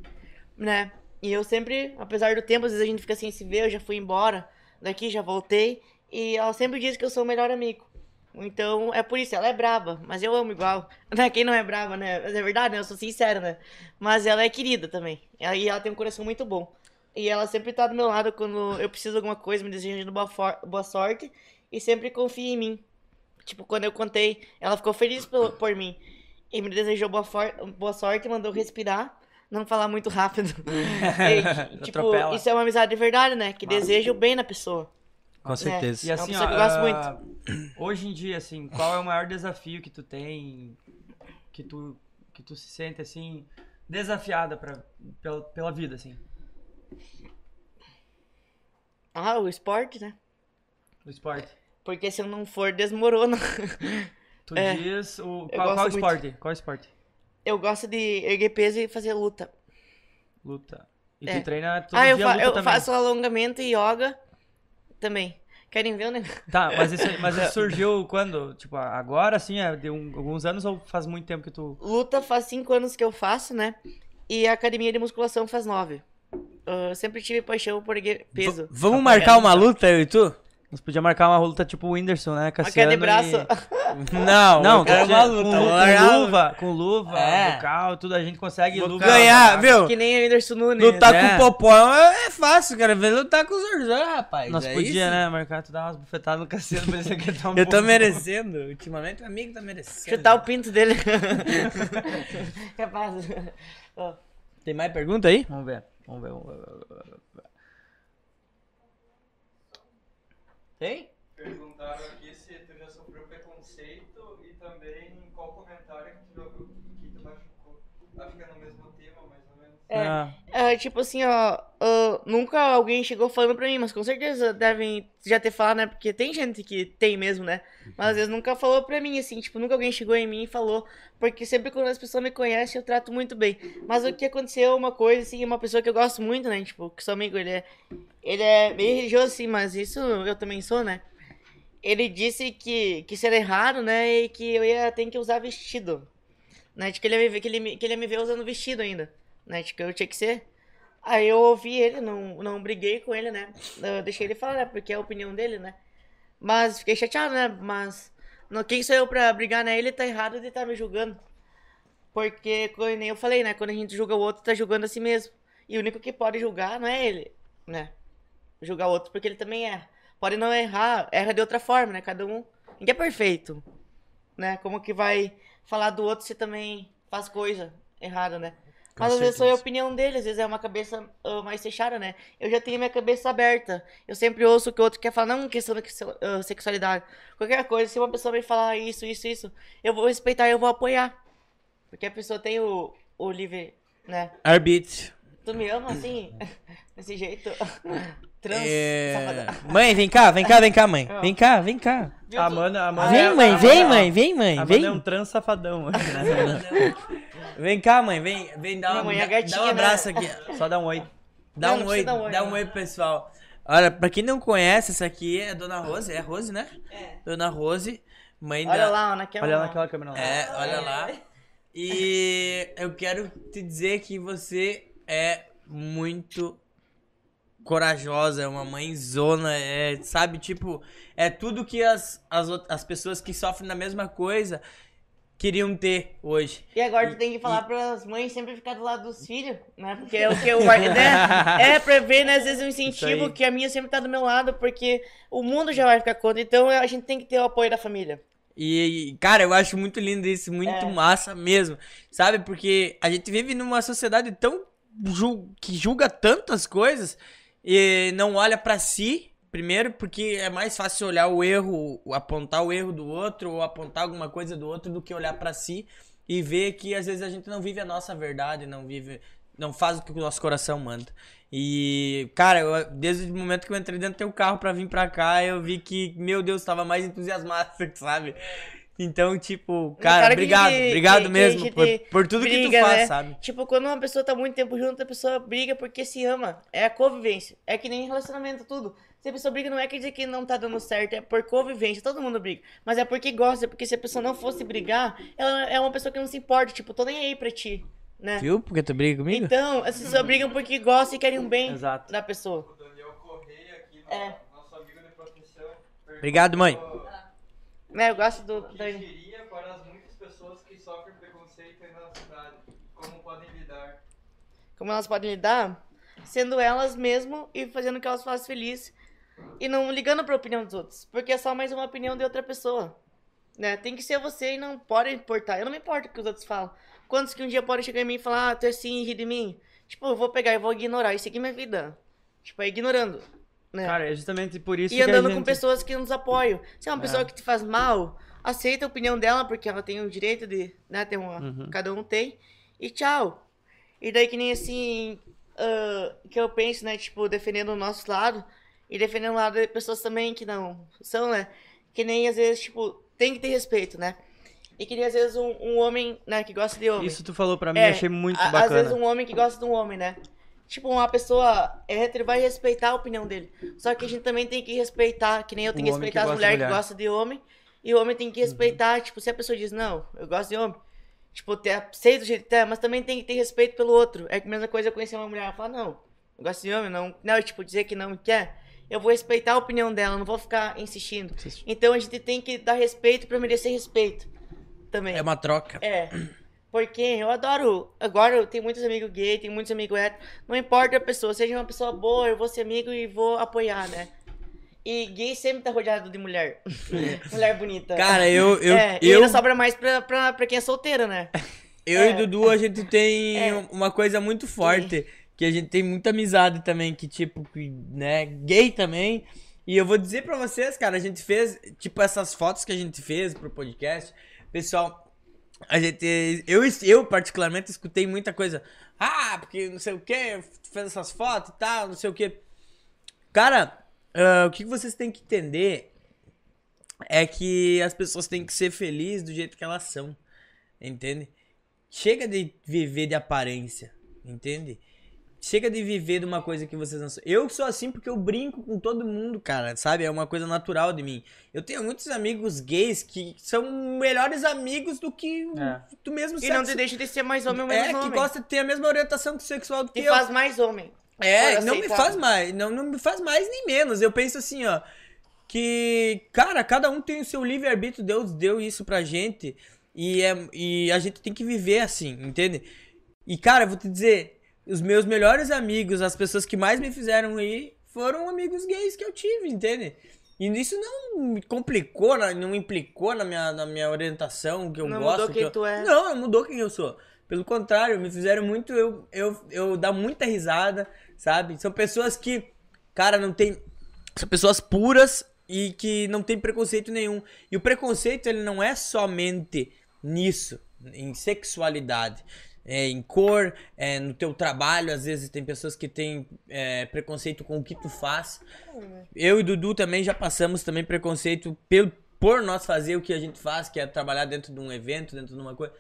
né? E eu sempre, apesar do tempo, às vezes a gente fica sem se ver, eu já fui embora daqui, já voltei. E ela sempre diz que eu sou o melhor amigo. Então, é por isso, ela é braba, mas eu amo igual. Né? Quem não é braba, né? Mas é verdade, né? Eu sou sincera, né? Mas ela é querida também. Ela- E ela tem um coração muito bom. E ela sempre tá do meu lado quando eu preciso de alguma coisa, me desejando boa, for- boa sorte. E sempre confia em mim. Tipo, quando eu contei, ela ficou feliz pelo- por mim. E me desejou boa, for- boa sorte, mandou respirar, não falar muito rápido. E, tipo,
Atropela.
isso é uma amizade de verdade, né? Que deseja o bem na pessoa.
Com certeza.
E
É uma
assim, ó,
pessoa que eu gosto
ah, hoje em dia, assim, qual é o maior desafio que tu tem, que tu, que tu se sente, assim, desafiada pra, pela, pela vida, assim?
Ah, o esporte, né?
No esporte.
Porque se eu não for, desmorona.
Tu
É.
diz o... Qual,
Eu
qual
gosto muito.
esporte? Qual esporte?
Eu gosto de erguer peso e fazer luta.
Luta. E
É.
tu treina todo
ah, eu,
dia
fa-
luta
eu
também.
faço alongamento e yoga também. Querem ver né? o negócio?
Tá, mas isso, mas
É.
isso surgiu quando? Tipo, agora, assim, é de um- alguns anos ou faz muito tempo que tu...
Luta faz cinco anos que eu faço, né? E a academia de musculação faz nove. Ah, eu sempre tive paixão por erguer peso.
Vamos marcar uma luta, eu e tu?
Nós podia marcar uma luta tipo o Whindersson, né?
Uma queda
Cassiano
de braço.
e-
Não, um
Não,
eu quero
tu-
uma
com,
luta.
lu-
vou
com
largar-
luva, com luva,
É.
local, tudo, a gente consegue
vou
luva.
ganhar, viu?
Que nem o Anderson Nunes. né?
Lutar
É.
com o Popó é é fácil, cara. Vem lutar com o Zorzan, rapaz.
Nós
é
podia,
isso.
né, marcar, tu dar umas bufetadas no Cassiano pra ele se aquietar um
Eu tô
pouco.
merecendo. Ultimamente o amigo tá merecendo.
Chutar o pinto dele. Capaz. Ó,
Tem mais pergunta aí?
Vamos ver, vamos ver, vamos ver.
Tem?
Perguntaram aqui se tu já sofreu preconceito e também qual comentário que tu, já- que tu machucou. Tá ficando no mesmo tema, mais ou menos.
É.
Ah,
Ah, tipo assim, ó, ah, nunca alguém chegou falando pra mim, mas com certeza devem já ter falado, né? Porque tem gente que tem mesmo, né? Mas às vezes nunca falou pra mim, assim, tipo, nunca alguém chegou em mim e falou. Porque sempre quando as pessoas me conhecem, eu trato muito bem. Mas o que aconteceu é uma coisa, assim, uma pessoa que eu gosto muito, né? Tipo, que sou amigo, ele é, ele é meio religioso, assim, mas isso eu também sou, né? Ele disse que, que isso era errado, né? E que eu ia ter que usar vestido. Né? De que ele ia me ver, que ele, me- que ele ia me ver usando vestido ainda né? Tipo, eu tinha que ser. Aí eu ouvi ele, não, não briguei com ele, né? Eu deixei ele falar, né? Porque é a opinião dele, né? Mas fiquei chateado, né? Mas não, quem sou eu pra brigar, né? Ele tá errado de tá me julgando. Porque, co- nem eu falei, né? Quando a gente julga o outro, tá julgando a si mesmo. E o único que pode julgar não é ele, né? Julgar o outro porque ele também erra. Pode não errar, erra de outra forma, né? Cada um. Ninguém é perfeito, né? Como que vai falar do outro se também faz coisa errada, né? Mas às vezes sou a opinião dele, às vezes é uma cabeça ah, mais fechada, né? Eu já tenho minha cabeça aberta. Eu sempre ouço o que o outro quer falar, não questão da que- ah, sexualidade. Qualquer coisa, se uma pessoa me falar isso, isso, isso, eu vou respeitar, eu vou apoiar. Porque a pessoa tem o, o livre, né?
Arbítrio.
Tu me ama assim? Desse jeito? Trans,
É...
safada.
Mãe, vem cá, vem cá, vem cá, mãe. Vem cá, vem cá.
Viu,
a
tu-
Amanda, a Amanda é-
Vem, mãe,
a
vem,
Amanda-
mãe, vem,
a
mãe,
Amanda é um né?
vem.
trans safadão.
um- Vem cá, mãe, vem, vem dar
Minha
uma,
mãe é
dá-
gatinha,
dá um
né?
abraço aqui.
Só dá um oi.
Dá
Não,
um
não
oi,
precisa dar um oi,
dá
não.
um oi pro pessoal. Olha, pra quem não conhece, essa aqui é a Dona Rose, é a Rose, né?
É.
Dona Rose, mãe
Olha
da...
lá, ó, naquela.
Olha
lá.
naquela câmera lá.
É, olha lá. E eu quero te dizer que você é muito corajosa, é uma mãezona, é, sabe? Tipo, é tudo que as, as, out- as pessoas que sofrem da mesma coisa queriam ter hoje.
E agora tu tem que falar pras mães sempre ficar do lado dos filhos, né? Porque é o que eu. Né? É pra ver, né? Às vezes um
Isso aí.
incentivo que a minha sempre tá do meu lado, porque o mundo já vai ficar contra. Então a gente tem que ter o apoio da família.
E, e, cara, eu acho muito lindo isso, muito
É.
massa mesmo. Sabe? Porque a gente vive numa sociedade tão ju- que julga tantas coisas e não olha pra si, primeiro, porque é mais fácil olhar o erro, o- apontar o erro do outro ou apontar alguma coisa do outro do que olhar pra si e ver que às vezes a gente não vive a nossa verdade, não vive, não faz o que o nosso coração manda. E, cara, eu- desde o momento que eu entrei dentro do teu carro pra vir pra cá, eu vi que, meu Deus, tava mais entusiasmado, sabe? Então, tipo, cara,
É um cara que-
obrigado,
que-
obrigado
que-
mesmo
que
por,
te
por tudo que
briga,
tu faz,
né?
sabe?
Tipo, quando uma pessoa tá muito tempo junto, a pessoa briga porque se ama. É a convivência. É que nem relacionamento, tudo. Se a pessoa briga, não é quer dizer que não tá dando certo, é por convivência. Todo mundo briga. Mas é porque gosta, porque se a pessoa não fosse brigar, ela é uma pessoa que não se importa. Tipo, tô nem aí pra ti, né?
Viu? Porque tu briga comigo?
Então, as pessoas brigam porque gostam e querem o bem
Exato.
da pessoa.
O Daniel Correia aqui, no-
É.
nosso amigo de profissão. perguntou
Obrigado, mãe.
Né, eu gosto do
O que
Dani.
diria para as muitas pessoas que sofrem preconceito aí na cidade? Como podem lidar?
Como elas podem lidar? Sendo elas mesmo e fazendo o que elas fazem feliz. E não ligando pra opinião dos outros. Porque é só mais uma opinião de outra pessoa. Né? Tem que ser você e não pode importar. Eu não me importo o que os outros falam. Quantos que um dia podem chegar em mim e falar, ah, tu é assim, e ri de mim? Tipo, eu vou pegar e vou ignorar e seguir minha vida. Tipo, é ignorando. Né?
Cara, é justamente por isso
e
que a
andando
gente...
com pessoas que nos apoiam. Se é uma pessoa que te faz mal, aceita a opinião dela, porque ela tem o direito de, né, ter uma,
Uhum.
cada um tem, e tchau. E daí que nem assim, ah, que eu penso, né, tipo, defendendo o nosso lado, e defendendo o lado de pessoas também que não são, né, que nem às vezes, tipo, tem que ter respeito, né. E que nem às vezes um, um homem, né, que gosta de homem.
Isso tu falou pra mim,
É,
achei muito
A-
bacana.
Às vezes um homem que gosta de um homem, né? Tipo, uma pessoa hétero vai respeitar a opinião dele. Só que a gente também tem que respeitar, que nem eu
O
tenho que
Um homem que
respeitar as
gosta de
mulheres que
mulher. Uhum.
gostam de homem. E o homem tem que respeitar, tipo, se a pessoa diz, não, eu gosto de homem. Tipo, te- aceita do jeito que tá, mas também tem que ter respeito pelo outro. É que a mesma coisa eu conhecer uma mulher, ela fala, não, eu gosto de homem, não. Não, tipo, dizer que não me quer. Eu vou respeitar a opinião dela, não vou ficar insistindo. Então a gente tem que dar respeito pra merecer respeito. Também.
É uma troca.
É. Porque eu adoro. Agora eu tenho muitos amigos gay, tenho muitos amigos héteros. Não importa a pessoa, seja uma pessoa boa, eu vou ser amigo e vou apoiar, né? E gay sempre tá rodeado de mulher. mulher bonita.
Cara, eu. Eu,
é, e
eu,
ainda sobra mais pra, pra, pra quem é solteiro, né?
eu
é.
e Dudu, a gente tem
É.
uma coisa muito forte. Que a gente tem muita amizade também, que tipo, que, né? Gay também. E eu vou dizer pra vocês, cara, a gente fez, tipo, essas fotos que a gente fez pro podcast. Pessoal, A gente. Eu, eu, particularmente, escutei muita coisa. Ah, porque não sei o que, fez essas fotos e tal, não sei o que. Cara, ah, o que que vocês têm que entender é que as pessoas têm que ser felizes do jeito que elas são. Entende? Chega de viver de aparência. Entende? Chega de viver de uma coisa que vocês não são. Eu sou assim porque eu brinco com todo mundo, cara, sabe? É uma coisa natural de mim. Eu tenho muitos amigos gays que são melhores amigos do que o-
É.
do mesmo
E
sexo.
não te deixa de ser mais homem ou
é,
menos
que
homem.
gosta de ter a mesma orientação sexual do que
E
eu.
faz mais homem.
É,
Agora
não me
aceitar.
faz mais, não, não me faz mais nem menos. Eu penso assim, ó, que, cara, cada um tem o seu livre-arbítrio, Deus deu isso pra gente, e, é, e a gente tem que viver assim, entende? E, cara, eu vou te dizer, os meus melhores amigos, as pessoas que mais me fizeram rir, foram amigos gays que eu tive, entende? E isso não me complicou, na- não implicou na minha, na minha orientação, o que eu
Não
gosto.
mudou
o que
quem
eu-
tu é.
Não, não mudou quem eu sou. Pelo contrário, me fizeram muito eu, eu, eu dar muita risada, sabe? São pessoas que, cara, não tem. São pessoas puras e que não tem preconceito nenhum. E o preconceito, ele não é somente nisso, em sexualidade. é, em cor, é, no teu trabalho, às vezes tem pessoas que têm é, preconceito com o que tu faz. Eu e Dudu também já passamos também preconceito pelo, por nós fazer o que a gente faz, que é trabalhar dentro de um evento, dentro de uma coisa.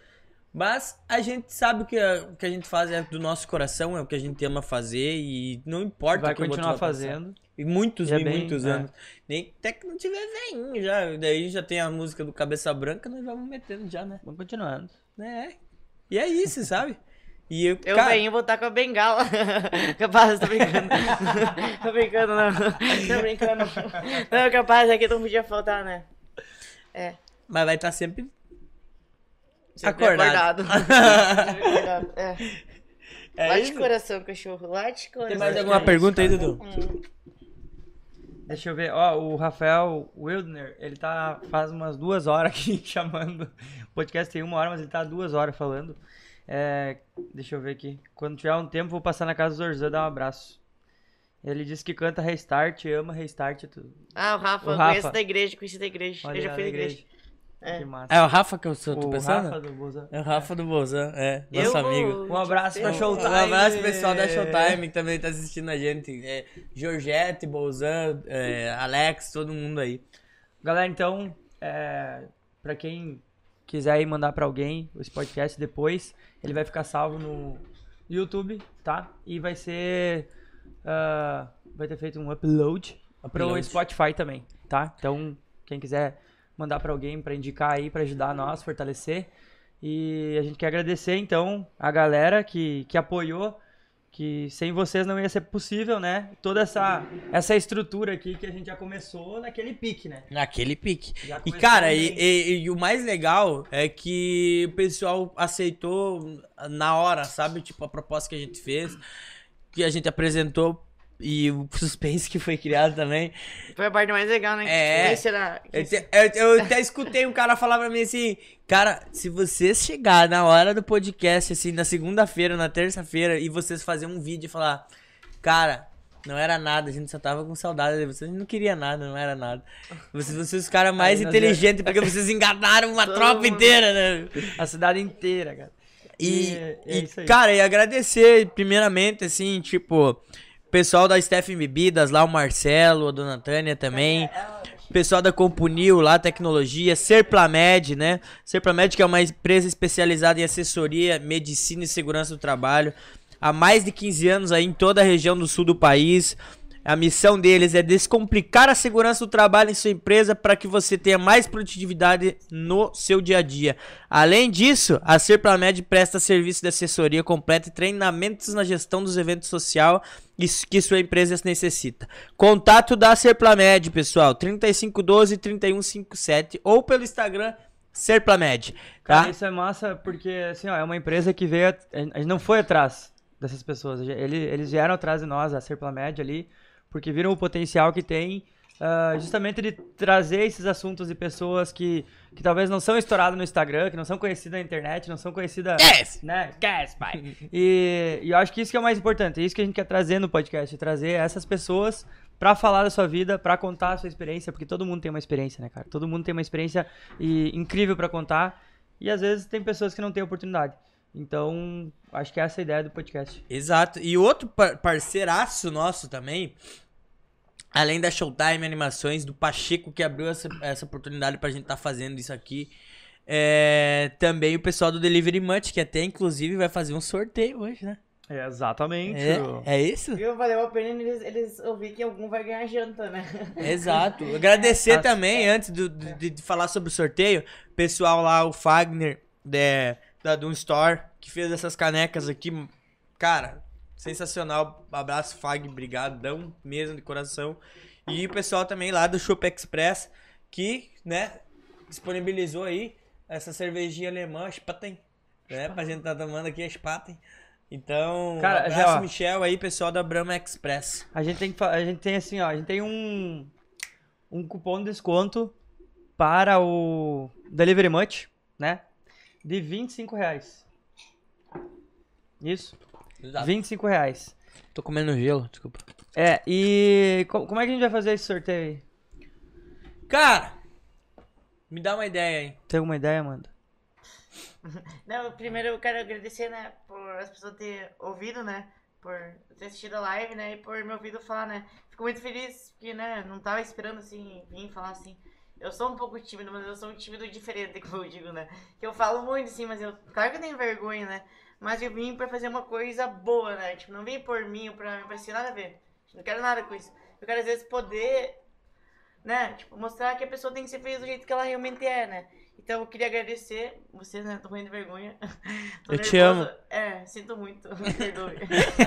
Mas a gente sabe que a- o que a gente faz é do nosso coração, é o que a gente ama fazer e não importa
Vai
o que o outro
continuar
vai pensar.
fazendo.
E muitos
E é
e
bem-
muitos
é.
anos. Nem até que não tiver veinho já. Daí já tem a música do Cabeça Branca, nós vamos metendo já, né?
Vamos continuando.
É. E é isso, sabe? E eu,
Eu
cara,
venho voltar com a bengala. capaz, tô brincando. tô brincando, não. Tô brincando. Não, é capaz, aqui não podia faltar, né? É,
Mas vai estar sempre,
Sempre
acordado.
acordado. É.
É
Late
isso?
coração, cachorro. Late coração.
Tem mais alguma pergunta aí, Dudu?
Hum.
Deixa eu ver, ó, o Rafael Wildner, ele tá faz umas duas horas aqui chamando. O podcast tem uma hora, mas ele tá duas horas falando. É, deixa eu ver aqui. Quando tiver um tempo, vou passar na casa do Zorzan dar um abraço. Ele disse que canta Restart, ama Restart e tudo.
Ah, o Rafa,
O
eu
Rafa.
conheço da igreja, conheci da igreja.
Olha
eu já
lá
fui
na
da igreja. É.
Que massa.
É o Rafa que eu sou, tu
o
pensando?
Rafa do Bolsonaro.
É o Rafa do Bolzan, é.
Eu
Nosso
vou-
amigo.
Um abraço pra
Um
Showtime.
abraço pro pessoal da Showtime que também tá assistindo a gente. É, Georgette, Bolzan, é, Alex, todo mundo aí.
Galera, então, é, para quem quiser aí mandar pra alguém esse podcast depois, ele vai ficar salvo no YouTube, tá? E vai ser. ah, vai ter feito um upload, pro
Upload.
Spotify também, tá? Então, quem quiser mandar pra alguém pra indicar aí, pra ajudar nós, fortalecer. E a gente quer agradecer, então, a galera que, que apoiou, que sem vocês não ia ser possível, né? Toda essa, essa estrutura aqui que a gente já começou naquele pique, né?
Naquele pique.
Já
E
começou
cara, e,
bem.
e- e o mais legal é que o pessoal aceitou na hora, sabe? Tipo, a proposta que a gente fez, que a gente apresentou e o suspense que foi criado também.
Foi a parte mais legal, né?
É.
Quem será? Quem
Eu, te- eu- eu até escutei um cara falar pra mim assim, cara, se vocês chegar na hora do podcast, assim, na segunda-feira, na terça-feira, e vocês fazerem um vídeo e falar, cara, não era nada, a gente só tava com saudade de vocês, a gente não queria nada, não era nada. Vocês, vocês os caras mais
Aí nós
inteligentes, porque vocês enganaram uma
Todo
tropa
mundo.
inteira, né?
A cidade inteira, cara.
E,
É, é
e,
isso aí.
cara, e agradecer primeiramente, assim, tipo, o pessoal da Stephen Bebidas lá, o Marcelo, a Dona Tânia também, o pessoal da Compunil lá, tecnologia, Serplamed, né? Serplamed que é uma empresa especializada em assessoria, medicina e segurança do trabalho, há mais de 15 anos aí em toda a região do sul do país. A missão deles é descomplicar a segurança do trabalho em sua empresa para que você tenha mais produtividade no seu dia a dia. Além disso, a Serplamed presta serviço de assessoria completa e treinamentos na gestão dos eventos social e s- que sua empresa necessita. Contato da Serplamed, pessoal, 3512-3157 ou pelo Instagram Serplamed, tá?
Cara, isso é massa porque, assim, ó, é uma empresa que veio. at- A gente não foi atrás dessas pessoas. a gente- ele- Eles vieram atrás de nós, a Serplamed ali, porque viram o potencial que tem ah, justamente de trazer esses assuntos de pessoas que, que talvez não são estouradas no Instagram, que não são conhecidas na internet, não são conhecidas.
Yes!
Né? Esquece, pai. E, e eu acho que isso que é o mais importante. é Isso que a gente quer trazer no podcast. é Trazer essas pessoas pra falar da sua vida, pra contar a sua experiência. Porque todo mundo tem uma experiência, né, cara? Todo mundo tem uma experiência e- incrível pra contar. E às vezes tem pessoas que não têm oportunidade. Então, acho que essa é a ideia do podcast.
Exato. E outro par- parceiraço nosso também, além da Showtime Animações, do Pacheco, que abriu essa, essa oportunidade pra gente estar fazendo isso aqui. É, também o pessoal do Delivery Much, que até inclusive vai fazer um sorteio hoje, né?
exatamente.
É, é isso?
Viu? Valeu a pena eles, eles ouvir que algum vai ganhar janta, né?
Exato. Agradecer também, antes do- do- de, de falar sobre o sorteio, pessoal lá, o Fagner de, da Doom Store, que fez essas canecas aqui. Cara, sensacional. Abraço, Fag, brigadão mesmo, de coração. E o pessoal também lá do Shop Express, que, né, disponibilizou aí essa cervejinha alemã, Spaten, né, pra gente tá tomando aqui, a Spaten. Então,
Cara,
abraço,
já, ó.
Michel, aí, pessoal da Brahma Express.
A gente tem que fa- a gente tem assim, ó, a gente tem um um cupom de desconto para o Delivery Much, né? De 25 reais. Isso,
Exato.
25 reais.
Tô comendo gelo, desculpa.
É, e co- como é que a gente vai fazer esse sorteio aí?
Cara, me dá uma ideia aí.
Tem alguma ideia, Amanda?
Não, primeiro eu quero agradecer, né, por as pessoas terem ouvido, né, por ter assistido a live, né, e por me ouvido falar, né. Fico muito feliz, porque, né, não tava esperando, assim, vir falar, assim. Eu sou um pouco tímido, mas eu sou um tímido diferente, como eu digo, né. Que eu falo muito, assim, mas eu, claro que eu tenho vergonha, né. Mas eu vim pra fazer uma coisa boa, né, tipo, não vim por mim, ou pra mim, pra ser nada a ver. Não quero nada com isso. Eu quero, às vezes, poder, né, tipo, mostrar que a pessoa tem que ser feliz do jeito que ela realmente é, né. Então eu queria agradecer você, né? Tô morrendo de vergonha.
Eu te
É, sinto muito. me Perdoe.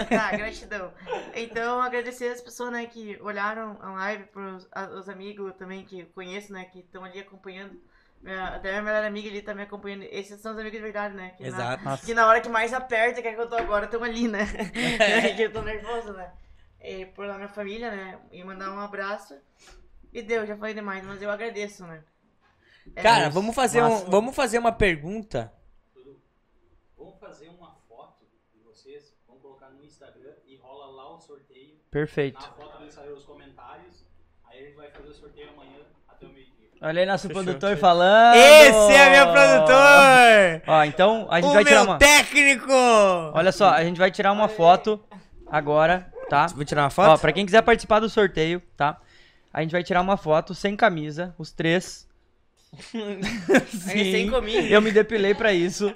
tá, gratidão. Então, agradecer as pessoas, né, que olharam a live, pros a- os amigos também que eu conheço, né, que estão ali acompanhando. Minha- até minha melhor amiga ali tá me acompanhando. Esses são os amigos de verdade, né? que na-
Exato.
que na hora que mais aperta, que é que eu tô agora, estão ali, né? que eu tô nervosa, né? E por lá minha família, né? E mandar um abraço. E deu, já falei demais, mas eu agradeço, né? É
Cara,
isso.
vamos fazer, um,
Massa.
vamos fazer uma pergunta.
Dudu, vamos fazer uma foto de vocês, vamos colocar no Instagram e rola lá o sorteio. Na
Perfeito.
foto vão sair os comentários. Aí a gente vai fazer o sorteio amanhã até o meio-dia.
Olha aí nosso
Fechou.
produtor falando.
Esse é meu produtor!
Ó, então a gente
o
vai tirar
meu
uma
técnico!
Olha só, a gente vai tirar uma foto agora, tá?
Vou tirar uma
Ó,
foto?
pra quem quiser participar do sorteio, tá? A gente vai tirar uma foto sem camisa, os três.
A gente tem comigo.
Eu me depilei pra isso.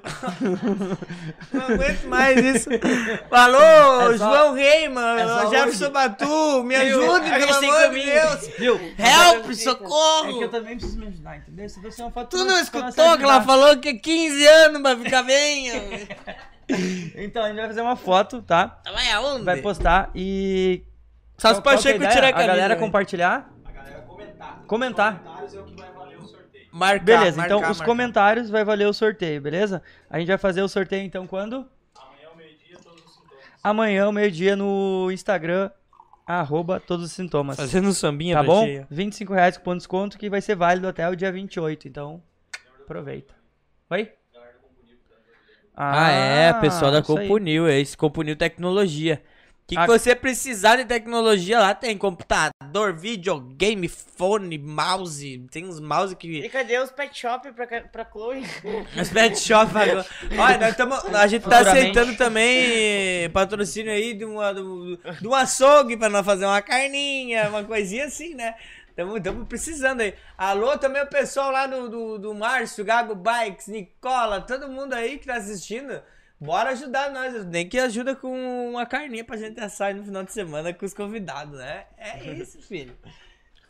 Não aguento mais isso. Falou,
É só-
João Reiman,
é só
Jefferson Batu, me ajude,
a
pelo
gente tem
amor de
caminho.
Deus!
Viu?
Help,
É que eu
socorro!
também preciso me ajudar, entendeu? Se você é uma foto.
Tu não escutou que ela falou que é 15 anos pra ficar bem?
Então, a gente vai fazer uma foto, tá?
Vai aonde?
Vai postar e.
Só Tá, se o
Qual- qual que
Pacheco
é a ideia?
tirar a camisa.
A galera
velho.
compartilhar.
A galera comentar.
Comentar.
Os comentários é o que vai valer o sorteio.
Marcar,
Beleza, então
marcar,
os
marcar.
comentários vai valer o sorteio, beleza? A gente vai fazer o sorteio então quando?
Amanhã ao meio-dia, todos os sintomas.
Amanhã, ao meio-dia, no Instagram, arroba todos os sintomas.
Fazendo um sambinha
Tá
pra
bom?
ti.
R$ 25 reais com ponto de desconto que vai ser válido até o dia 28, então aproveita. Oi?
Ah, é, pessoal da
isso aí.
Compunil, é isso, Compunil Tecnologia. O que, que
Ah,
você precisar de tecnologia lá tem computador, videogame, fone, mouse, tem uns mouse
E
que...
cadê os pet shop pra, ca- pra Chloe?
Os pet shop agora. Olha, nós tamo, a gente tá
Futuramente.
aceitando também patrocínio aí de, uma, de, um- de um açougue pra nós fazer uma carninha, uma coisinha assim, né? Tamo, tamo precisando aí. Alô também o pessoal lá do, do, do Márcio, Gago Bikes, Nicola, todo mundo aí que tá assistindo. Bora ajudar nós, nem que ajuda com uma carninha pra gente assar aí no final de semana com os convidados, né? É isso, filho.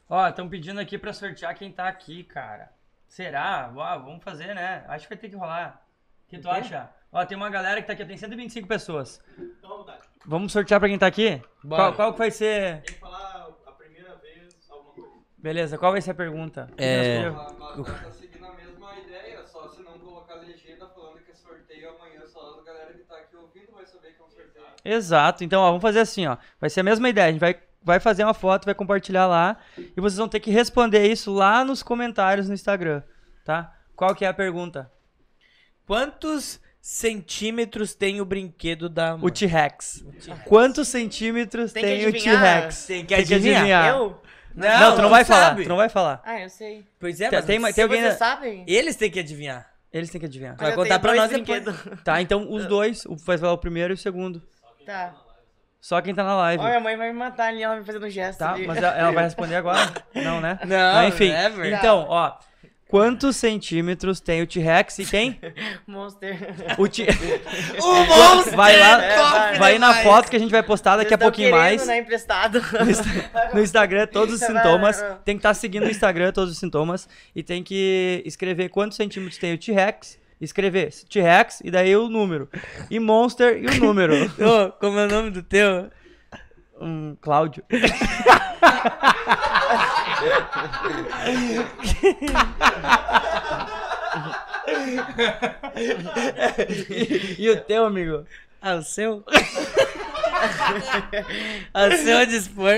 Ó, estão pedindo aqui pra sortear quem tá aqui, cara. Será? Ó, vamos fazer, né? Acho que vai ter que rolar. O que tu acha? Ó, tem uma galera que tá aqui, tem 125 pessoas.
Então vamos dar. Tem
Vamos sortear pra quem tá aqui?
Bora.
Qual, qual que vai ser?
que falar a primeira vez alguma coisa.
Beleza, qual vai ser a pergunta?
É.
Mas nós tá seguindo a mesma ideia, só se não colocar legenda falando que é sorteio amanhã, só a galera que tá aqui ouvindo vai saber que é um sorteio.
Exato. Então, ó, vamos fazer assim, ó. Vai ser a mesma ideia. A gente vai, vai fazer uma foto, vai compartilhar lá. E vocês vão ter que responder isso lá nos comentários no Instagram, tá? Qual que é a pergunta?
Quantos centímetros tem o brinquedo da...
O T-Rex. Quantos centímetros tem,
Tem que
o
adivinhar.
T-Rex?
Tem que
Eu?
Não, tu não, vai falar. Tu não vai falar.
Ah, eu sei.
Pois é,
Tem-
mas
tem-
não
tem
sei.
Vocês
alguém-
sabem?
Eles têm que adivinhar.
Eles têm que adivinhar.
Mas
Vai
eu
contar
tenho
pra
dois
nós depois.
brinquedos.
Tá, então os dois, o- vai falar o primeiro e o segundo.
Tá.
Só quem tá na live.
Ó, minha mãe vai me matar ali, ela me fazendo gesto.
Tá,
ali.
mas ela ela vai responder agora? Não, né?
Não,
Mas enfim.
never.
Então, ó. Quantos centímetros tem o T-Rex e quem?
Monster.
O T
O monstro!
Vai lá,
é top
vai na
demais.
foto que a gente vai postar daqui a
Vocês tão
pouquinho
querendo,
mais.
Né, emprestado.
No Insta- No Instagram, todos os sintomas.
Vai, vai, vai.
Tem que estar seguindo no Instagram todos os sintomas. E tem que escrever quantos centímetros tem o T-Rex. Escrever T-Rex e daí o número. E Monster e o número.
Ô, como é o nome do teu?
Hum, Cláudio. e, e o teu, amigo?
Ao seu? ao
é
seu dispor.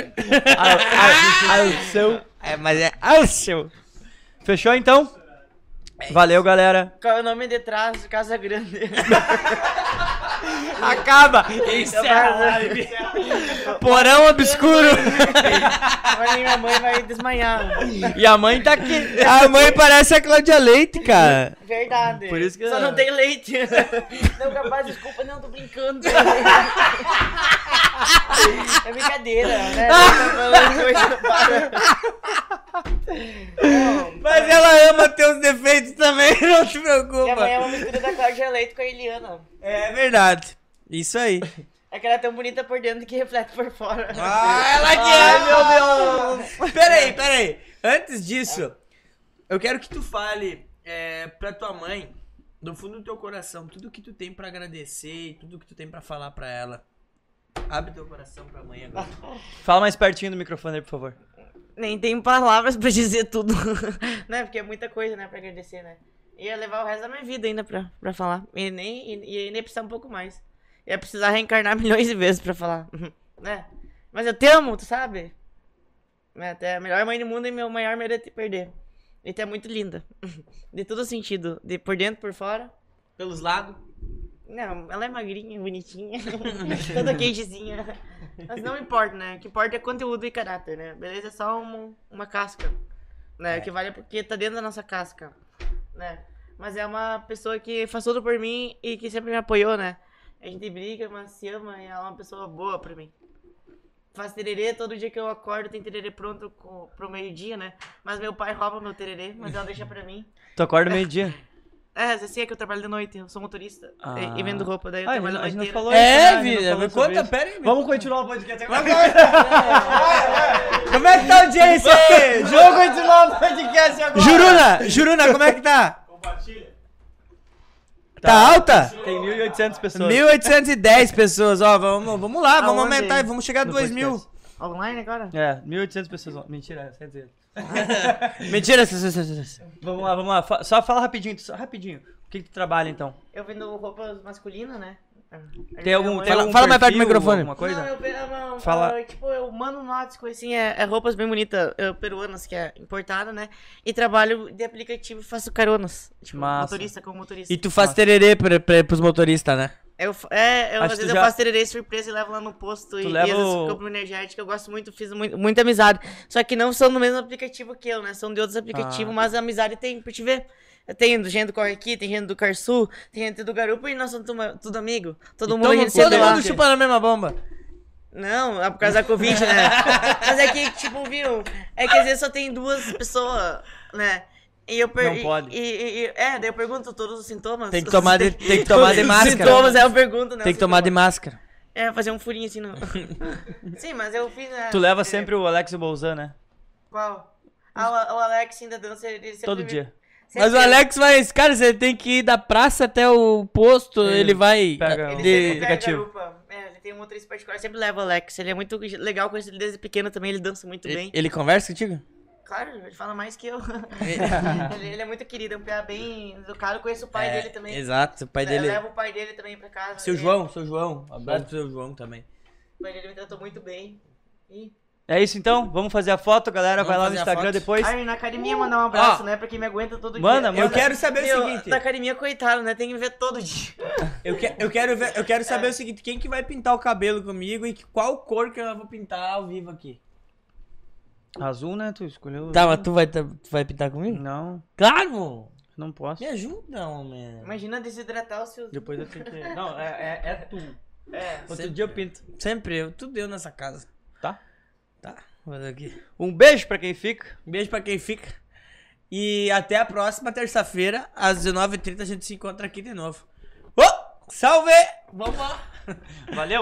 Ah, ah, ah, o seu.
É, mas é ao seu.
Fechou então? Valeu, galera.
Qual é o nome de trás? Casa Grande.
Acaba!
Porão obscuro.
Mas minha mãe vai desmaiar.
E a mãe tá aqui.
A mãe parece a Cláudia Leite, cara.
Verdade.
Por isso que-
Só não tem leite. Não, capaz, desculpa, não, tô brincando. É brincadeira, né? Tá falando coisa, não para. Não,
Mas ela ama teus defeitos também, não te
minha mãe é
preocupa.
uma mistura da Cláudia Leite com a Eliana.
É verdade. Isso aí.
É que ela é tão bonita por dentro que reflete por fora.
Ah, ela que ama, meu Deus! Peraí, peraí. Antes disso, eu quero que tu fale é, pra tua mãe, do fundo do teu coração, tudo que tu tem pra agradecer e tudo que tu tem pra falar pra ela. Abre teu coração pra mãe agora.
Fala mais pertinho do microfone aí, por favor.
Nem tem palavras pra dizer tudo. né? Porque é muita coisa, né? Pra agradecer, né? Ia levar o resto da minha vida ainda pra, pra falar. E nem, e, e ainda ia precisar um pouco mais. Ia precisar reencarnar milhões de vezes pra falar. né? Mas eu te amo, tu sabe? Né, Até a melhor mãe do mundo e meu maior medo é te perder. E tu é muito linda. de todo sentido. De por dentro, por fora.
Pelos lados.
Não, ela é magrinha, bonitinha, toda queijezinha. Mas não importa, né? O que importa é conteúdo e caráter, né? Beleza é só um- uma casca, né? O que vale é porque tá dentro da nossa casca, né? Mas é uma pessoa que faz tudo por mim e que sempre me apoiou, né? A gente briga, mas se ama e ela é uma pessoa boa pra mim. Faz tererê todo dia que eu acordo, tem tererê pronto co- pro meio-dia, né? Mas meu pai rouba meu tererê, mas ela deixa pra mim.
Tu acorda meio-dia.
É, assim é que eu trabalho de noite, eu sou motorista e- e vendo roupa, daí eu
Ah, a
trabalho
gente-
a
a
noite
gente não
inteira.
falou isso, né?
É,
A gente não
vida,
falou
me
sobre
conta,
isso.
pera aí. me
Vamos
conta.
continuar o podcast agora.
Como é que tá a audiência aí?
Vamos continuar o podcast agora.
Juruna, Juruna, como é que tá? Compartilha. Tá alta?
Tem 1.800 pessoas.
1810 pessoas, ó, vamos, vamos lá, Ah, vamos
Aonde?
aumentar e vamos chegar a
No
2 mil.
podcast.
Online agora?
É, 1.800 pessoas. Mentira, 100
Mentira, sim, sim, sim, sim.
Vamos lá, vamos lá. Fa- Só fala rapidinho, só rapidinho. O que, que tu trabalha então?
Eu vendo roupa masculina, né?
Tem algum. tem
Fala-
algum
fala mais perto do
perfil,
microfone.
Alguma coisa?
Não, eu pego uma,
Fala.
ah, tipo, eu mando notas, coisa assim, é, é roupas bem bonitas, é, peruanas, que é importada, né? E trabalho de aplicativo e faço caronas. Tipo,
Massa.
motorista como motorista.
E tu faz tererê pra, pra, pros motoristas, né?
Eu, fa- é,
Acho
eu, às
que
vezes
tu
eu
já-
faço tererê surpresa e levo lá no posto e, e às
leva
vezes
o-
compro energética. Eu gosto muito, fiz muito, muita amizade. Só que não são do mesmo aplicativo que eu, né? São de outros aplicativos,
Ah, tá.
mas a amizade tem, pra te ver. Tem gente do Corre aqui, tem gente do Carçu, tem gente do Garupa e nós somos tudo, tudo amigo. Todo mundo a gente
todo
sempre lá.
mundo chupando a mesma bomba.
Não, é por causa da Covid, né? Mas é que, tipo, viu? É que às vezes só tem duas pessoas, né? E eu per...
Não pode.
E, e- e- é, daí eu pergunto todos os sintomas.
Tem que tomar de, tem que tomar de
Os
máscara.
Sintomas, é, eu pergunto, né?
Tem
os
que tomar de
sintomas.
máscara.
É, fazer um furinho assim, não. Sim, mas eu fiz. Né?
Tu leva
é,
sempre o Alex e o Bolzan, né?
Qual? Ah, o, o Alex ainda dança. Ele sempre
Todo
me-
dia.
sempre-
Mas o Alex vai, cara, você tem que ir da praça até o posto, ele, vai...
pega
Ele
o
sempre
de...
pega
aplicativo.
garupa. É, ele tem um motorista particular, sempre leva o Alex. Ele é muito legal, conheço ele desde pequeno também, ele dança muito bem.
Ele conversa contigo?
Claro, ele fala mais que eu. ele, ele é muito querido, é um PA bem educado. Conheço o pai
É,
dele também.
Exato, o pai
Le-
dele...
Leva o pai dele também pra casa.
Seu
É,
João, seu João. Abraço pro seu João também.
O pai dele me tratou muito bem. E...
É isso então? Vamos fazer a foto, galera.
Vamos
Vai lá no
fazer a
Instagram
foto.
depois.
Ai, na academia mandar um abraço,
Ó.
né? Pra quem me aguenta todo
Manda,
dia.
manda.
Eu quero saber o
Meu, tá
seguinte.
Da academia, coitado, né? Tem que ver todo dia.
Eu, que- eu quero ver- eu quero saber o seguinte, quem que vai pintar o cabelo comigo e que- qual cor que eu vou pintar ao vivo aqui?
Azul, né? Tu escolheu.
Tá, mas tu vai, tá- tu vai pintar comigo?
Não.
Claro!
Não posso.
Me ajuda, homem.
Imagina desidratar os seus.
Depois eu tenho que. Não, é, é, é tu.
É.
Outro
Sempre.
dia eu pinto.
Sempre eu, tudo eu nessa casa.
Tá.
Tá, vou dar aqui.
Um beijo pra quem fica.
Um beijo pra quem fica. E até a próxima terça-feira, às 19h30, a gente se encontra aqui de novo. Ô, salve!
Valeu!